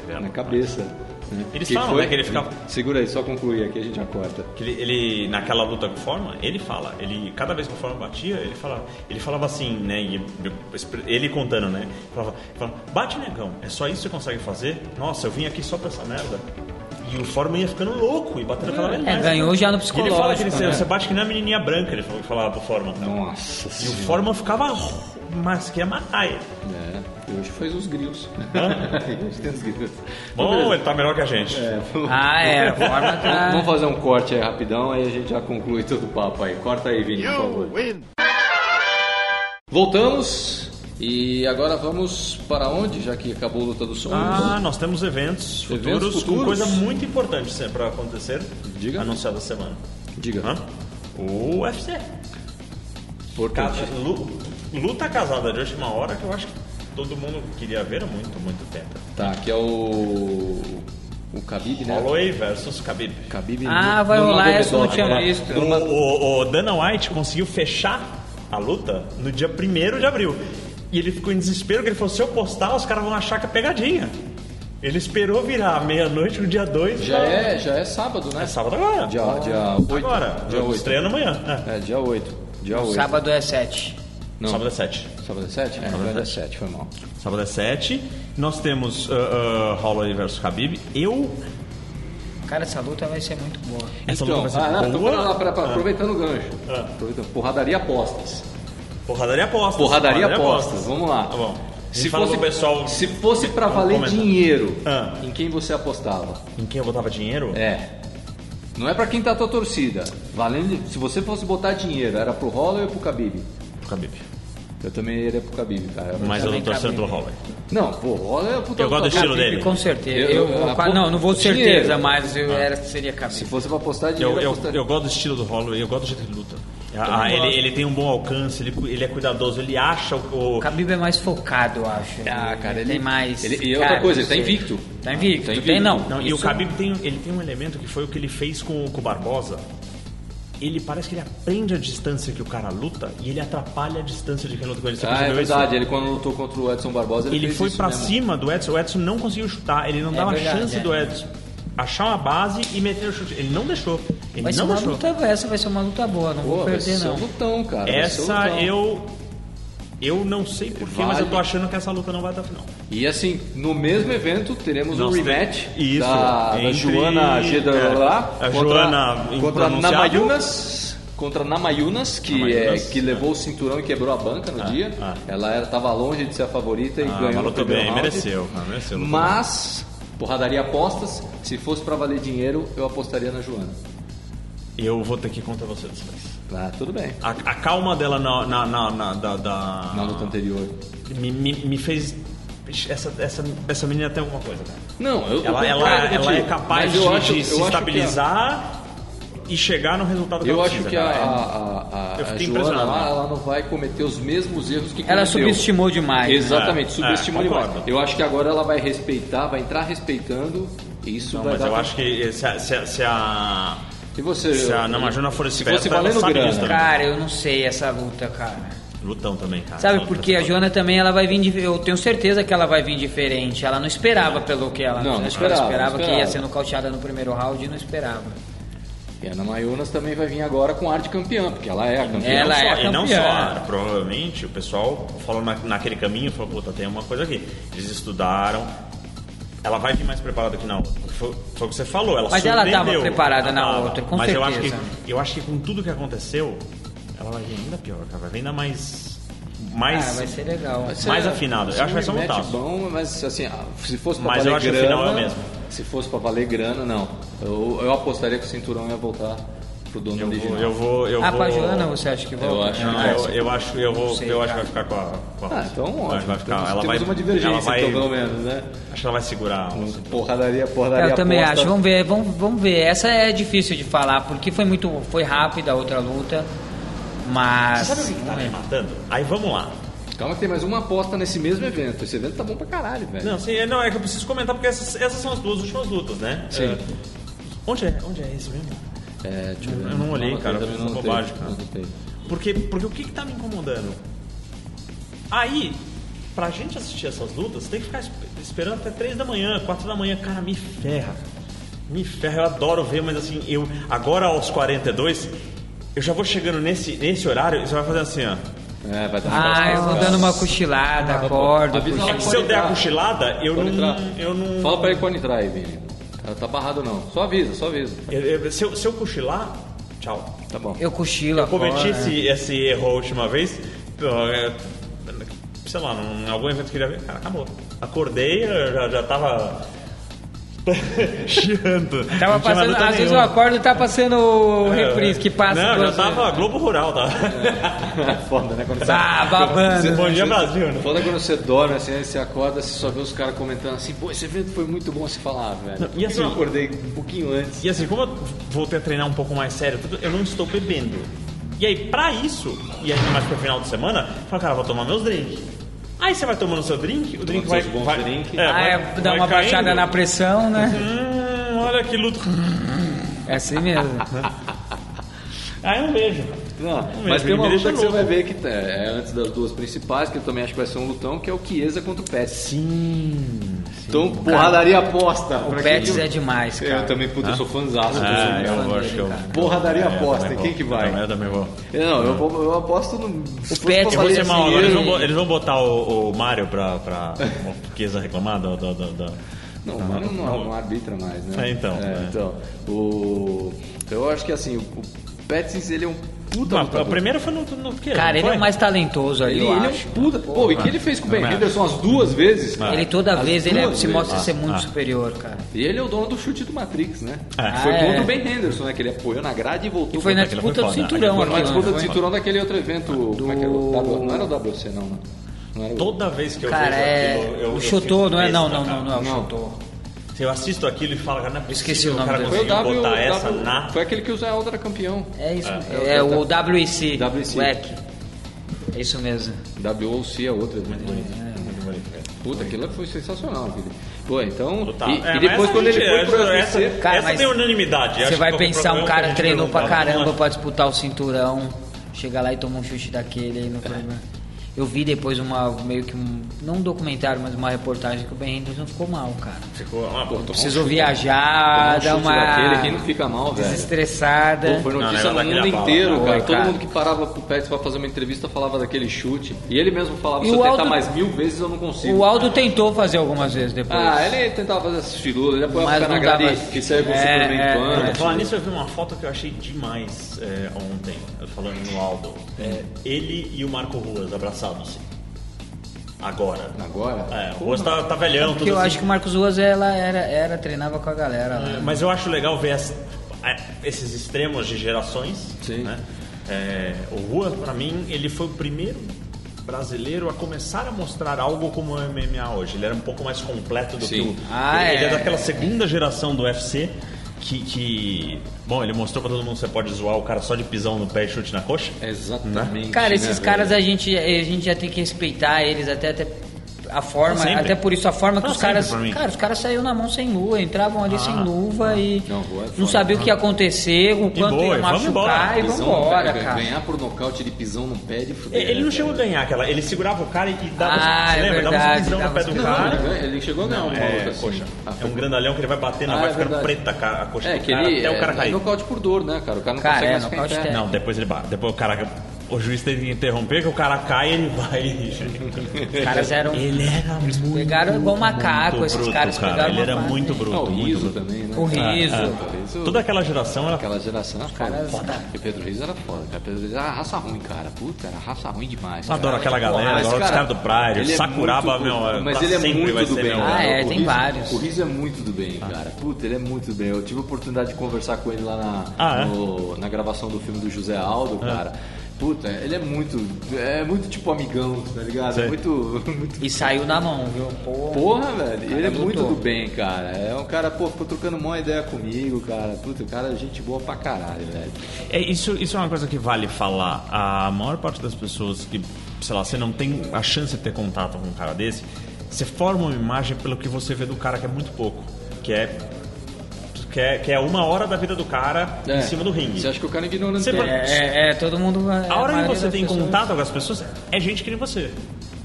Speaker 2: ele era
Speaker 1: na cabeça. né?
Speaker 2: Ah, é Eles falam, né, que ele ficava-
Speaker 1: Segura aí, só concluir aqui, a gente acorda.
Speaker 2: Que ele, ele- naquela luta com o Foreman, ele fala, ele cada vez que o Foreman batia, ele fala, ele falava assim, né, e eu- eu- ele contando, né, falava, falava, bate negão, é só isso que você consegue fazer? Nossa, eu vim aqui só pra essa merda. E o Foreman ia ficando louco e batendo cada vez
Speaker 3: É,
Speaker 2: mais.
Speaker 3: ganhou já no
Speaker 2: então. E Ele fala que ele, é assim.
Speaker 3: psicológico, né?
Speaker 2: você bate que nem a menininha branca, ele falou- falava pro Foreman.
Speaker 1: Nossa
Speaker 2: E o Foreman ficava, mas queria matar ele.
Speaker 1: É, e hoje faz os grilos. hoje tem os grilos.
Speaker 2: Bom, ele tá melhor que a gente.
Speaker 3: Ah, é. a Forma
Speaker 2: Ah.
Speaker 1: Vamos-
Speaker 3: tá...
Speaker 1: Vamos fazer um corte aí rapidão, aí a gente já conclui todo o papo aí. Corta aí, Vini, por favor. Voltamos e agora vamos para onde? Já que acabou a luta do som.
Speaker 2: Ah, nós temos
Speaker 1: Eventos
Speaker 2: eventos, futuros,
Speaker 1: futuros.
Speaker 2: com coisa muito importante sempre pra acontecer.
Speaker 1: Diga.
Speaker 2: Anunciada essa semana.
Speaker 1: Diga.
Speaker 2: Hã? O UFC.
Speaker 1: Importante.
Speaker 2: Casa- lu- Luta casada de última hora que eu acho que todo mundo queria ver há muito, muito tempo.
Speaker 1: Tá, que é Tá, o O Khabib, né?
Speaker 2: Holloway versus Khabib.
Speaker 1: Khabib
Speaker 3: Ah,
Speaker 1: no-
Speaker 3: vai
Speaker 1: no-
Speaker 3: rolar,
Speaker 1: no
Speaker 3: essa eu não
Speaker 1: Dodoc,
Speaker 3: tinha
Speaker 1: né?
Speaker 3: visto.
Speaker 1: Numa-
Speaker 2: O, o Dana White conseguiu fechar a luta no dia 1 de abril. E ele ficou em desespero, que ele falou, se eu postar, os caras vão achar que é pegadinha. Ele esperou virar meia-noite no dia 2.
Speaker 1: Já é, já é sábado, né?
Speaker 2: É sábado agora.
Speaker 1: Dia, dia 8.
Speaker 2: Agora.
Speaker 1: Dia 8.
Speaker 2: Estreia amanhã.
Speaker 1: É, dia 8. Dia 8.
Speaker 3: Sábado é 7.
Speaker 2: É.
Speaker 1: Não.
Speaker 2: Sábado é 7.
Speaker 1: Sábado é 7? É, sábado é 7, foi mal.
Speaker 2: Sábado é 7. Nós temos uh, uh, Holloway versus Khabib. Eu...
Speaker 3: Cara, essa luta vai ser muito boa.
Speaker 2: Essa
Speaker 1: Então,
Speaker 2: luta vai ser
Speaker 1: ah, não, tô
Speaker 2: boa.
Speaker 1: falando lá, pra- pra-
Speaker 2: Ah.
Speaker 1: aproveitando o gancho. Aproveitando, porradaria apostas.
Speaker 2: Porradaria apostas.
Speaker 1: Porradaria apostas, vamos lá.
Speaker 2: Tá bom.
Speaker 1: Se
Speaker 2: fala
Speaker 1: fosse,
Speaker 2: do pessoal...
Speaker 1: se fosse pra valer
Speaker 2: Comenta.
Speaker 1: dinheiro,
Speaker 2: Ah.
Speaker 1: em quem você apostava?
Speaker 2: Em quem eu botava dinheiro?
Speaker 1: É. Não é pra quem tá a tua torcida. Valendo, se você fosse botar dinheiro, era pro Holloway ou é pro Khabib?
Speaker 2: Pro Khabib.
Speaker 1: Eu também iria pro Khabib, cara.
Speaker 2: Mas eu
Speaker 3: também
Speaker 2: tô torcendo pelo
Speaker 3: Khabib.
Speaker 2: Holloway.
Speaker 1: Não, pô, Holloway é o puta
Speaker 2: Eu gosto do estilo
Speaker 1: Khabib.
Speaker 2: dele. Ah.
Speaker 3: Com certeza.
Speaker 1: Eu-
Speaker 3: Eu,
Speaker 1: eu-
Speaker 3: quase- não, não vou
Speaker 1: dinheiro.
Speaker 3: certeza, mas eu era, seria Khabib.
Speaker 1: Se fosse pra apostar dinheiro,
Speaker 2: Eu, eu,
Speaker 1: apostaria.
Speaker 2: eu gosto do estilo do Holloway, eu gosto do jeito que ele luta. Ah,
Speaker 3: gosto.
Speaker 2: ele, ele tem um bom alcance, ele, cu- ele é cuidadoso, ele acha o. o-
Speaker 3: O Khabib é mais focado, eu acho.
Speaker 1: Ah, cara, ele-
Speaker 3: tem mais.
Speaker 1: ele- e outra coisa,
Speaker 3: não
Speaker 1: ele tá
Speaker 3: sei.
Speaker 1: invicto.
Speaker 3: Tá invicto.
Speaker 1: Tá invicto.
Speaker 3: Tem não.
Speaker 2: Não, e o
Speaker 3: Isso.
Speaker 2: Khabib tem, ele tem um elemento que foi o que ele fez com, o- com o Barbosa. Ele parece que ele aprende a distância que o cara luta e ele atrapalha a distância tipo de quem luta com ele. Você
Speaker 1: Ah, é
Speaker 2: percebeu isso?
Speaker 1: verdade. Ele quando lutou contra o Edson Barbosa, ele,
Speaker 2: Ele
Speaker 1: fez
Speaker 2: foi
Speaker 1: isso né,
Speaker 2: pra
Speaker 1: mesmo.
Speaker 2: cima do Edson, o Edson não conseguiu chutar, ele não dava
Speaker 3: verdade,
Speaker 2: chance
Speaker 3: é.
Speaker 2: do Edson. Achar uma base e meter o chute. Ele não deixou. Ele
Speaker 3: Vai ser
Speaker 2: não
Speaker 3: uma
Speaker 2: deixou.
Speaker 3: luta,
Speaker 1: tá
Speaker 3: essa vai ser uma luta boa, não
Speaker 1: Pô,
Speaker 3: vou
Speaker 1: vai
Speaker 3: perder
Speaker 1: ser
Speaker 3: não.
Speaker 1: um lutão, cara. vai ser um
Speaker 2: Essa
Speaker 1: lutão.
Speaker 2: eu. Eu não sei porquê, mas
Speaker 1: Vale.
Speaker 2: eu tô achando que essa luta não vai até o final.
Speaker 1: E assim, no mesmo evento, teremos um
Speaker 2: Nós
Speaker 1: rematch
Speaker 2: tem- Isso.
Speaker 1: da, da
Speaker 2: Entre-
Speaker 1: Joana Gedalá
Speaker 2: é, a
Speaker 1: contra,
Speaker 2: Joana
Speaker 1: contra
Speaker 2: impronunciável.
Speaker 1: Namayunas. Contra Namayunas, que,
Speaker 2: Namayunas,
Speaker 1: é, que levou o cinturão e quebrou a banca no dia.
Speaker 2: ah.
Speaker 1: Ela era, tava longe de ser a favorita e
Speaker 2: Ah,
Speaker 1: ganhou
Speaker 2: mas
Speaker 1: no
Speaker 2: lutou
Speaker 1: primeiro
Speaker 2: bem,
Speaker 1: round.
Speaker 2: mereceu, cara, mereceu, lutou
Speaker 1: Mas, porradaria apostas, se fosse pra valer dinheiro, eu apostaria na Joana.
Speaker 2: Eu vou ter que ir contra você dessa vez.
Speaker 1: Ah, tudo bem.
Speaker 2: A, a calma dela na, na, na, na- da, da-
Speaker 1: Na luta anterior.
Speaker 2: Me, me, me fez. Ixi, Essa, essa, essa menina tem alguma coisa, cara.
Speaker 1: Não, eu eu
Speaker 2: Ela,
Speaker 1: concordo
Speaker 2: ela, ela é
Speaker 1: contigo,
Speaker 2: capaz
Speaker 1: mas
Speaker 2: de,
Speaker 1: eu acho-
Speaker 2: de
Speaker 1: eu
Speaker 2: se
Speaker 1: acho que a-
Speaker 2: estabilizar e chegar no resultado que
Speaker 1: Eu né?
Speaker 2: ela
Speaker 1: acho
Speaker 2: precisa,
Speaker 1: que a,
Speaker 2: cara. É-
Speaker 1: a, a, a
Speaker 2: Eu fiquei
Speaker 1: Joana
Speaker 2: impressionado,
Speaker 1: lá,
Speaker 2: né?
Speaker 1: ela não vai cometer os mesmos erros que cometeu.
Speaker 3: Ela subestimou
Speaker 1: né?
Speaker 3: demais. né?
Speaker 1: Exatamente,
Speaker 2: É,
Speaker 1: subestimou
Speaker 2: é,
Speaker 1: demais.
Speaker 2: concordo.
Speaker 1: Eu acho que agora ela vai respeitar, vai entrar respeitando. E isso
Speaker 2: Não,
Speaker 1: vai
Speaker 2: mas
Speaker 1: dar
Speaker 2: eu
Speaker 1: pra-
Speaker 2: acho que se a. Se a, se a
Speaker 1: E você,
Speaker 2: se a
Speaker 1: eu-
Speaker 2: Namajuna for
Speaker 1: se
Speaker 2: esperta,
Speaker 1: fosse
Speaker 2: ela
Speaker 1: valendo
Speaker 2: sabe
Speaker 1: grana,
Speaker 2: disso
Speaker 3: Né?
Speaker 2: também.
Speaker 3: Cara, eu não sei essa luta, cara.
Speaker 1: Ah,
Speaker 2: Lutão também, cara.
Speaker 3: Sabe
Speaker 2: Essa
Speaker 3: por
Speaker 2: luta
Speaker 3: quê?
Speaker 2: tá
Speaker 3: A
Speaker 2: foda.
Speaker 3: Joana também ela vai vir dif- eu tenho certeza que ela vai vir diferente. Ela não esperava pelo que ela
Speaker 1: Não, não
Speaker 3: ela
Speaker 1: esperava, não
Speaker 3: que ia
Speaker 1: esperava.
Speaker 3: ser nocauteada no primeiro round e não esperava.
Speaker 1: E a Ana Mayunas também vai vir agora com ar de campeã, porque ela é a campeã.
Speaker 3: Ela
Speaker 2: só-
Speaker 3: é
Speaker 2: E não
Speaker 3: campeã.
Speaker 2: só, ah, provavelmente o pessoal falou na- naquele caminho, falou, puta, tem uma coisa aqui. Eles estudaram. Ela vai vir mais preparada que na outra. Foi, foi o que você falou, ela
Speaker 3: Mas ela tava
Speaker 2: surpreendeu.
Speaker 3: preparada na
Speaker 2: tava.
Speaker 3: outra, com
Speaker 2: Mas eu acho, que,
Speaker 3: certeza.
Speaker 2: eu acho que com tudo que aconteceu, ela vai vir ainda pior, cara. Vai vir ainda mais... mais
Speaker 3: Ah, vai ser legal.
Speaker 1: Vai ser-
Speaker 2: mais afinado. Eu
Speaker 1: ser
Speaker 2: acho que vai ser um
Speaker 1: rematch
Speaker 2: lutaço.
Speaker 1: bom, mas assim, ah, se fosse pra
Speaker 2: Mas
Speaker 1: valer
Speaker 2: eu acho que o
Speaker 1: grana,
Speaker 2: final é o mesmo.
Speaker 1: Se fosse pra valer grana, não. Eu, eu apostaria que o cinturão ia voltar pro dono
Speaker 2: Eu
Speaker 1: original.
Speaker 2: vou... Eu vou, eu
Speaker 3: ah,
Speaker 2: vou...
Speaker 3: pra Joana você é acha que volta? Ah,
Speaker 1: Eu acho.
Speaker 2: Não, eu, eu acho, eu vou,
Speaker 3: sei,
Speaker 2: eu acho que
Speaker 3: cara.
Speaker 2: vai ficar com a, com a
Speaker 1: Ah,
Speaker 2: Rússia.
Speaker 1: então
Speaker 2: Eu
Speaker 1: ótimo.
Speaker 2: acho que vai ficar.
Speaker 1: Temos,
Speaker 2: ela
Speaker 1: temos
Speaker 2: vai,
Speaker 1: uma divergência,
Speaker 2: ela vai,
Speaker 1: então, pelo menos, né?
Speaker 2: Acho que ela vai segurar. a Rússia.
Speaker 1: Porradaria,
Speaker 3: É,
Speaker 1: porradaria
Speaker 3: Eu também
Speaker 1: aposta.
Speaker 3: acho. Vamos ver, vamos, vamos ver. Essa é difícil de falar porque foi muito, foi rápida a outra luta, mas.
Speaker 2: Sabe o que que tá me matando? Aí vamos lá.
Speaker 1: Calma que tem mais uma aposta nesse mesmo evento. Esse evento tá bom pra caralho, velho.
Speaker 2: Não, sim, é- não, é que eu preciso comentar porque essas, essas são as duas últimas lutas, né?
Speaker 1: Sim.
Speaker 2: É, onde, é, onde é esse mesmo?
Speaker 1: É, deixa ver.
Speaker 2: Eu não olhei, cara,
Speaker 1: anotei,
Speaker 2: eu fiz uma
Speaker 1: anotei,
Speaker 2: bobagem, cara.
Speaker 1: anotei.
Speaker 2: Porque, porque o que, que tá me incomodando? Aí, pra gente assistir essas lutas, tem que ficar esp- esperando até 3 da manhã, 4 da manhã. Cara, me ferra. Me ferra, eu adoro ver, mas assim, eu agora aos 42, eu já vou chegando nesse, nesse horário e você vai fazer assim, ó.
Speaker 1: É, vai dar
Speaker 3: Ah, eu vou dando uma cochilada, acordo.
Speaker 1: Avisa
Speaker 3: cochilo.
Speaker 1: lá
Speaker 2: É que se eu der a cochilada, eu
Speaker 1: Pode
Speaker 2: não.
Speaker 1: entrar.
Speaker 2: Eu não
Speaker 1: Fala pra ele quando entrar aí, Vini. Ela tá barrado não. Só avisa, só avisa.
Speaker 2: Eu- eu- se, eu, se eu cochilar, tchau.
Speaker 1: Tá bom.
Speaker 3: Eu cochilo.
Speaker 2: Cometi
Speaker 3: acordo.
Speaker 2: esse, esse erro a última vez, eh, sei lá, num- em algum evento que eu queria ver, cara, acabou. Acordei, eu já, já tava chiando. não
Speaker 3: Tava
Speaker 2: tinha mais
Speaker 3: passando,
Speaker 2: luta
Speaker 3: às vezes eu
Speaker 2: nenhuma.
Speaker 3: acordo e tá passando o
Speaker 2: É,
Speaker 3: reprise que passa.
Speaker 2: Não, já
Speaker 3: duas
Speaker 2: tava
Speaker 3: vezes.
Speaker 2: Globo Rural, tá?
Speaker 1: Foda, né? Quando É
Speaker 3: Ah, babando.
Speaker 2: Bom dia, Brasil, né?
Speaker 1: Foda quando você dorme, assim, aí você acorda, você só vê os caras comentando assim, pô, esse evento foi muito bom se falar, velho.
Speaker 2: Não, e
Speaker 1: Por que
Speaker 2: assim,
Speaker 1: eu acordei um pouquinho antes.
Speaker 2: E assim, como eu voltei a treinar um pouco mais sério, tudo, eu não estou bebendo. E aí, pra isso, e aí mais pro final de semana, eu falo, cara, eu vou tomar meus drinks. Aí você vai tomando seu drink, o drink vai,
Speaker 1: seus bons
Speaker 2: vai,
Speaker 1: drink.
Speaker 3: Ah,
Speaker 2: vai-
Speaker 3: é, dá
Speaker 2: vai
Speaker 3: uma
Speaker 2: caindo.
Speaker 3: baixada na pressão, né?
Speaker 2: Hum, cara que luta.
Speaker 3: É assim mesmo.
Speaker 2: Ah, eu não vejo.
Speaker 1: Não,
Speaker 2: Não,
Speaker 1: mas
Speaker 2: mas
Speaker 1: tem
Speaker 2: ele
Speaker 1: uma
Speaker 2: me
Speaker 1: luta que
Speaker 2: deixa
Speaker 1: você
Speaker 2: louco.
Speaker 1: vai ver que tá- é antes das duas principais, que eu também acho que vai ser um lutão, que é o Chiesa contra o Pets.
Speaker 2: Sim.
Speaker 1: Então, porradaria aposta.
Speaker 3: O
Speaker 1: Pra quem
Speaker 3: Pets
Speaker 1: que-
Speaker 3: é demais,
Speaker 1: Eu
Speaker 3: cara.
Speaker 1: também, puta, eu sou fãzaço do
Speaker 2: Ah,
Speaker 1: filme.
Speaker 2: eu
Speaker 3: Fã
Speaker 2: acho que eu.
Speaker 3: dele, cara.
Speaker 1: Porradaria
Speaker 2: É, eu
Speaker 1: aposta,
Speaker 2: também
Speaker 1: quem
Speaker 2: vou.
Speaker 1: que vai?
Speaker 2: Eu também- Eu também vou.
Speaker 1: É, Não, eu, eu aposto no. se fosse
Speaker 3: Pets
Speaker 1: pra assim,
Speaker 3: Eu
Speaker 2: Eu vou
Speaker 1: valer
Speaker 2: ser mal agora.
Speaker 1: dinheiro-
Speaker 2: Eles vão, bo- eles vão botar o, o Mário pra, pra uma riqueza reclamar da. da, da, da-
Speaker 1: Não, o Mário não, não arbitra mais, né?
Speaker 2: É, então,
Speaker 1: É,
Speaker 2: é.
Speaker 1: então. O... Eu acho que assim, o o Pets ele é um puta.
Speaker 2: Não,
Speaker 1: lutador.
Speaker 2: a primeira foi no, no que?
Speaker 3: Cara, ele é
Speaker 2: foi?
Speaker 3: o mais talentoso ali,
Speaker 1: Ele,
Speaker 3: eu
Speaker 1: ele é
Speaker 3: acho.
Speaker 1: um puta. Pô, e o que ele fez com o Ben
Speaker 2: Também
Speaker 1: Henderson as duas vezes?
Speaker 2: Ah.
Speaker 3: Ele toda
Speaker 1: As
Speaker 3: vez ele é-
Speaker 1: duas
Speaker 3: se
Speaker 1: vezes.
Speaker 3: mostra ser muito
Speaker 2: Ah.
Speaker 3: superior, cara.
Speaker 1: E ele é o dono do chute do Matrix, né?
Speaker 2: Ah,
Speaker 1: Foi
Speaker 3: é.
Speaker 1: contra o Ben Henderson, né? Que ele apoiou na grade e voltou.
Speaker 3: E foi na
Speaker 2: Aquilo foi né?
Speaker 3: disputa do
Speaker 2: foda.
Speaker 3: cinturão,
Speaker 2: Aquilo
Speaker 1: Foi na
Speaker 3: aquilo,
Speaker 1: disputa
Speaker 3: não
Speaker 1: do
Speaker 3: foi?
Speaker 1: cinturão daquele outro evento.
Speaker 2: Ah,
Speaker 1: Como é que era? O W- Não era o WC, não, né? Não era o-
Speaker 2: Toda vez que eu
Speaker 3: Cara,
Speaker 2: vejo
Speaker 3: é.
Speaker 2: aquilo, eu- eu,
Speaker 3: o
Speaker 2: eu
Speaker 3: Chotô,
Speaker 2: fico
Speaker 3: não é? Não,
Speaker 2: besta,
Speaker 3: não,
Speaker 2: cara.
Speaker 3: não, não é o
Speaker 1: Não.
Speaker 3: Chotô.
Speaker 2: Se eu assisto aquilo e falo, cara, não é possível
Speaker 3: Esqueci o
Speaker 2: que
Speaker 3: nome
Speaker 2: cara
Speaker 3: dele.
Speaker 1: Foi o
Speaker 2: conseguiu
Speaker 1: W.
Speaker 2: botar
Speaker 1: o
Speaker 2: essa
Speaker 1: W-
Speaker 2: na.
Speaker 1: Foi aquele que o Zé Aldo era campeão.
Speaker 3: É isso.
Speaker 1: É,
Speaker 3: É,
Speaker 1: é
Speaker 3: o
Speaker 1: o
Speaker 3: WIC.
Speaker 1: WIC.
Speaker 3: WEC. É isso mesmo.
Speaker 1: WOC é outra. né?
Speaker 2: Muito bonito, cara.
Speaker 1: Puta, aquilo foi sensacional. Aquele. Pô, então.
Speaker 2: Total.
Speaker 1: E,
Speaker 2: É,
Speaker 1: e
Speaker 2: mas
Speaker 1: depois
Speaker 2: essa
Speaker 1: quando ele
Speaker 2: gente-
Speaker 1: foi pro
Speaker 2: essa,
Speaker 1: UFC.
Speaker 2: essa,
Speaker 3: Cara,
Speaker 2: essa
Speaker 3: mas
Speaker 2: tem um unanimidade.
Speaker 3: Você
Speaker 2: Acho
Speaker 3: vai
Speaker 2: que foi o
Speaker 3: pensar, um
Speaker 2: programa que a
Speaker 3: cara
Speaker 2: gente
Speaker 3: treinou pra
Speaker 2: perguntava,
Speaker 3: caramba
Speaker 2: vamos
Speaker 3: pra disputar o cinturão, chega lá e toma um chute daquele aí no programa. Eu vi depois uma, meio que um, não um documentário, mas uma reportagem que o Ben Henderson ficou mal, cara.
Speaker 2: lá. Ficou "Ah, uma
Speaker 1: Pô, tomou um
Speaker 3: Precisou
Speaker 1: chute- tomou
Speaker 3: viajar,
Speaker 1: um
Speaker 3: dar
Speaker 1: chute
Speaker 3: uma
Speaker 1: daquele, quem não fica mal, velho?
Speaker 3: desestressada.
Speaker 1: Pô, foi
Speaker 2: Não,
Speaker 1: notícia
Speaker 2: negócio
Speaker 1: no mundo
Speaker 2: daquele abalo,
Speaker 1: inteiro,
Speaker 3: né?
Speaker 1: cara.
Speaker 3: Foi,
Speaker 1: Todo
Speaker 3: cara.
Speaker 1: mundo que parava pro Pets pra fazer uma entrevista falava daquele chute. E ele mesmo falava,
Speaker 3: E
Speaker 1: se
Speaker 3: o
Speaker 1: eu tentar
Speaker 3: Aldo-
Speaker 1: mais mil vezes eu não consigo.
Speaker 3: o Aldo tentou fazer algumas vezes depois.
Speaker 1: Ah, ele tentava fazer essas firulas, ele apoiava
Speaker 3: Mas
Speaker 1: ficar na
Speaker 3: não
Speaker 1: grade
Speaker 3: dava-
Speaker 1: que saiu com o
Speaker 3: É,
Speaker 1: Superman
Speaker 3: é,
Speaker 1: pano.
Speaker 3: é.
Speaker 2: Falar nisso, eu vi uma foto que eu achei demais é, ontem, falando no Aldo. É, ele e o Marco Ruas abraçados. assim. Agora.
Speaker 1: Agora?
Speaker 2: É, o Ruas tá, tá velhão,
Speaker 3: Porque
Speaker 2: tudo
Speaker 3: eu
Speaker 2: assim.
Speaker 3: acho que o Marcos Ruas ela era, era treinava com a galera lá.
Speaker 2: Mas eu acho legal ver essa- é, esses extremos de gerações.
Speaker 1: Sim.
Speaker 2: né? É, o Ruas, pra mim, ele foi o primeiro brasileiro a começar a mostrar algo como o MMA hoje. Ele era um pouco mais completo do que
Speaker 1: Sim.
Speaker 2: o...
Speaker 3: Ah,
Speaker 2: ele ele
Speaker 3: é.
Speaker 2: é daquela segunda geração do UFC que... que- Bom, ele mostrou pra todo mundo que você pode zoar o cara só de pisão no pé e chute na coxa.
Speaker 1: Exatamente.
Speaker 3: Cara,
Speaker 1: né,
Speaker 3: esses
Speaker 1: velho?
Speaker 3: caras a gente, a gente já tem que respeitar eles até, até a forma,
Speaker 2: Não, sempre.
Speaker 3: até por isso a forma que
Speaker 2: Não,
Speaker 3: os caras,
Speaker 2: sempre, pra mim.
Speaker 3: cara, os caras saíam na mão sem luva, entravam ali sem luva e
Speaker 1: Não,
Speaker 3: não,
Speaker 1: boa,
Speaker 3: sabiam
Speaker 1: foda.
Speaker 3: o que ia acontecer, o quanto
Speaker 2: boa,
Speaker 3: ia
Speaker 2: e vamos
Speaker 3: machucar
Speaker 2: embora.
Speaker 3: e
Speaker 1: Pisão no pé,
Speaker 3: vambora,
Speaker 1: velho.
Speaker 3: cara.
Speaker 1: Ganhar por nocaute de pisão no pé de fuder.
Speaker 2: Ele
Speaker 1: né,
Speaker 2: não chegou a ganhar aquela. Ele segurava o cara e dava.
Speaker 3: é. Ah,
Speaker 2: você
Speaker 3: é
Speaker 2: lembra? dava
Speaker 3: verdade,
Speaker 2: um pisão no
Speaker 3: dava
Speaker 2: pé
Speaker 3: uns
Speaker 2: do
Speaker 1: velho?
Speaker 3: pisão.
Speaker 1: Não,
Speaker 2: cara.
Speaker 1: ele, ganha- ele chegou a ganhar uma
Speaker 2: é,
Speaker 1: outra, assim.
Speaker 2: coxa.
Speaker 1: Ah,
Speaker 2: É um grandalhão que ele vai bater na
Speaker 1: Ah,
Speaker 2: vai
Speaker 1: é
Speaker 2: ficando
Speaker 1: verdade.
Speaker 2: preta a ca- a coxa
Speaker 1: É,
Speaker 2: do
Speaker 1: que
Speaker 2: cara
Speaker 1: ele
Speaker 2: até o cara
Speaker 1: é, é
Speaker 2: cair.
Speaker 1: nocaute por dor, né, cara? O cara não
Speaker 3: um Cara,
Speaker 1: consegue
Speaker 3: é,
Speaker 1: mais ficar em
Speaker 3: nocaute
Speaker 1: pé.
Speaker 3: técnico.
Speaker 2: Não, depois ele bate. Depois o cara. O juiz teve que interromper, que o cara cai e ele vai.
Speaker 3: Os caras eram
Speaker 2: Ele era muito.
Speaker 3: Pegaram igual macaco,
Speaker 2: muito
Speaker 3: esses
Speaker 2: bruto,
Speaker 3: caras
Speaker 2: cara.
Speaker 3: pegaram
Speaker 2: Ele
Speaker 3: uma
Speaker 2: era
Speaker 3: fase.
Speaker 2: muito bruto.
Speaker 1: Ah, o
Speaker 2: muito
Speaker 1: riso
Speaker 2: bruto. É,
Speaker 1: também, né?
Speaker 3: o riso.
Speaker 1: Riso.
Speaker 2: Toda aquela geração era.
Speaker 1: Aquela geração era
Speaker 3: Cara,
Speaker 1: foda.
Speaker 3: foda.
Speaker 1: E Pedro Reis era foda, cara. Pedro Reis era raça ruim, cara. Puta, era raça ruim demais.
Speaker 2: Eu
Speaker 1: Cara. Tipo,
Speaker 2: adoro aquela
Speaker 1: Mas,
Speaker 2: galera, adoro os caras do Pride,
Speaker 1: ele é
Speaker 2: Sakuraba,
Speaker 1: muito-
Speaker 2: meu.
Speaker 1: Mas
Speaker 2: pra
Speaker 1: ele é
Speaker 2: sempre vai
Speaker 1: muito do
Speaker 2: ser
Speaker 1: bem,
Speaker 2: meu. Ah.
Speaker 1: cara.
Speaker 3: Ah, é,
Speaker 1: O
Speaker 3: tem
Speaker 1: Riso-
Speaker 3: vários.
Speaker 1: O Riso é muito do bem, cara. Puta, ele é muito do bem. Eu tive a oportunidade de conversar com ele lá na,
Speaker 2: Ah, é?
Speaker 1: no- na gravação do filme do José Aldo, cara. Puta, ele é muito. É muito tipo amigão, tá ligado? É
Speaker 2: Sei.
Speaker 1: muito, muito
Speaker 3: E saiu na mão, viu? Pô.
Speaker 1: Porra, velho, ele é
Speaker 3: lutou.
Speaker 1: muito do bem, cara. É um cara, pô, ficou trocando uma ideia comigo, cara. Puta, o cara é gente boa pra caralho, velho.
Speaker 2: É, isso, isso é uma coisa que vale falar. A maior parte das pessoas que, sei lá, você não tem a chance de ter contato com um cara desse, você forma uma imagem pelo que você vê do cara, que é muito pouco. Que é, que é, que é uma hora da vida do cara
Speaker 1: É.
Speaker 2: em cima do ringue.
Speaker 1: Você acha que o cara é ignorante?
Speaker 2: Você vai-
Speaker 3: É, é, é, todo mundo.
Speaker 2: A hora que
Speaker 3: maioria
Speaker 2: você
Speaker 3: das
Speaker 2: tem
Speaker 3: pessoas-
Speaker 2: contato com as pessoas é gente que nem você.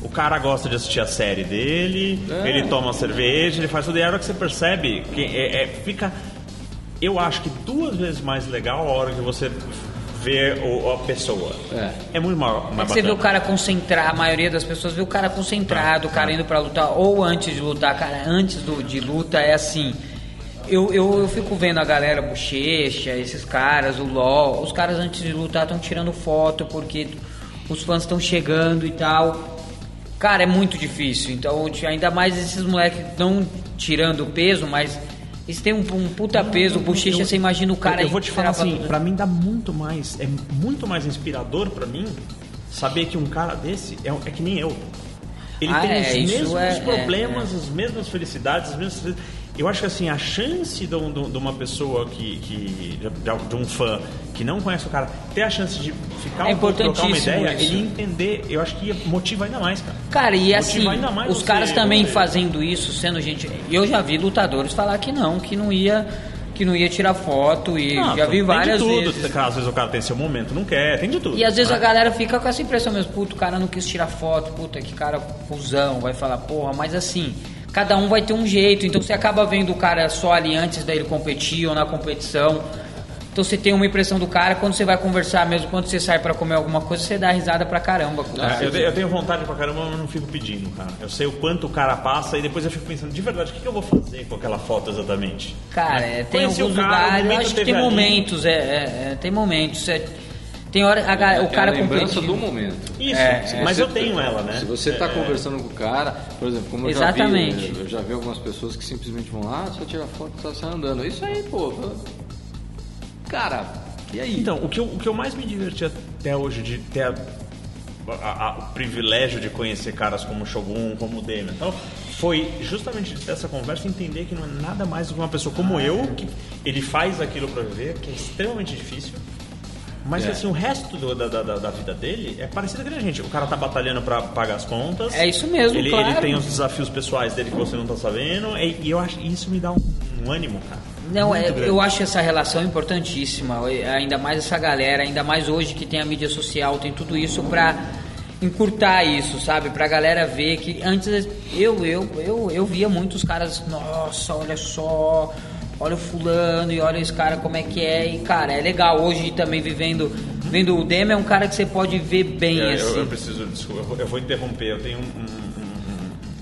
Speaker 2: O cara gosta de assistir a série dele,
Speaker 1: É.
Speaker 2: ele toma cerveja, ele faz tudo. E a hora que você percebe, que é, é- fica. Eu acho que duas vezes mais legal a hora que você vê o- a pessoa.
Speaker 1: É.
Speaker 2: É, muito maior, mais
Speaker 3: Você vê o
Speaker 2: bacana.
Speaker 3: cara concentrar, a maioria das pessoas vê o cara concentrado, o cara indo pra lutar, ou antes de lutar, cara, antes do, de luta é assim. Eu, eu, eu fico vendo a galera bochecha, esses caras, o LOL, os caras antes de lutar estão tirando foto porque os fãs estão chegando e tal. Cara, é muito difícil. Então, ti- ainda mais esses moleques não tirando peso, mas eles têm um, um puta peso, bochecha, você imagina o cara
Speaker 2: Eu, eu vou te falar
Speaker 3: esperar pra-
Speaker 2: assim, pra mim dá muito mais. É muito mais inspirador pra mim saber que um cara desse é, é que nem eu. Ele
Speaker 3: Ah,
Speaker 2: tem
Speaker 3: é,
Speaker 2: os
Speaker 3: isso
Speaker 2: mesmos
Speaker 3: é- é,
Speaker 2: problemas, as mesmas felicidades, as mesmas. Eu acho que assim, a chance de, um- de um- de uma pessoa que. que de, de um fã que não conhece o cara ter a chance de ficar
Speaker 3: É
Speaker 2: um pouco, trocar uma
Speaker 3: importantíssimo
Speaker 2: ideia,
Speaker 3: isso.
Speaker 2: ele entender, eu acho que motiva ainda mais, cara.
Speaker 3: Cara, e
Speaker 2: Motiva
Speaker 3: assim,
Speaker 2: ainda mais
Speaker 3: os
Speaker 2: você- né,
Speaker 3: caras também
Speaker 2: você-
Speaker 3: fazendo isso, sendo gente. Eu já vi lutadores falar que não, que não ia que não ia tirar foto e
Speaker 2: Ah,
Speaker 3: já vi
Speaker 2: tem
Speaker 3: várias
Speaker 2: de tudo.
Speaker 3: vezes.
Speaker 2: Às vezes o cara tem seu momento, não quer, tem de tudo.
Speaker 3: E às vezes
Speaker 2: né?
Speaker 3: a galera fica com essa impressão mesmo, puto, o cara não quis tirar foto, puta, que cara fusão, vai falar, porra, mas assim, cada um vai ter um jeito, então você acaba vendo o cara só ali antes dele competir ou na competição. Então você tem uma impressão do cara, quando você vai conversar mesmo, quando você sai pra comer alguma coisa, você dá risada pra caramba. com o cara.
Speaker 2: Ah, eu, te- eu tenho vontade pra caramba, mas eu não fico pedindo, cara. Eu sei o quanto o cara passa e depois eu fico pensando, de verdade, o que que eu vou fazer com aquela foto exatamente? Né?
Speaker 3: Cara, é, tem
Speaker 2: Conheci
Speaker 3: alguns
Speaker 2: o cara, o
Speaker 3: lugares, eu
Speaker 2: momento
Speaker 3: acho que
Speaker 2: teve
Speaker 3: tem
Speaker 2: ali.
Speaker 3: momentos, é, é, é, tem momentos. é, tem hora, a ga- Tá, o
Speaker 1: é a
Speaker 3: cara
Speaker 1: lembrança
Speaker 3: competindo.
Speaker 1: do momento.
Speaker 2: Isso,
Speaker 3: É,
Speaker 1: Se
Speaker 2: mas
Speaker 1: você- tá-
Speaker 2: eu tenho ela, né?
Speaker 1: Se você está conversando com o cara, por exemplo, como eu já
Speaker 3: Exatamente.
Speaker 1: vi, eu já vi algumas pessoas que simplesmente vão lá, "Ah, só tira foto e sai andando. Isso aí, pô. Cara, e aí?
Speaker 2: Então, o que, eu, o que eu mais me diverti até hoje de ter a- a- a- o privilégio de conhecer caras como o Shogun, como o Demian e tal, foi justamente dessa conversa entender que não é nada mais do que uma pessoa
Speaker 3: Ah,
Speaker 2: como
Speaker 3: é.
Speaker 2: eu, que ele faz aquilo pra viver, que é extremamente difícil. Mas que,
Speaker 1: É.
Speaker 2: assim, o resto do- da, da- da- da vida dele é parecido com a gente. O cara tá batalhando pra pagar as contas.
Speaker 3: É isso mesmo,
Speaker 2: ele,
Speaker 3: claro.
Speaker 2: ele tem os desafios pessoais dele que você não tá sabendo. E, e eu acho e isso me dá um, um ânimo, cara.
Speaker 3: Não,
Speaker 2: Muito
Speaker 3: é,
Speaker 2: grande.
Speaker 3: eu acho essa relação importantíssima, e ainda mais essa galera, ainda mais hoje que tem a mídia social, tem tudo isso pra encurtar isso, sabe? Pra galera ver que antes eu eu eu, eu via muitos caras, nossa, olha só, olha o fulano e olha esse cara como é que é, e cara, é legal hoje também vivendo, vendo o Demo é um cara que você pode ver bem
Speaker 2: É, eu,
Speaker 3: assim.
Speaker 2: eu preciso, desculpa, eu vou, eu vou interromper. Eu tenho um. um- um-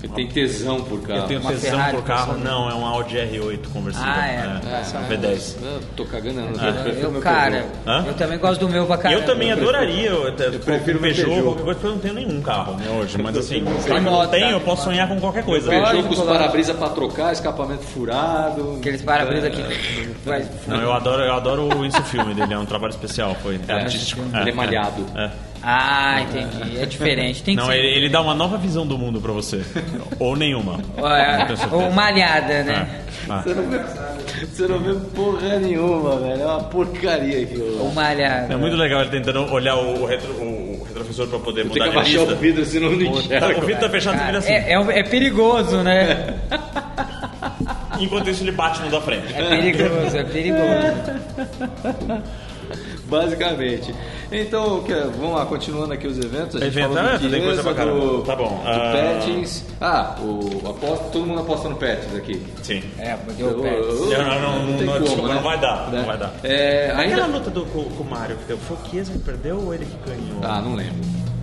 Speaker 1: Ele tem tesão por cara.
Speaker 2: eu tenho
Speaker 3: Uma
Speaker 2: tesão
Speaker 3: Ferrari
Speaker 2: por carro.
Speaker 3: passando.
Speaker 2: Não, é um Audi R8 conversível.
Speaker 3: Ah, é.
Speaker 2: é, um V10.
Speaker 1: Ah, Eu tô cagando. né? Eu,
Speaker 3: Ah, Eu, cara,
Speaker 2: Hã?
Speaker 3: eu também gosto do meu pra
Speaker 2: E
Speaker 3: caramba.
Speaker 2: eu também adoraria eu, até-
Speaker 1: prefiro
Speaker 2: um Peugeot,
Speaker 1: Peugeot.
Speaker 2: qualquer coisa, porque eu não tenho nenhum carro né, hoje. Mas assim, já que eu não
Speaker 3: Moto,
Speaker 2: tenho,
Speaker 3: tá?
Speaker 2: eu posso sonhar com qualquer coisa.
Speaker 3: Peugeot.
Speaker 1: Fechou
Speaker 3: lógico,
Speaker 1: com os
Speaker 3: claro.
Speaker 1: para-brisa pra trocar, escapamento furado.
Speaker 3: Aqueles para-brisa que
Speaker 2: É.
Speaker 3: vai
Speaker 2: Não, eu adoro, eu adoro esse filme dele, é um trabalho especial, foi artístico.
Speaker 1: ele é malhado.
Speaker 2: é.
Speaker 3: Ah, entendi. É diferente. Tem que
Speaker 2: Não,
Speaker 3: ser.
Speaker 2: ele, ele dá uma nova visão do mundo pra você. Ou nenhuma. Não tenho
Speaker 3: É,
Speaker 2: certeza.
Speaker 3: Ou malhada, né?
Speaker 2: É. Ah.
Speaker 1: Você não, vê, você não vê porra nenhuma, velho. É uma porcaria aquilo.
Speaker 3: Ou malhada.
Speaker 2: É muito legal ele tentando olhar o, retro, o o retrofusor pra poder
Speaker 1: Tem
Speaker 2: mudar
Speaker 1: que
Speaker 2: de
Speaker 1: abaixar
Speaker 2: vista.
Speaker 1: o vidro, senão não
Speaker 2: Tá,
Speaker 1: enxerga.
Speaker 2: o vidro tá fechado, você vira
Speaker 3: Cara,
Speaker 2: assim.
Speaker 3: é, é um- é perigoso, né?
Speaker 2: Enquanto isso, ele bate no da frente.
Speaker 3: É perigoso, é perigoso.
Speaker 1: Basicamente. Então, o que é? vamos lá, continuando aqui os eventos. A gente
Speaker 2: Evento,
Speaker 1: falou
Speaker 2: é,
Speaker 1: do
Speaker 2: tem
Speaker 1: Chiesa,
Speaker 2: coisa pra caramba.
Speaker 1: do-
Speaker 2: Tá bom,
Speaker 1: Do
Speaker 2: ah.
Speaker 1: Patins. Ah, o, aposta, todo mundo aposta no Patins aqui.
Speaker 2: Sim.
Speaker 3: É, deu pé.
Speaker 1: Eu- eu-
Speaker 2: Não, não, não, não,
Speaker 1: tem
Speaker 2: não,
Speaker 1: como,
Speaker 2: desculpa,
Speaker 1: né?
Speaker 2: não vai dar, não
Speaker 1: Né?
Speaker 2: vai dar.
Speaker 1: É,
Speaker 2: Aquela
Speaker 1: ainda...
Speaker 2: luta do, com, com o Mário que deu, foi o Chiesa que perdeu ou ele que ganhou?
Speaker 1: Ah, não lembro.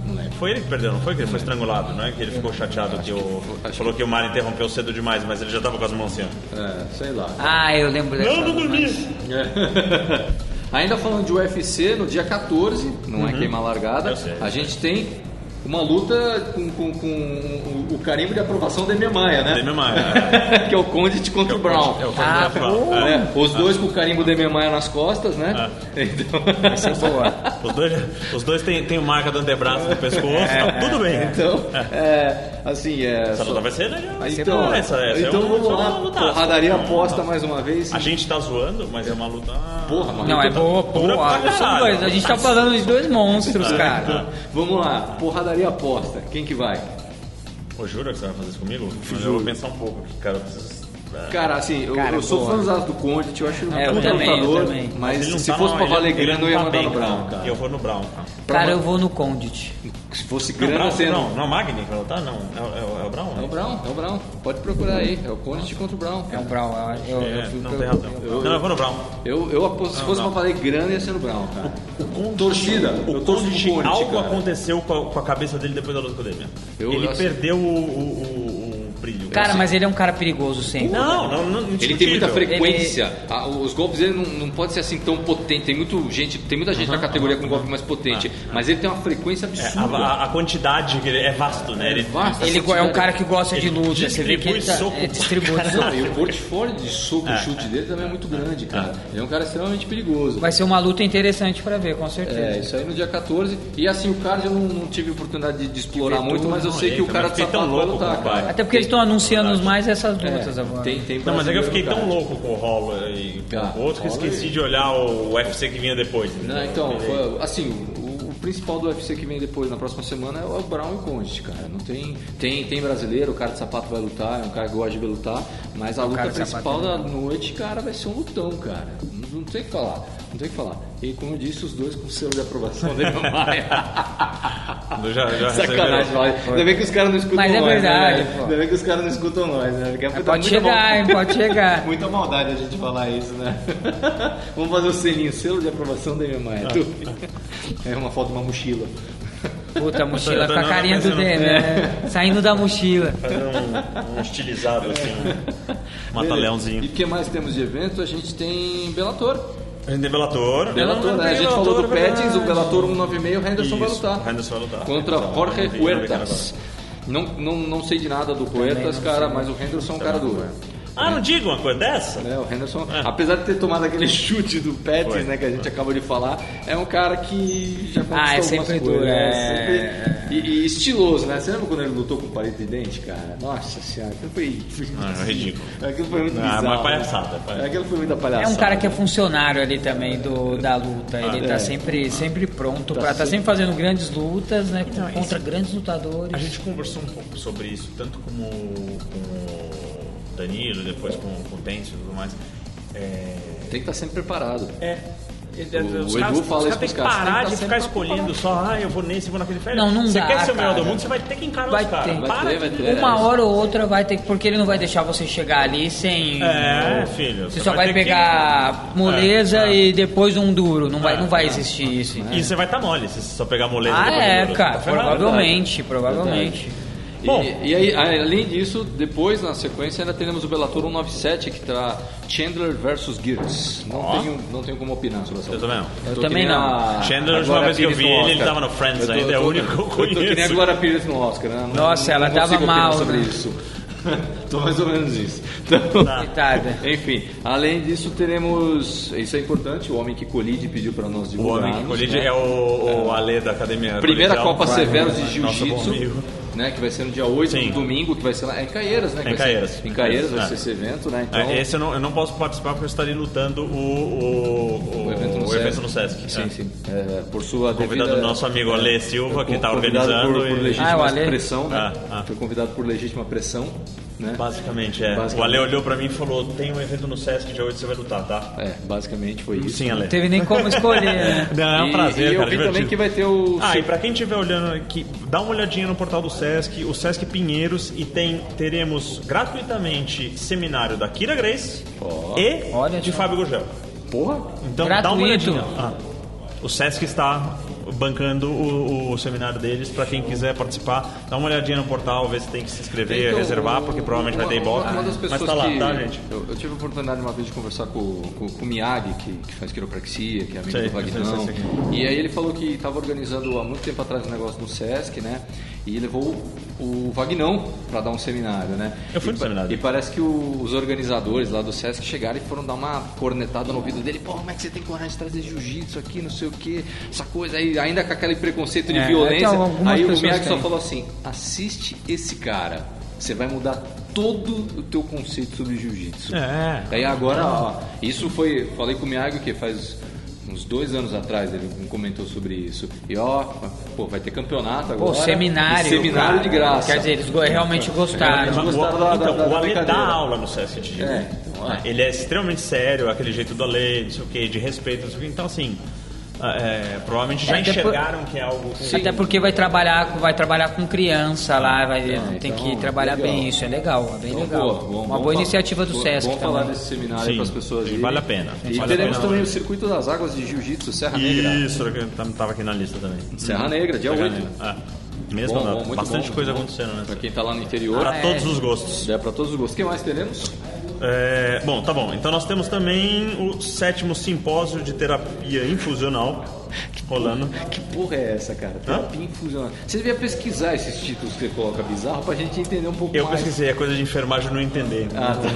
Speaker 1: Não lembro.
Speaker 2: Foi ele que perdeu, não foi? Que ele foi estrangulado, não é? Que ele ficou chateado que o.
Speaker 1: acho
Speaker 2: Falou que o Mário interrompeu cedo demais, mas ele já tava com as mãos assim. ó.
Speaker 1: É, sei lá.
Speaker 3: Ah, eu lembro dessa.
Speaker 2: Não, não dormi!
Speaker 1: É. Ainda falando de UFC, no dia 14, não é queima largada,
Speaker 2: Uhum. Eu sei.
Speaker 1: a gente tem uma luta com, com- com o, o carimbo de aprovação da minha mãe, né?
Speaker 2: Dei minha mãe. é.
Speaker 1: que é o Condit contra o Brown.
Speaker 2: É o
Speaker 3: Ah,
Speaker 2: Fernando Brown, é.
Speaker 1: Né? Os dois com o
Speaker 2: Ah.
Speaker 1: carimbo de minha mãe nas costas, né? Então,
Speaker 3: Essa é boa.
Speaker 2: Os dois, os dois têm, têm marca do antebraço no pescoço, tá tudo bem. Ah.
Speaker 1: então, é, assim, é. só-
Speaker 2: Essa luta vai ser legal. vai ser
Speaker 1: Então,
Speaker 2: boa essa, essa é
Speaker 1: então
Speaker 2: uma-
Speaker 1: vamos
Speaker 2: só uma
Speaker 1: lá,
Speaker 2: lutaça.
Speaker 1: porradaria
Speaker 2: Vamos lá.
Speaker 1: aposta mais uma vez.
Speaker 2: A gente tá zoando, mas é uma luta.
Speaker 1: Porra, mano.
Speaker 3: Não, é boa,
Speaker 2: então tá Dura pra caralho.
Speaker 3: boa. São
Speaker 2: É, então.
Speaker 3: dois. A gente tá falando de dois monstros, cara.
Speaker 1: Vamos lá, porradaria aposta. Quem que vai?
Speaker 2: Pô, jura que você vai fazer isso comigo? Eu vou pensar um pouco aqui, cara. Eu preciso. é.
Speaker 1: Cara, assim, eu,
Speaker 3: Cara,
Speaker 1: eu sou
Speaker 3: boa.
Speaker 1: fãzado do Condit, eu acho ele um
Speaker 3: É, eu
Speaker 1: puta
Speaker 3: também, eu
Speaker 1: lutador,
Speaker 3: também.
Speaker 1: mas
Speaker 2: ele não
Speaker 1: se
Speaker 2: tá
Speaker 1: fosse
Speaker 2: na-
Speaker 1: pra
Speaker 2: ele-
Speaker 1: valer
Speaker 2: ele
Speaker 1: grana,
Speaker 2: não
Speaker 1: eu ia
Speaker 2: tá
Speaker 1: mandar
Speaker 2: bem,
Speaker 1: no Brown,
Speaker 2: cara.
Speaker 1: cara.
Speaker 2: Eu vou no Brown. cara.
Speaker 3: Cara, eu vou no Condit.
Speaker 1: Se fosse
Speaker 2: Não,
Speaker 1: grana, é
Speaker 2: Brown,
Speaker 1: sendo...
Speaker 2: Brown, não, é Magni que vai lutar? Não, é, o- é o- é o Brown?
Speaker 1: É o Brown, é o Brown. Pode procurar aí, é o Condit contra o Brown.
Speaker 3: É o Brown. Eu, eu, eu
Speaker 2: É,
Speaker 3: fui
Speaker 2: não
Speaker 3: pelo-
Speaker 2: tem razão. Não, eu vou no Brown.
Speaker 1: Eu, eu aposto, se fosse pra valer grana, ia ser no Brown, cara. Torcida, eu
Speaker 2: O
Speaker 1: torço pro
Speaker 2: Condit,
Speaker 1: Condit,
Speaker 2: algo
Speaker 1: cara.
Speaker 2: aconteceu com a, com a cabeça dele depois da luta com o Demian.
Speaker 1: Eu-
Speaker 2: ele
Speaker 1: eu-
Speaker 2: perdeu o, o- o- o brilho.
Speaker 3: Cara, mas ele é um cara perigoso sempre.
Speaker 2: Não, não, não.
Speaker 1: Ele tem muita
Speaker 2: indiscutível.
Speaker 1: frequência. Ah, os golpes dele não, não pode ser assim tão potente. Tem, muito gente, tem muita gente na categoria com golpe mais potente. mas ele tem uma frequência
Speaker 2: É,
Speaker 1: absurda.
Speaker 2: a, a quantidade que ele é vasto, né? Ele,
Speaker 1: Vasta essa
Speaker 3: Ele é um
Speaker 1: quantidade.
Speaker 3: cara que gosta de
Speaker 2: Ele
Speaker 3: luta. Você vê que ele tá,
Speaker 2: distribui soco.
Speaker 3: é, distribui
Speaker 1: Não,
Speaker 3: soco.
Speaker 1: e o portfólio de soco e chute dele também é muito grande, cara. Ele é um cara extremamente perigoso.
Speaker 3: Vai ser uma luta interessante pra ver, com
Speaker 1: É,
Speaker 3: certeza.
Speaker 1: isso aí no dia 14. E assim, o card eu não, não tive oportunidade de, de explorar
Speaker 2: Ver
Speaker 1: muito,
Speaker 2: tudo,
Speaker 1: mas eu
Speaker 2: não,
Speaker 1: sei
Speaker 2: é,
Speaker 1: que o
Speaker 2: mas
Speaker 1: cara de
Speaker 2: fiquei tão
Speaker 1: sapato vai
Speaker 2: louco com
Speaker 1: lutar,
Speaker 2: o pai.
Speaker 1: cara.
Speaker 3: Até porque eles estão anunciando mais essas lutas agora.
Speaker 1: Tem, tem
Speaker 2: Não, mas é que eu
Speaker 1: brasileiro
Speaker 2: fiquei
Speaker 1: no
Speaker 2: tão
Speaker 1: card.
Speaker 2: louco com o Roller e com
Speaker 1: Ah,
Speaker 2: o outro que
Speaker 1: Holloway.
Speaker 2: esqueci de olhar o UFC que vinha depois. entendeu?
Speaker 1: Não, então, Né, foi- assim, o, o principal do UFC que vem depois, na próxima semana, é o Brown e Conte, cara. Não tem, tem, tem brasileiro, o cara de sapato vai lutar, é um cara que gosta de lutar, mas a luta
Speaker 3: cara de
Speaker 1: principal
Speaker 3: sapato
Speaker 1: da
Speaker 3: é
Speaker 1: noite, cara, vai ser um lutão, cara. Não, não tem o que falar, não tem o que falar. E como eu disse, os dois com selo de aprovação dele Maia.
Speaker 2: Eu já, já
Speaker 1: Sacanagem,
Speaker 2: receberam-
Speaker 1: vai. Ainda bem que os caras não escutam
Speaker 3: Mas é
Speaker 1: nós.
Speaker 3: verdade,
Speaker 1: né?
Speaker 3: pô.
Speaker 1: Ainda bem que os caras não escutam nós, né? Porque é muita-
Speaker 3: pode
Speaker 1: muita
Speaker 3: chegar,
Speaker 1: mal-
Speaker 3: hein? Pode chegar.
Speaker 1: É Muita maldade a gente falar isso, né? Vamos fazer o selinho, selo de aprovação da minha mãe. É uma foto de uma mochila.
Speaker 3: Puta, a mochila
Speaker 2: Eu tô-
Speaker 3: com a
Speaker 2: não,
Speaker 3: carinha
Speaker 2: mas
Speaker 3: do
Speaker 2: eu não-
Speaker 3: Demi, né? Saindo da mochila.
Speaker 2: Fazer um, um estilizado assim, um mata-leãozinho.
Speaker 1: E o que mais temos de evento? É. A gente tem Bellator.
Speaker 2: A gente tem Bellator.
Speaker 1: Bellator, né? A gente falou do Pettis, o Bellator 196, o Henderson vai
Speaker 2: Isso,
Speaker 1: lutar.
Speaker 2: o Henderson vai lutar.
Speaker 1: Contra
Speaker 2: Então,
Speaker 1: Jorge
Speaker 2: não tem nada a ver com
Speaker 1: Huertas. Não, não, não sei de nada do
Speaker 3: não
Speaker 1: Huertas,
Speaker 3: sei.
Speaker 1: cara, mas o Henderson é um cara duro.
Speaker 2: Ah, não diga uma coisa dessa?
Speaker 1: né? O Henderson, apesar de ter tomado aquele chute do
Speaker 2: É. Foi.
Speaker 1: Pettis, né, que a gente acabou de falar, é um cara que já conquistou
Speaker 3: Ah, é
Speaker 1: algumas
Speaker 3: sempre
Speaker 1: coisas,
Speaker 3: duro,
Speaker 1: né?
Speaker 3: é.
Speaker 1: Sempre- E, e estiloso, né? Você lembra quando ele lutou com palito de dente, cara? Nossa senhora, aquilo foi...
Speaker 2: Ah, é ridículo.
Speaker 1: Aquilo foi muito
Speaker 2: Ah,
Speaker 1: bizarro.
Speaker 2: mas palhaçada,
Speaker 1: né?
Speaker 2: palhaçada.
Speaker 1: Aquilo foi muita
Speaker 3: É
Speaker 1: palhaçada.
Speaker 3: um cara que é funcionário ali também do, da luta. Ele tá
Speaker 1: é.
Speaker 3: sempre, sempre pronto pra. Tá sempre fazendo grandes lutas, né? Contra grandes lutadores.
Speaker 2: A gente conversou um pouco sobre isso, tanto como com o Danilo, depois com, com o Tencio e tudo mais. É.
Speaker 1: Tem que estar sempre preparado.
Speaker 2: é
Speaker 1: O
Speaker 2: os
Speaker 1: Edu fala
Speaker 2: caras, os
Speaker 1: isso
Speaker 2: caras têm
Speaker 1: pros caras, tem
Speaker 2: que
Speaker 1: que
Speaker 2: parar
Speaker 1: tá
Speaker 2: de
Speaker 1: sempre
Speaker 2: ficar escolhendo só, ah, eu vou nesse, eu vou naquele férias.
Speaker 3: Não, não
Speaker 2: Você
Speaker 3: dá,
Speaker 2: quer ser o melhor do
Speaker 3: cara.
Speaker 2: mundo, você vai ter que encarar
Speaker 3: Vai
Speaker 2: os caras.
Speaker 3: ter.
Speaker 1: Vai
Speaker 2: Para
Speaker 1: ter, vai
Speaker 2: de-
Speaker 1: ter.
Speaker 3: Uma
Speaker 1: isso.
Speaker 3: hora ou outra vai ter que. Porque ele não vai deixar você chegar ali sem.
Speaker 2: É, filho.
Speaker 3: Você só vai,
Speaker 2: ter que-
Speaker 3: pegar moleza
Speaker 2: É, é.
Speaker 3: e depois um duro. Não vai,
Speaker 2: É,
Speaker 3: não vai
Speaker 2: é.
Speaker 3: existir isso. entendeu?
Speaker 2: E você vai estar mole se você só pegar moleza
Speaker 3: Ah,
Speaker 2: depois
Speaker 3: é,
Speaker 2: do-
Speaker 3: cara.
Speaker 2: Tá ferrado.
Speaker 3: Provavelmente, provavelmente.
Speaker 1: E-
Speaker 2: Bom.
Speaker 1: e, aí, além disso, depois na sequência ainda teremos o Bellator 197 que terá Chandler versus Gears. Não,
Speaker 2: Ó.
Speaker 1: tenho, não tenho como opinar sobre essa
Speaker 2: Eu
Speaker 1: luta.
Speaker 2: também não.
Speaker 3: Eu
Speaker 1: Tô
Speaker 3: também
Speaker 1: que nem
Speaker 3: não.
Speaker 1: a-
Speaker 2: Chandler, a
Speaker 1: a
Speaker 2: última
Speaker 1: Glória
Speaker 2: vez que eu
Speaker 1: Pires
Speaker 2: vi
Speaker 1: no
Speaker 2: ele,
Speaker 1: Oscar.
Speaker 2: ele tava no Friends
Speaker 1: tô-
Speaker 2: ainda, é o
Speaker 1: tô-
Speaker 2: único que eu
Speaker 1: tô que nem a
Speaker 2: conheço.
Speaker 1: Glória Pires no Oscar, né? Não-
Speaker 3: Nossa, ela
Speaker 1: não consigo
Speaker 3: tava
Speaker 1: opinar
Speaker 3: mal,
Speaker 1: sobre
Speaker 3: né?
Speaker 1: isso. Tô mais ou menos isso. Então,
Speaker 2: Tá.
Speaker 3: Coitada.
Speaker 1: Enfim, além disso teremos, isso é importante, o Homem que Colide pediu para nós
Speaker 2: O é
Speaker 1: divulgarmos.
Speaker 2: homem que colide
Speaker 1: né?
Speaker 2: é o, o Ale da academia.
Speaker 1: Primeira
Speaker 2: Colegial.
Speaker 1: Copa Severos de
Speaker 2: Nosso né? bom
Speaker 1: Jiu-Jitsu,
Speaker 2: amigo.
Speaker 1: né? Que vai ser no dia 8,
Speaker 2: Sim.
Speaker 1: no domingo, que vai ser lá. É em Caieiras, né? que
Speaker 2: Em
Speaker 1: vai ser-
Speaker 2: Caieiras.
Speaker 1: Em Caieiras vai
Speaker 2: É.
Speaker 1: ser esse evento, né? Então,
Speaker 2: É, esse eu não, eu não posso participar porque eu estarei lutando o, o, o,
Speaker 1: o evento no
Speaker 2: o
Speaker 1: Sesc.
Speaker 2: evento no Sesc.
Speaker 1: Sim,
Speaker 2: é.
Speaker 1: sim. É, por sua
Speaker 2: Convidado
Speaker 1: devida-
Speaker 2: do nosso amigo Ale Silva, que tá
Speaker 1: Convidado
Speaker 2: organizando
Speaker 1: Por, por
Speaker 2: e-
Speaker 1: legítima
Speaker 3: Ah, o Ale.
Speaker 1: pressão, né?
Speaker 2: Ah, ah.
Speaker 1: Foi convidado por legítima pressão, né?
Speaker 2: Basicamente, é.
Speaker 1: Basicamente.
Speaker 2: O Ale olhou pra mim e falou: tem um evento no Sesc, dia 8 você vai lutar, tá?
Speaker 1: É, basicamente foi isso.
Speaker 2: Sim, Ale.
Speaker 3: Não teve nem como escolher, né?
Speaker 2: Não, Hum. é um
Speaker 1: E-
Speaker 2: prazer,
Speaker 1: e
Speaker 2: cara.
Speaker 1: eu vi também
Speaker 2: divertido.
Speaker 1: que vai ter o
Speaker 2: Ah, e pra quem estiver olhando aqui, dá uma olhadinha no portal do Sesc, o Sesc Pinheiros, e tem, teremos gratuitamente seminário da Kira Grace e
Speaker 3: Olha
Speaker 2: de
Speaker 3: só.
Speaker 2: Fábio Gugel.
Speaker 1: Porra!
Speaker 2: Então dá uma
Speaker 3: Gratuito.
Speaker 2: olhadinha. Ah, o Sesc está bancando o, o seminário deles pra quem quiser participar. Dá uma olhadinha no portal, vê se tem que se inscrever,
Speaker 1: Então,
Speaker 2: reservar, porque provavelmente vai
Speaker 1: uma-
Speaker 2: ter ibope.
Speaker 1: Uma das pessoas
Speaker 2: Mas tá lá,
Speaker 1: que
Speaker 2: tá, gente?
Speaker 1: Eu, eu tive a oportunidade uma vez de conversar com, o- com, com o Miyagi, que, que faz quiropraxia, que é amigo do
Speaker 2: Sei, sei,
Speaker 1: Vagnão.
Speaker 2: sei,
Speaker 1: E aí ele falou que estava organizando há muito tempo atrás um negócio no Sesc, né? E levou o- o Vagnão para dar um seminário, né?
Speaker 2: Eu fui
Speaker 1: e,
Speaker 2: no
Speaker 1: pa-
Speaker 2: seminário.
Speaker 1: E parece que o- os organizadores lá do Sesc chegaram e foram dar uma cornetada no ouvido dele. Pô, como é que você tem coragem de trazer jiu-jitsu aqui, não sei o quê? Essa coisa aí, ainda com aquele preconceito de
Speaker 3: É,
Speaker 1: violência.
Speaker 3: então, algumas
Speaker 1: aí o
Speaker 3: pessoas
Speaker 1: Miyagi só
Speaker 3: têm.
Speaker 1: falou assim: assiste esse cara, você vai mudar todo o teu conceito sobre jiu-jitsu.
Speaker 2: É.
Speaker 1: Daí agora, ó, isso foi. Falei com o Miyagi que faz uns dois anos atrás, ele me comentou sobre isso. E ó, pô, vai ter campeonato agora.
Speaker 3: Pô, seminário.
Speaker 1: E Seminário de
Speaker 3: cara.
Speaker 1: graça. É
Speaker 3: Quer dizer, eles go- realmente
Speaker 1: Eles
Speaker 3: gostaram.
Speaker 2: Mas
Speaker 1: gostaram
Speaker 2: o-
Speaker 1: da-
Speaker 2: então,
Speaker 1: da- da
Speaker 2: o Ale dá
Speaker 1: brincadeira.
Speaker 2: aula no CS de Jiu.
Speaker 1: É, então, é.
Speaker 2: Ele é extremamente sério, aquele jeito do Ale, não sei o que, de respeito, não sei o que. Então, assim, é, provavelmente já
Speaker 3: É, depois-
Speaker 2: enxergaram que é algo... com-
Speaker 3: Até porque vai trabalhar, com- vai trabalhar com criança lá, vai,
Speaker 1: Ah,
Speaker 3: tem
Speaker 1: então,
Speaker 3: que trabalhar
Speaker 1: legal.
Speaker 3: bem isso, é legal, é bem
Speaker 1: Então,
Speaker 3: legal.
Speaker 1: pô, bom-
Speaker 3: Uma
Speaker 1: bom
Speaker 3: boa
Speaker 1: fa-
Speaker 3: iniciativa do
Speaker 1: bom-
Speaker 3: Sesc
Speaker 1: Bom
Speaker 3: também.
Speaker 1: falar desse seminário
Speaker 2: Sim,
Speaker 1: para as pessoas
Speaker 2: sim,
Speaker 1: irem.
Speaker 2: vale a pena.
Speaker 1: E
Speaker 2: Vale a
Speaker 1: teremos
Speaker 2: pena.
Speaker 1: também o Circuito das Águas de Jiu-Jitsu Serra Negra.
Speaker 2: Isso, era o que eu tava aqui na lista também. Hum.
Speaker 1: Serra Negra, dia
Speaker 2: Serra
Speaker 1: 8.
Speaker 2: Negra. É. Mesmo,
Speaker 1: Bom, bom, muito
Speaker 2: bastante
Speaker 1: bom,
Speaker 2: coisa
Speaker 1: muito bom.
Speaker 2: acontecendo, né?
Speaker 1: Pra quem tá lá no interior.
Speaker 2: Para
Speaker 3: é.
Speaker 2: todos os gostos.
Speaker 1: É, pra todos os gostos. O que mais teremos?
Speaker 2: É, bom, tá bom. Então nós temos também o sétimo simpósio de terapia infusional rolando.
Speaker 1: Que porra é essa, cara? Terapia infusional. Você devia pesquisar esses títulos que você coloca bizarro pra gente entender um pouco
Speaker 2: Eu
Speaker 1: mais.
Speaker 2: pesquisei, é coisa de enfermagem eu não entender.
Speaker 1: Ah, tá.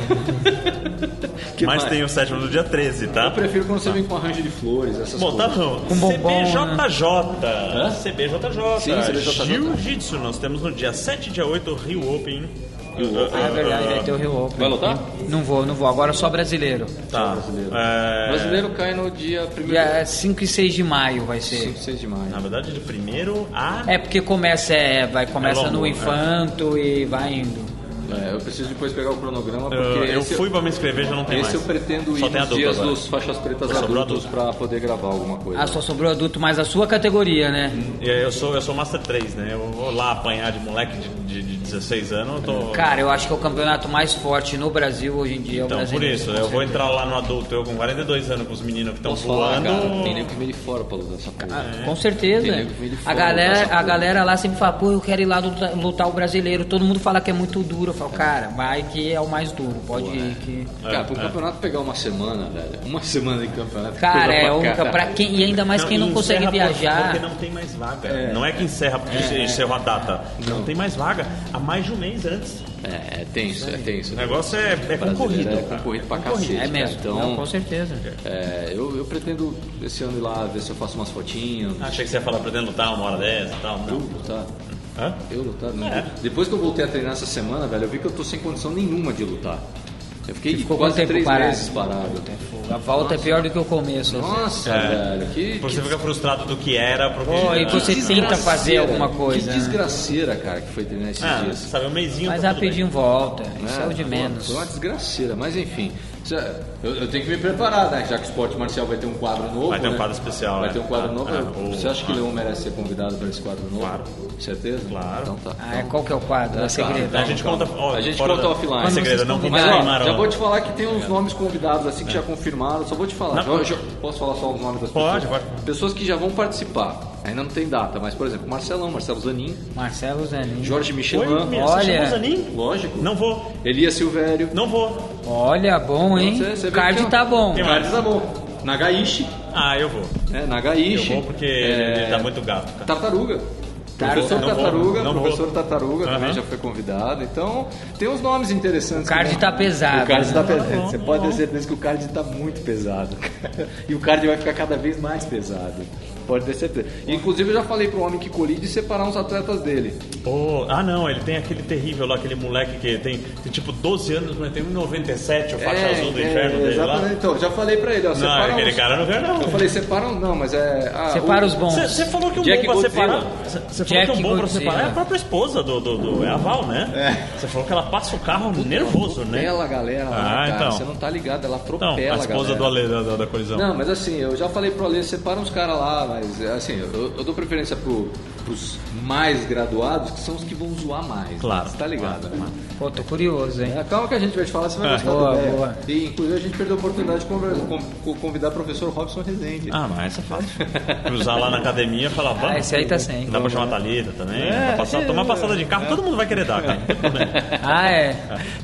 Speaker 1: Que
Speaker 2: Mas
Speaker 1: mais?
Speaker 2: tem o sétimo do dia 13, tá?
Speaker 1: Eu prefiro quando você vem com arranjo de flores, essas
Speaker 2: Bom, tá
Speaker 1: coisas.
Speaker 2: bom.
Speaker 3: Com bombom,
Speaker 2: CBJJ. CBJJ.
Speaker 1: Sim, CBJJ.
Speaker 2: Jiu-Jitsu. Nós temos no dia 7 e dia 8 o Rio Open.
Speaker 3: Ah, é verdade, vai ter o Rio Open.
Speaker 1: Vai lutar?
Speaker 3: Não vou, não vou. Agora só brasileiro.
Speaker 2: Tá.
Speaker 1: O
Speaker 2: É,
Speaker 1: brasileiro cai no dia 1 de
Speaker 3: Dia 5 e 6 de maio vai ser.
Speaker 1: 5, 6 de maio.
Speaker 2: Na verdade, de primeiro a.
Speaker 3: É porque começa, é, vai, começa
Speaker 2: É longo,
Speaker 3: no
Speaker 2: é.
Speaker 3: Infanto e vai indo.
Speaker 1: É, eu preciso depois pegar o cronograma porque
Speaker 2: Eu, Ah, eu
Speaker 1: esse,
Speaker 2: fui pra me inscrever, já não tem
Speaker 1: esse
Speaker 2: mais.
Speaker 1: eu pretendo
Speaker 2: Só
Speaker 1: ir
Speaker 2: tem
Speaker 1: nos
Speaker 2: adulto
Speaker 1: dias
Speaker 2: agora.
Speaker 1: dos faixas pretas
Speaker 2: Só sobrou
Speaker 1: adultos pra poder gravar alguma coisa.
Speaker 3: Ah, só sobrou adulto, mas a sua categoria, né?
Speaker 2: E aí Eu sou, eu sou Master 3, né? Eu vou lá apanhar de moleque de, de, de 16 anos, eu tô.
Speaker 3: Cara, eu acho que é o campeonato mais forte no Brasil hoje em dia. é o
Speaker 2: Então, por
Speaker 3: brasileiro,
Speaker 2: isso,
Speaker 3: com
Speaker 2: eu vou
Speaker 3: certeza.
Speaker 2: entrar lá no adulto, eu com 42 anos, com os meninos que estão
Speaker 1: Posso falar,
Speaker 2: voando.
Speaker 1: cara? Tem nem que vir de fora pra lutar essa coisa.
Speaker 3: Ah, Com certeza.
Speaker 1: Tem nego que vem de
Speaker 3: A
Speaker 1: fora,
Speaker 3: galera,
Speaker 1: dessa
Speaker 3: a
Speaker 1: porra.
Speaker 3: galera lá sempre fala, pô, eu quero ir lá lutar, lutar o brasileiro. Todo mundo fala que é muito duro. Eu falo, cara, vai que é o mais duro. Pode ir que.
Speaker 2: é,
Speaker 1: Cara, pro campeonato pegar uma semana, velho. Uma semana de campeonato.
Speaker 3: Cara,
Speaker 1: coisa
Speaker 3: é
Speaker 1: pra
Speaker 3: única.
Speaker 1: caralho.
Speaker 3: Pra quem, e ainda mais quem
Speaker 2: e
Speaker 3: não consegue
Speaker 2: encerra por-
Speaker 3: viajar.
Speaker 2: Porque não tem mais vaga. Não é que encerra porque encerrou a data. Não. tem mais vaga. Há mais de um mês antes.
Speaker 1: É, é tenso, é tenso.
Speaker 2: O negócio é, é concorrido.
Speaker 1: Brasileiro É
Speaker 2: cara. um
Speaker 1: concorrido pra
Speaker 2: Concorrido.
Speaker 1: cacete.
Speaker 3: É mesmo.
Speaker 1: cara.
Speaker 3: Não, com
Speaker 1: Então,
Speaker 3: certeza.
Speaker 1: é, eu, eu pretendo esse ano ir lá ver se eu faço umas fotinhas.
Speaker 2: Ah, Achei que você ia falar pra dentro lutar uma hora dessa e tal.
Speaker 1: Eu
Speaker 2: Não.
Speaker 1: lutar.
Speaker 2: Hã?
Speaker 1: Eu lutar? Não.
Speaker 2: É.
Speaker 1: Depois que eu voltei a treinar essa semana, velho, eu vi que eu tô sem condição nenhuma de lutar. Eu fiquei
Speaker 3: Você ficou
Speaker 1: quase
Speaker 3: quanto tempo
Speaker 1: três
Speaker 3: parado?
Speaker 1: meses parado.
Speaker 3: A volta é pior do que o começo. assim.
Speaker 1: Nossa,
Speaker 2: É.
Speaker 1: velho. Que,
Speaker 2: Porque
Speaker 1: que
Speaker 2: você fica frustrado do que era. Porque,
Speaker 3: Pô, e
Speaker 2: Ah,
Speaker 3: você tenta fazer
Speaker 1: desgraceira.
Speaker 3: alguma coisa.
Speaker 1: Que
Speaker 3: né?
Speaker 1: desgraceira, cara, que foi treinar esses
Speaker 2: Ah, você
Speaker 1: dias.
Speaker 2: sabe, um mêsinho.
Speaker 3: Mas
Speaker 2: tá tudo
Speaker 3: rapidinho volta. Isso é o
Speaker 1: É,
Speaker 3: de
Speaker 1: pô,
Speaker 3: menos.
Speaker 1: Foi uma desgraceira, mas enfim. Isso é- Eu, eu tenho que me preparar, né? Já que o esporte marcial vai ter um quadro novo.
Speaker 2: Vai ter um
Speaker 1: né?
Speaker 2: quadro especial,
Speaker 1: Vai
Speaker 2: né?
Speaker 1: ter um quadro
Speaker 2: Ah,
Speaker 1: novo.
Speaker 2: ah, o-
Speaker 1: Você acha que
Speaker 2: ah.
Speaker 1: o Leon merece ser convidado para esse quadro novo?
Speaker 2: Claro.
Speaker 1: Certeza?
Speaker 2: Claro.
Speaker 1: Então tá.
Speaker 3: Ah, é, qual que é o quadro? É segredo.
Speaker 2: bem. A gente conta. ó,
Speaker 1: A gente
Speaker 2: fora
Speaker 1: conta
Speaker 2: da-
Speaker 1: offline.
Speaker 2: Mas
Speaker 3: Quando
Speaker 2: segredo,
Speaker 3: vocês
Speaker 2: não vou
Speaker 1: Mas
Speaker 3: Vai,
Speaker 1: ó,
Speaker 2: queimar.
Speaker 1: já vou te falar que tem uns nomes convidados assim que já confirmaram, só vou te falar.
Speaker 2: É. Não.
Speaker 1: Já- já- posso falar só os nomes das
Speaker 2: Pode,
Speaker 1: pessoas?
Speaker 2: pode.
Speaker 1: Pessoas que já vão participar. Ainda não tem data, mas por exemplo, Marcelão, Marcelo Zanin,
Speaker 3: Marcelo Zanin.
Speaker 1: Jorge
Speaker 2: Hum. Oi,
Speaker 1: Michelin,
Speaker 2: minha,
Speaker 3: Olha.
Speaker 2: você chamou o Zanin?
Speaker 1: lógico,
Speaker 2: Não vou.
Speaker 1: Elias Silvério. Então,
Speaker 2: Não vou.
Speaker 3: Olha, bom, hein?
Speaker 1: Você- você vê que
Speaker 3: O card
Speaker 1: tem-
Speaker 3: tá bom.
Speaker 2: Tem
Speaker 1: O card tá bom. Nagaishi,
Speaker 2: Ah, eu vou.
Speaker 1: né?
Speaker 2: Eu
Speaker 1: Nagaishi.
Speaker 2: vou porque
Speaker 1: É,
Speaker 2: ele tá muito gato, cara.
Speaker 1: Tartaruga.
Speaker 3: Tar-
Speaker 1: Professor
Speaker 2: Não vou,
Speaker 1: Tartaruga,
Speaker 2: não vou.
Speaker 1: professor Tartaruga também
Speaker 2: Aham.
Speaker 1: já foi convidado. Então, tem uns nomes interessantes.
Speaker 3: O card
Speaker 1: que-
Speaker 3: tá pesado,
Speaker 1: O card
Speaker 3: né?
Speaker 1: tá pesado. Você pode ter certeza que o card tá muito pesado. e o card vai ficar cada vez mais pesado. Pode ter certeza. E, inclusive, eu já falei pro homem que colide separar uns atletas dele.
Speaker 2: Pô, ah, não, ele tem aquele terrível lá, aquele moleque que tem, tem, tipo 12 anos, mas tem 1,97, o faixa azul do inferno dele
Speaker 1: É, exatamente.
Speaker 2: lá.
Speaker 1: Então, já falei pra ele, ó,
Speaker 2: Não,
Speaker 1: separa
Speaker 2: aquele
Speaker 1: uns-
Speaker 2: cara não ganha, não.
Speaker 1: Eu falei, separa um... Não, mas é... ah,
Speaker 3: Separa os bons.
Speaker 2: Você falou que um
Speaker 1: Jack
Speaker 2: bom pra
Speaker 1: Godzilla.
Speaker 2: separar. Você falou que um
Speaker 3: Jack
Speaker 2: bom pra
Speaker 3: Godzilla.
Speaker 2: separar é a própria esposa do. do, do é a Val, né?
Speaker 1: É.
Speaker 2: Você falou que ela passa o carro nervoso, né?
Speaker 1: Atropela a galera lá,
Speaker 2: Ah,
Speaker 1: cara.
Speaker 2: então.
Speaker 1: Você não tá ligado, ela atropela
Speaker 2: Então, a
Speaker 1: a galera.
Speaker 2: esposa do Ale, da, da- da colisão.
Speaker 1: Não, mas assim, eu já falei pro Ale, separa uns caras lá, mas assim, eu, eu dou preferência pro, pros mais graduados, que são os que vão zoar mais.
Speaker 2: Claro.
Speaker 1: Você tá ligado, né?
Speaker 3: Pô, tô curioso, hein?
Speaker 1: É, calma que a gente vai te falar, você vai
Speaker 2: Ah,
Speaker 1: gostar
Speaker 3: boa,
Speaker 1: da ideia.
Speaker 3: boa.
Speaker 1: E inclusive a gente perdeu a oportunidade de conver- com- convidar o professor Robson Rezende.
Speaker 2: Ah, mas essa é fácil. Cruzar lá na academia e falar, vamos.
Speaker 3: Ah, esse aí tá sem.
Speaker 2: Dá pra chamar a Thalita também.
Speaker 1: então, né? É,
Speaker 2: pra passar-
Speaker 1: é,
Speaker 2: tomar passada de carro, todo mundo vai querer dar, cara. Não tem problema.
Speaker 3: Ah, é.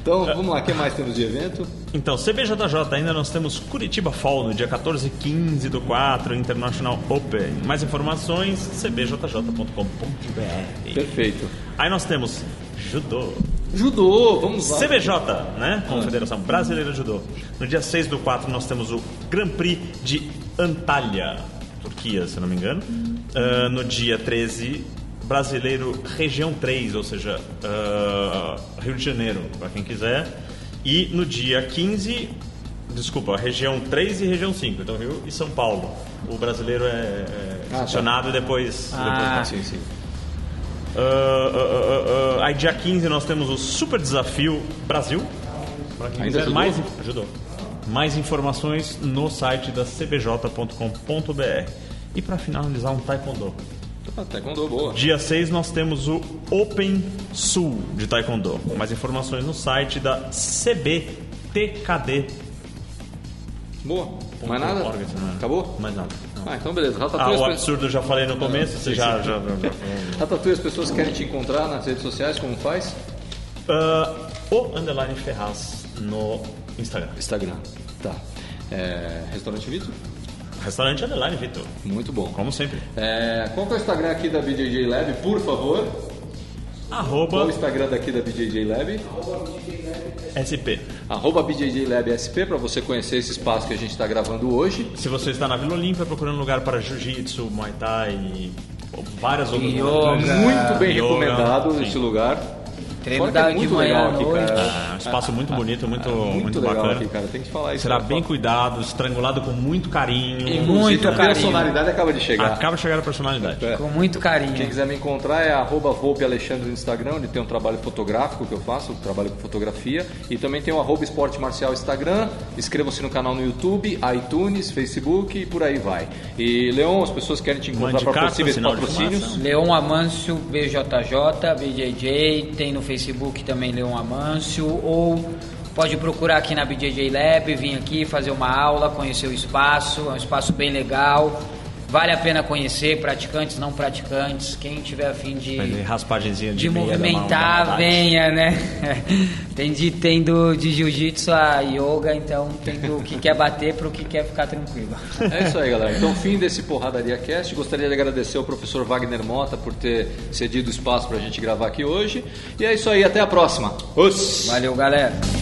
Speaker 1: Então, vamos lá, o que mais temos de evento?
Speaker 2: Então, CBJJ, ainda nós temos Curitiba Fall no dia 14 e 15 do 4, International Open. Mais informações, cbjj.com.br.
Speaker 1: Perfeito.
Speaker 2: Aí nós temos Judô.
Speaker 1: Judô, vamos lá.
Speaker 2: CBJ, né? Confederação Brasileira de Judô. No dia 6 do 4 nós temos o Grand Prix de Antalya, Turquia, se não me engano. Ah, no dia 13, Brasileiro Região 3, ou seja, ah, Rio de Janeiro, para quem quiser. E no dia 15, desculpa, Região 3 e Região 5, então Rio e São Paulo. O brasileiro é, é
Speaker 1: Ah, tá.
Speaker 2: sancionado e depois, depois
Speaker 3: Ah,
Speaker 1: Sim, sim.
Speaker 2: ah, ah, ah, ah, aí dia 15 nós temos o Super Desafio Brasil. Pra quem
Speaker 1: Ainda
Speaker 2: quiser
Speaker 1: ajudou?
Speaker 2: mais, ajudou. mais informações no site da cbj.com.br. E para finalizar, um Taekwondo.
Speaker 1: Tá, Taekwondo, boa.
Speaker 2: Dia 6 nós temos o Open Sul de Taekwondo. Mais informações no site da cbtkd.org.
Speaker 1: Boa. Mais nada?
Speaker 2: se não é.
Speaker 1: Acabou?
Speaker 2: Mais nada. Não.
Speaker 1: Ah, então beleza.
Speaker 2: Ah,
Speaker 1: Ratatouille,
Speaker 2: o
Speaker 1: as pe-
Speaker 2: absurdo eu já falei no começo, você já- já, já, já
Speaker 1: Ratatouille, as pessoas querem te encontrar nas redes sociais, como faz?
Speaker 2: Ah, o Underline Ferraz no Instagram.
Speaker 1: Instagram. Tá. É, Restaurante Vitor?
Speaker 2: Restaurante Underline Vitor.
Speaker 1: Muito bom.
Speaker 2: Como sempre.
Speaker 1: É, qual que é o Instagram aqui da BJJ Lab, por favor? Qual é o
Speaker 2: Arroba
Speaker 1: Instagram daqui da BJJ Lab?
Speaker 2: SP.
Speaker 1: Arroba BJJ Lab SP, para você conhecer esse espaço que a gente está gravando hoje.
Speaker 2: Se você está na Vila Olímpia procurando um lugar para jiu-jitsu, muay thai e várias outras
Speaker 3: Yoga.
Speaker 2: coisas.
Speaker 1: Tá Muito bem
Speaker 2: Yoga,
Speaker 1: recomendado
Speaker 2: sim.
Speaker 1: esse lugar.
Speaker 3: Treino
Speaker 1: Fora que é
Speaker 3: da, de
Speaker 1: muito
Speaker 3: manhã
Speaker 1: legal
Speaker 3: à
Speaker 1: aqui,
Speaker 3: noite.
Speaker 1: cara.
Speaker 2: Ah, é um espaço muito bonito, muito,
Speaker 1: Ah, muito,
Speaker 2: muito,
Speaker 1: legal
Speaker 2: bacana.
Speaker 1: aqui, cara. Tem que falar isso.
Speaker 2: Será
Speaker 1: né?
Speaker 2: bem né? cuidado, estrangulado com muito carinho.
Speaker 3: E
Speaker 1: Inclusive,
Speaker 3: muito
Speaker 1: a
Speaker 3: carinho.
Speaker 1: personalidade acaba de chegar.
Speaker 2: Acaba de chegar a personalidade.
Speaker 1: É.
Speaker 3: Com muito carinho.
Speaker 1: Quem quiser me encontrar é arroba Volpe Alexandre no Instagram, onde tem um trabalho fotográfico que eu faço, um trabalho com fotografia. E também tem o arroba Esporte Marcial Instagram. Inscrevam-se no canal no YouTube, iTunes, Facebook e por aí vai. E, Leon, as pessoas querem te encontrar
Speaker 2: Mande
Speaker 1: para
Speaker 2: carta,
Speaker 1: possíveis
Speaker 2: sinal de
Speaker 1: patrocínios.
Speaker 2: fumaça.
Speaker 3: Leon Amâncio, BJJ, BJJ, tem no Facebook também Leon Amâncio, ou pode procurar aqui na BJJ Lab, vir aqui fazer uma aula, conhecer o espaço, é um espaço bem legal, vale a pena conhecer, praticantes, não praticantes, quem tiver afim de,
Speaker 2: Fazer raspagenzinha de
Speaker 3: de
Speaker 2: meia da mão, da
Speaker 3: movimentar,
Speaker 2: metade.
Speaker 3: venha, né? tem de, tem do, de jiu-jitsu a yoga, então tem do que quer bater pro que quer ficar tranquilo.
Speaker 1: É isso aí, galera. Então, fim desse Porradaria Cast. Gostaria de agradecer ao professor Wagner Mota por ter cedido espaço para a gente gravar aqui hoje. E é isso aí, até a próxima. Os!
Speaker 3: Valeu, galera!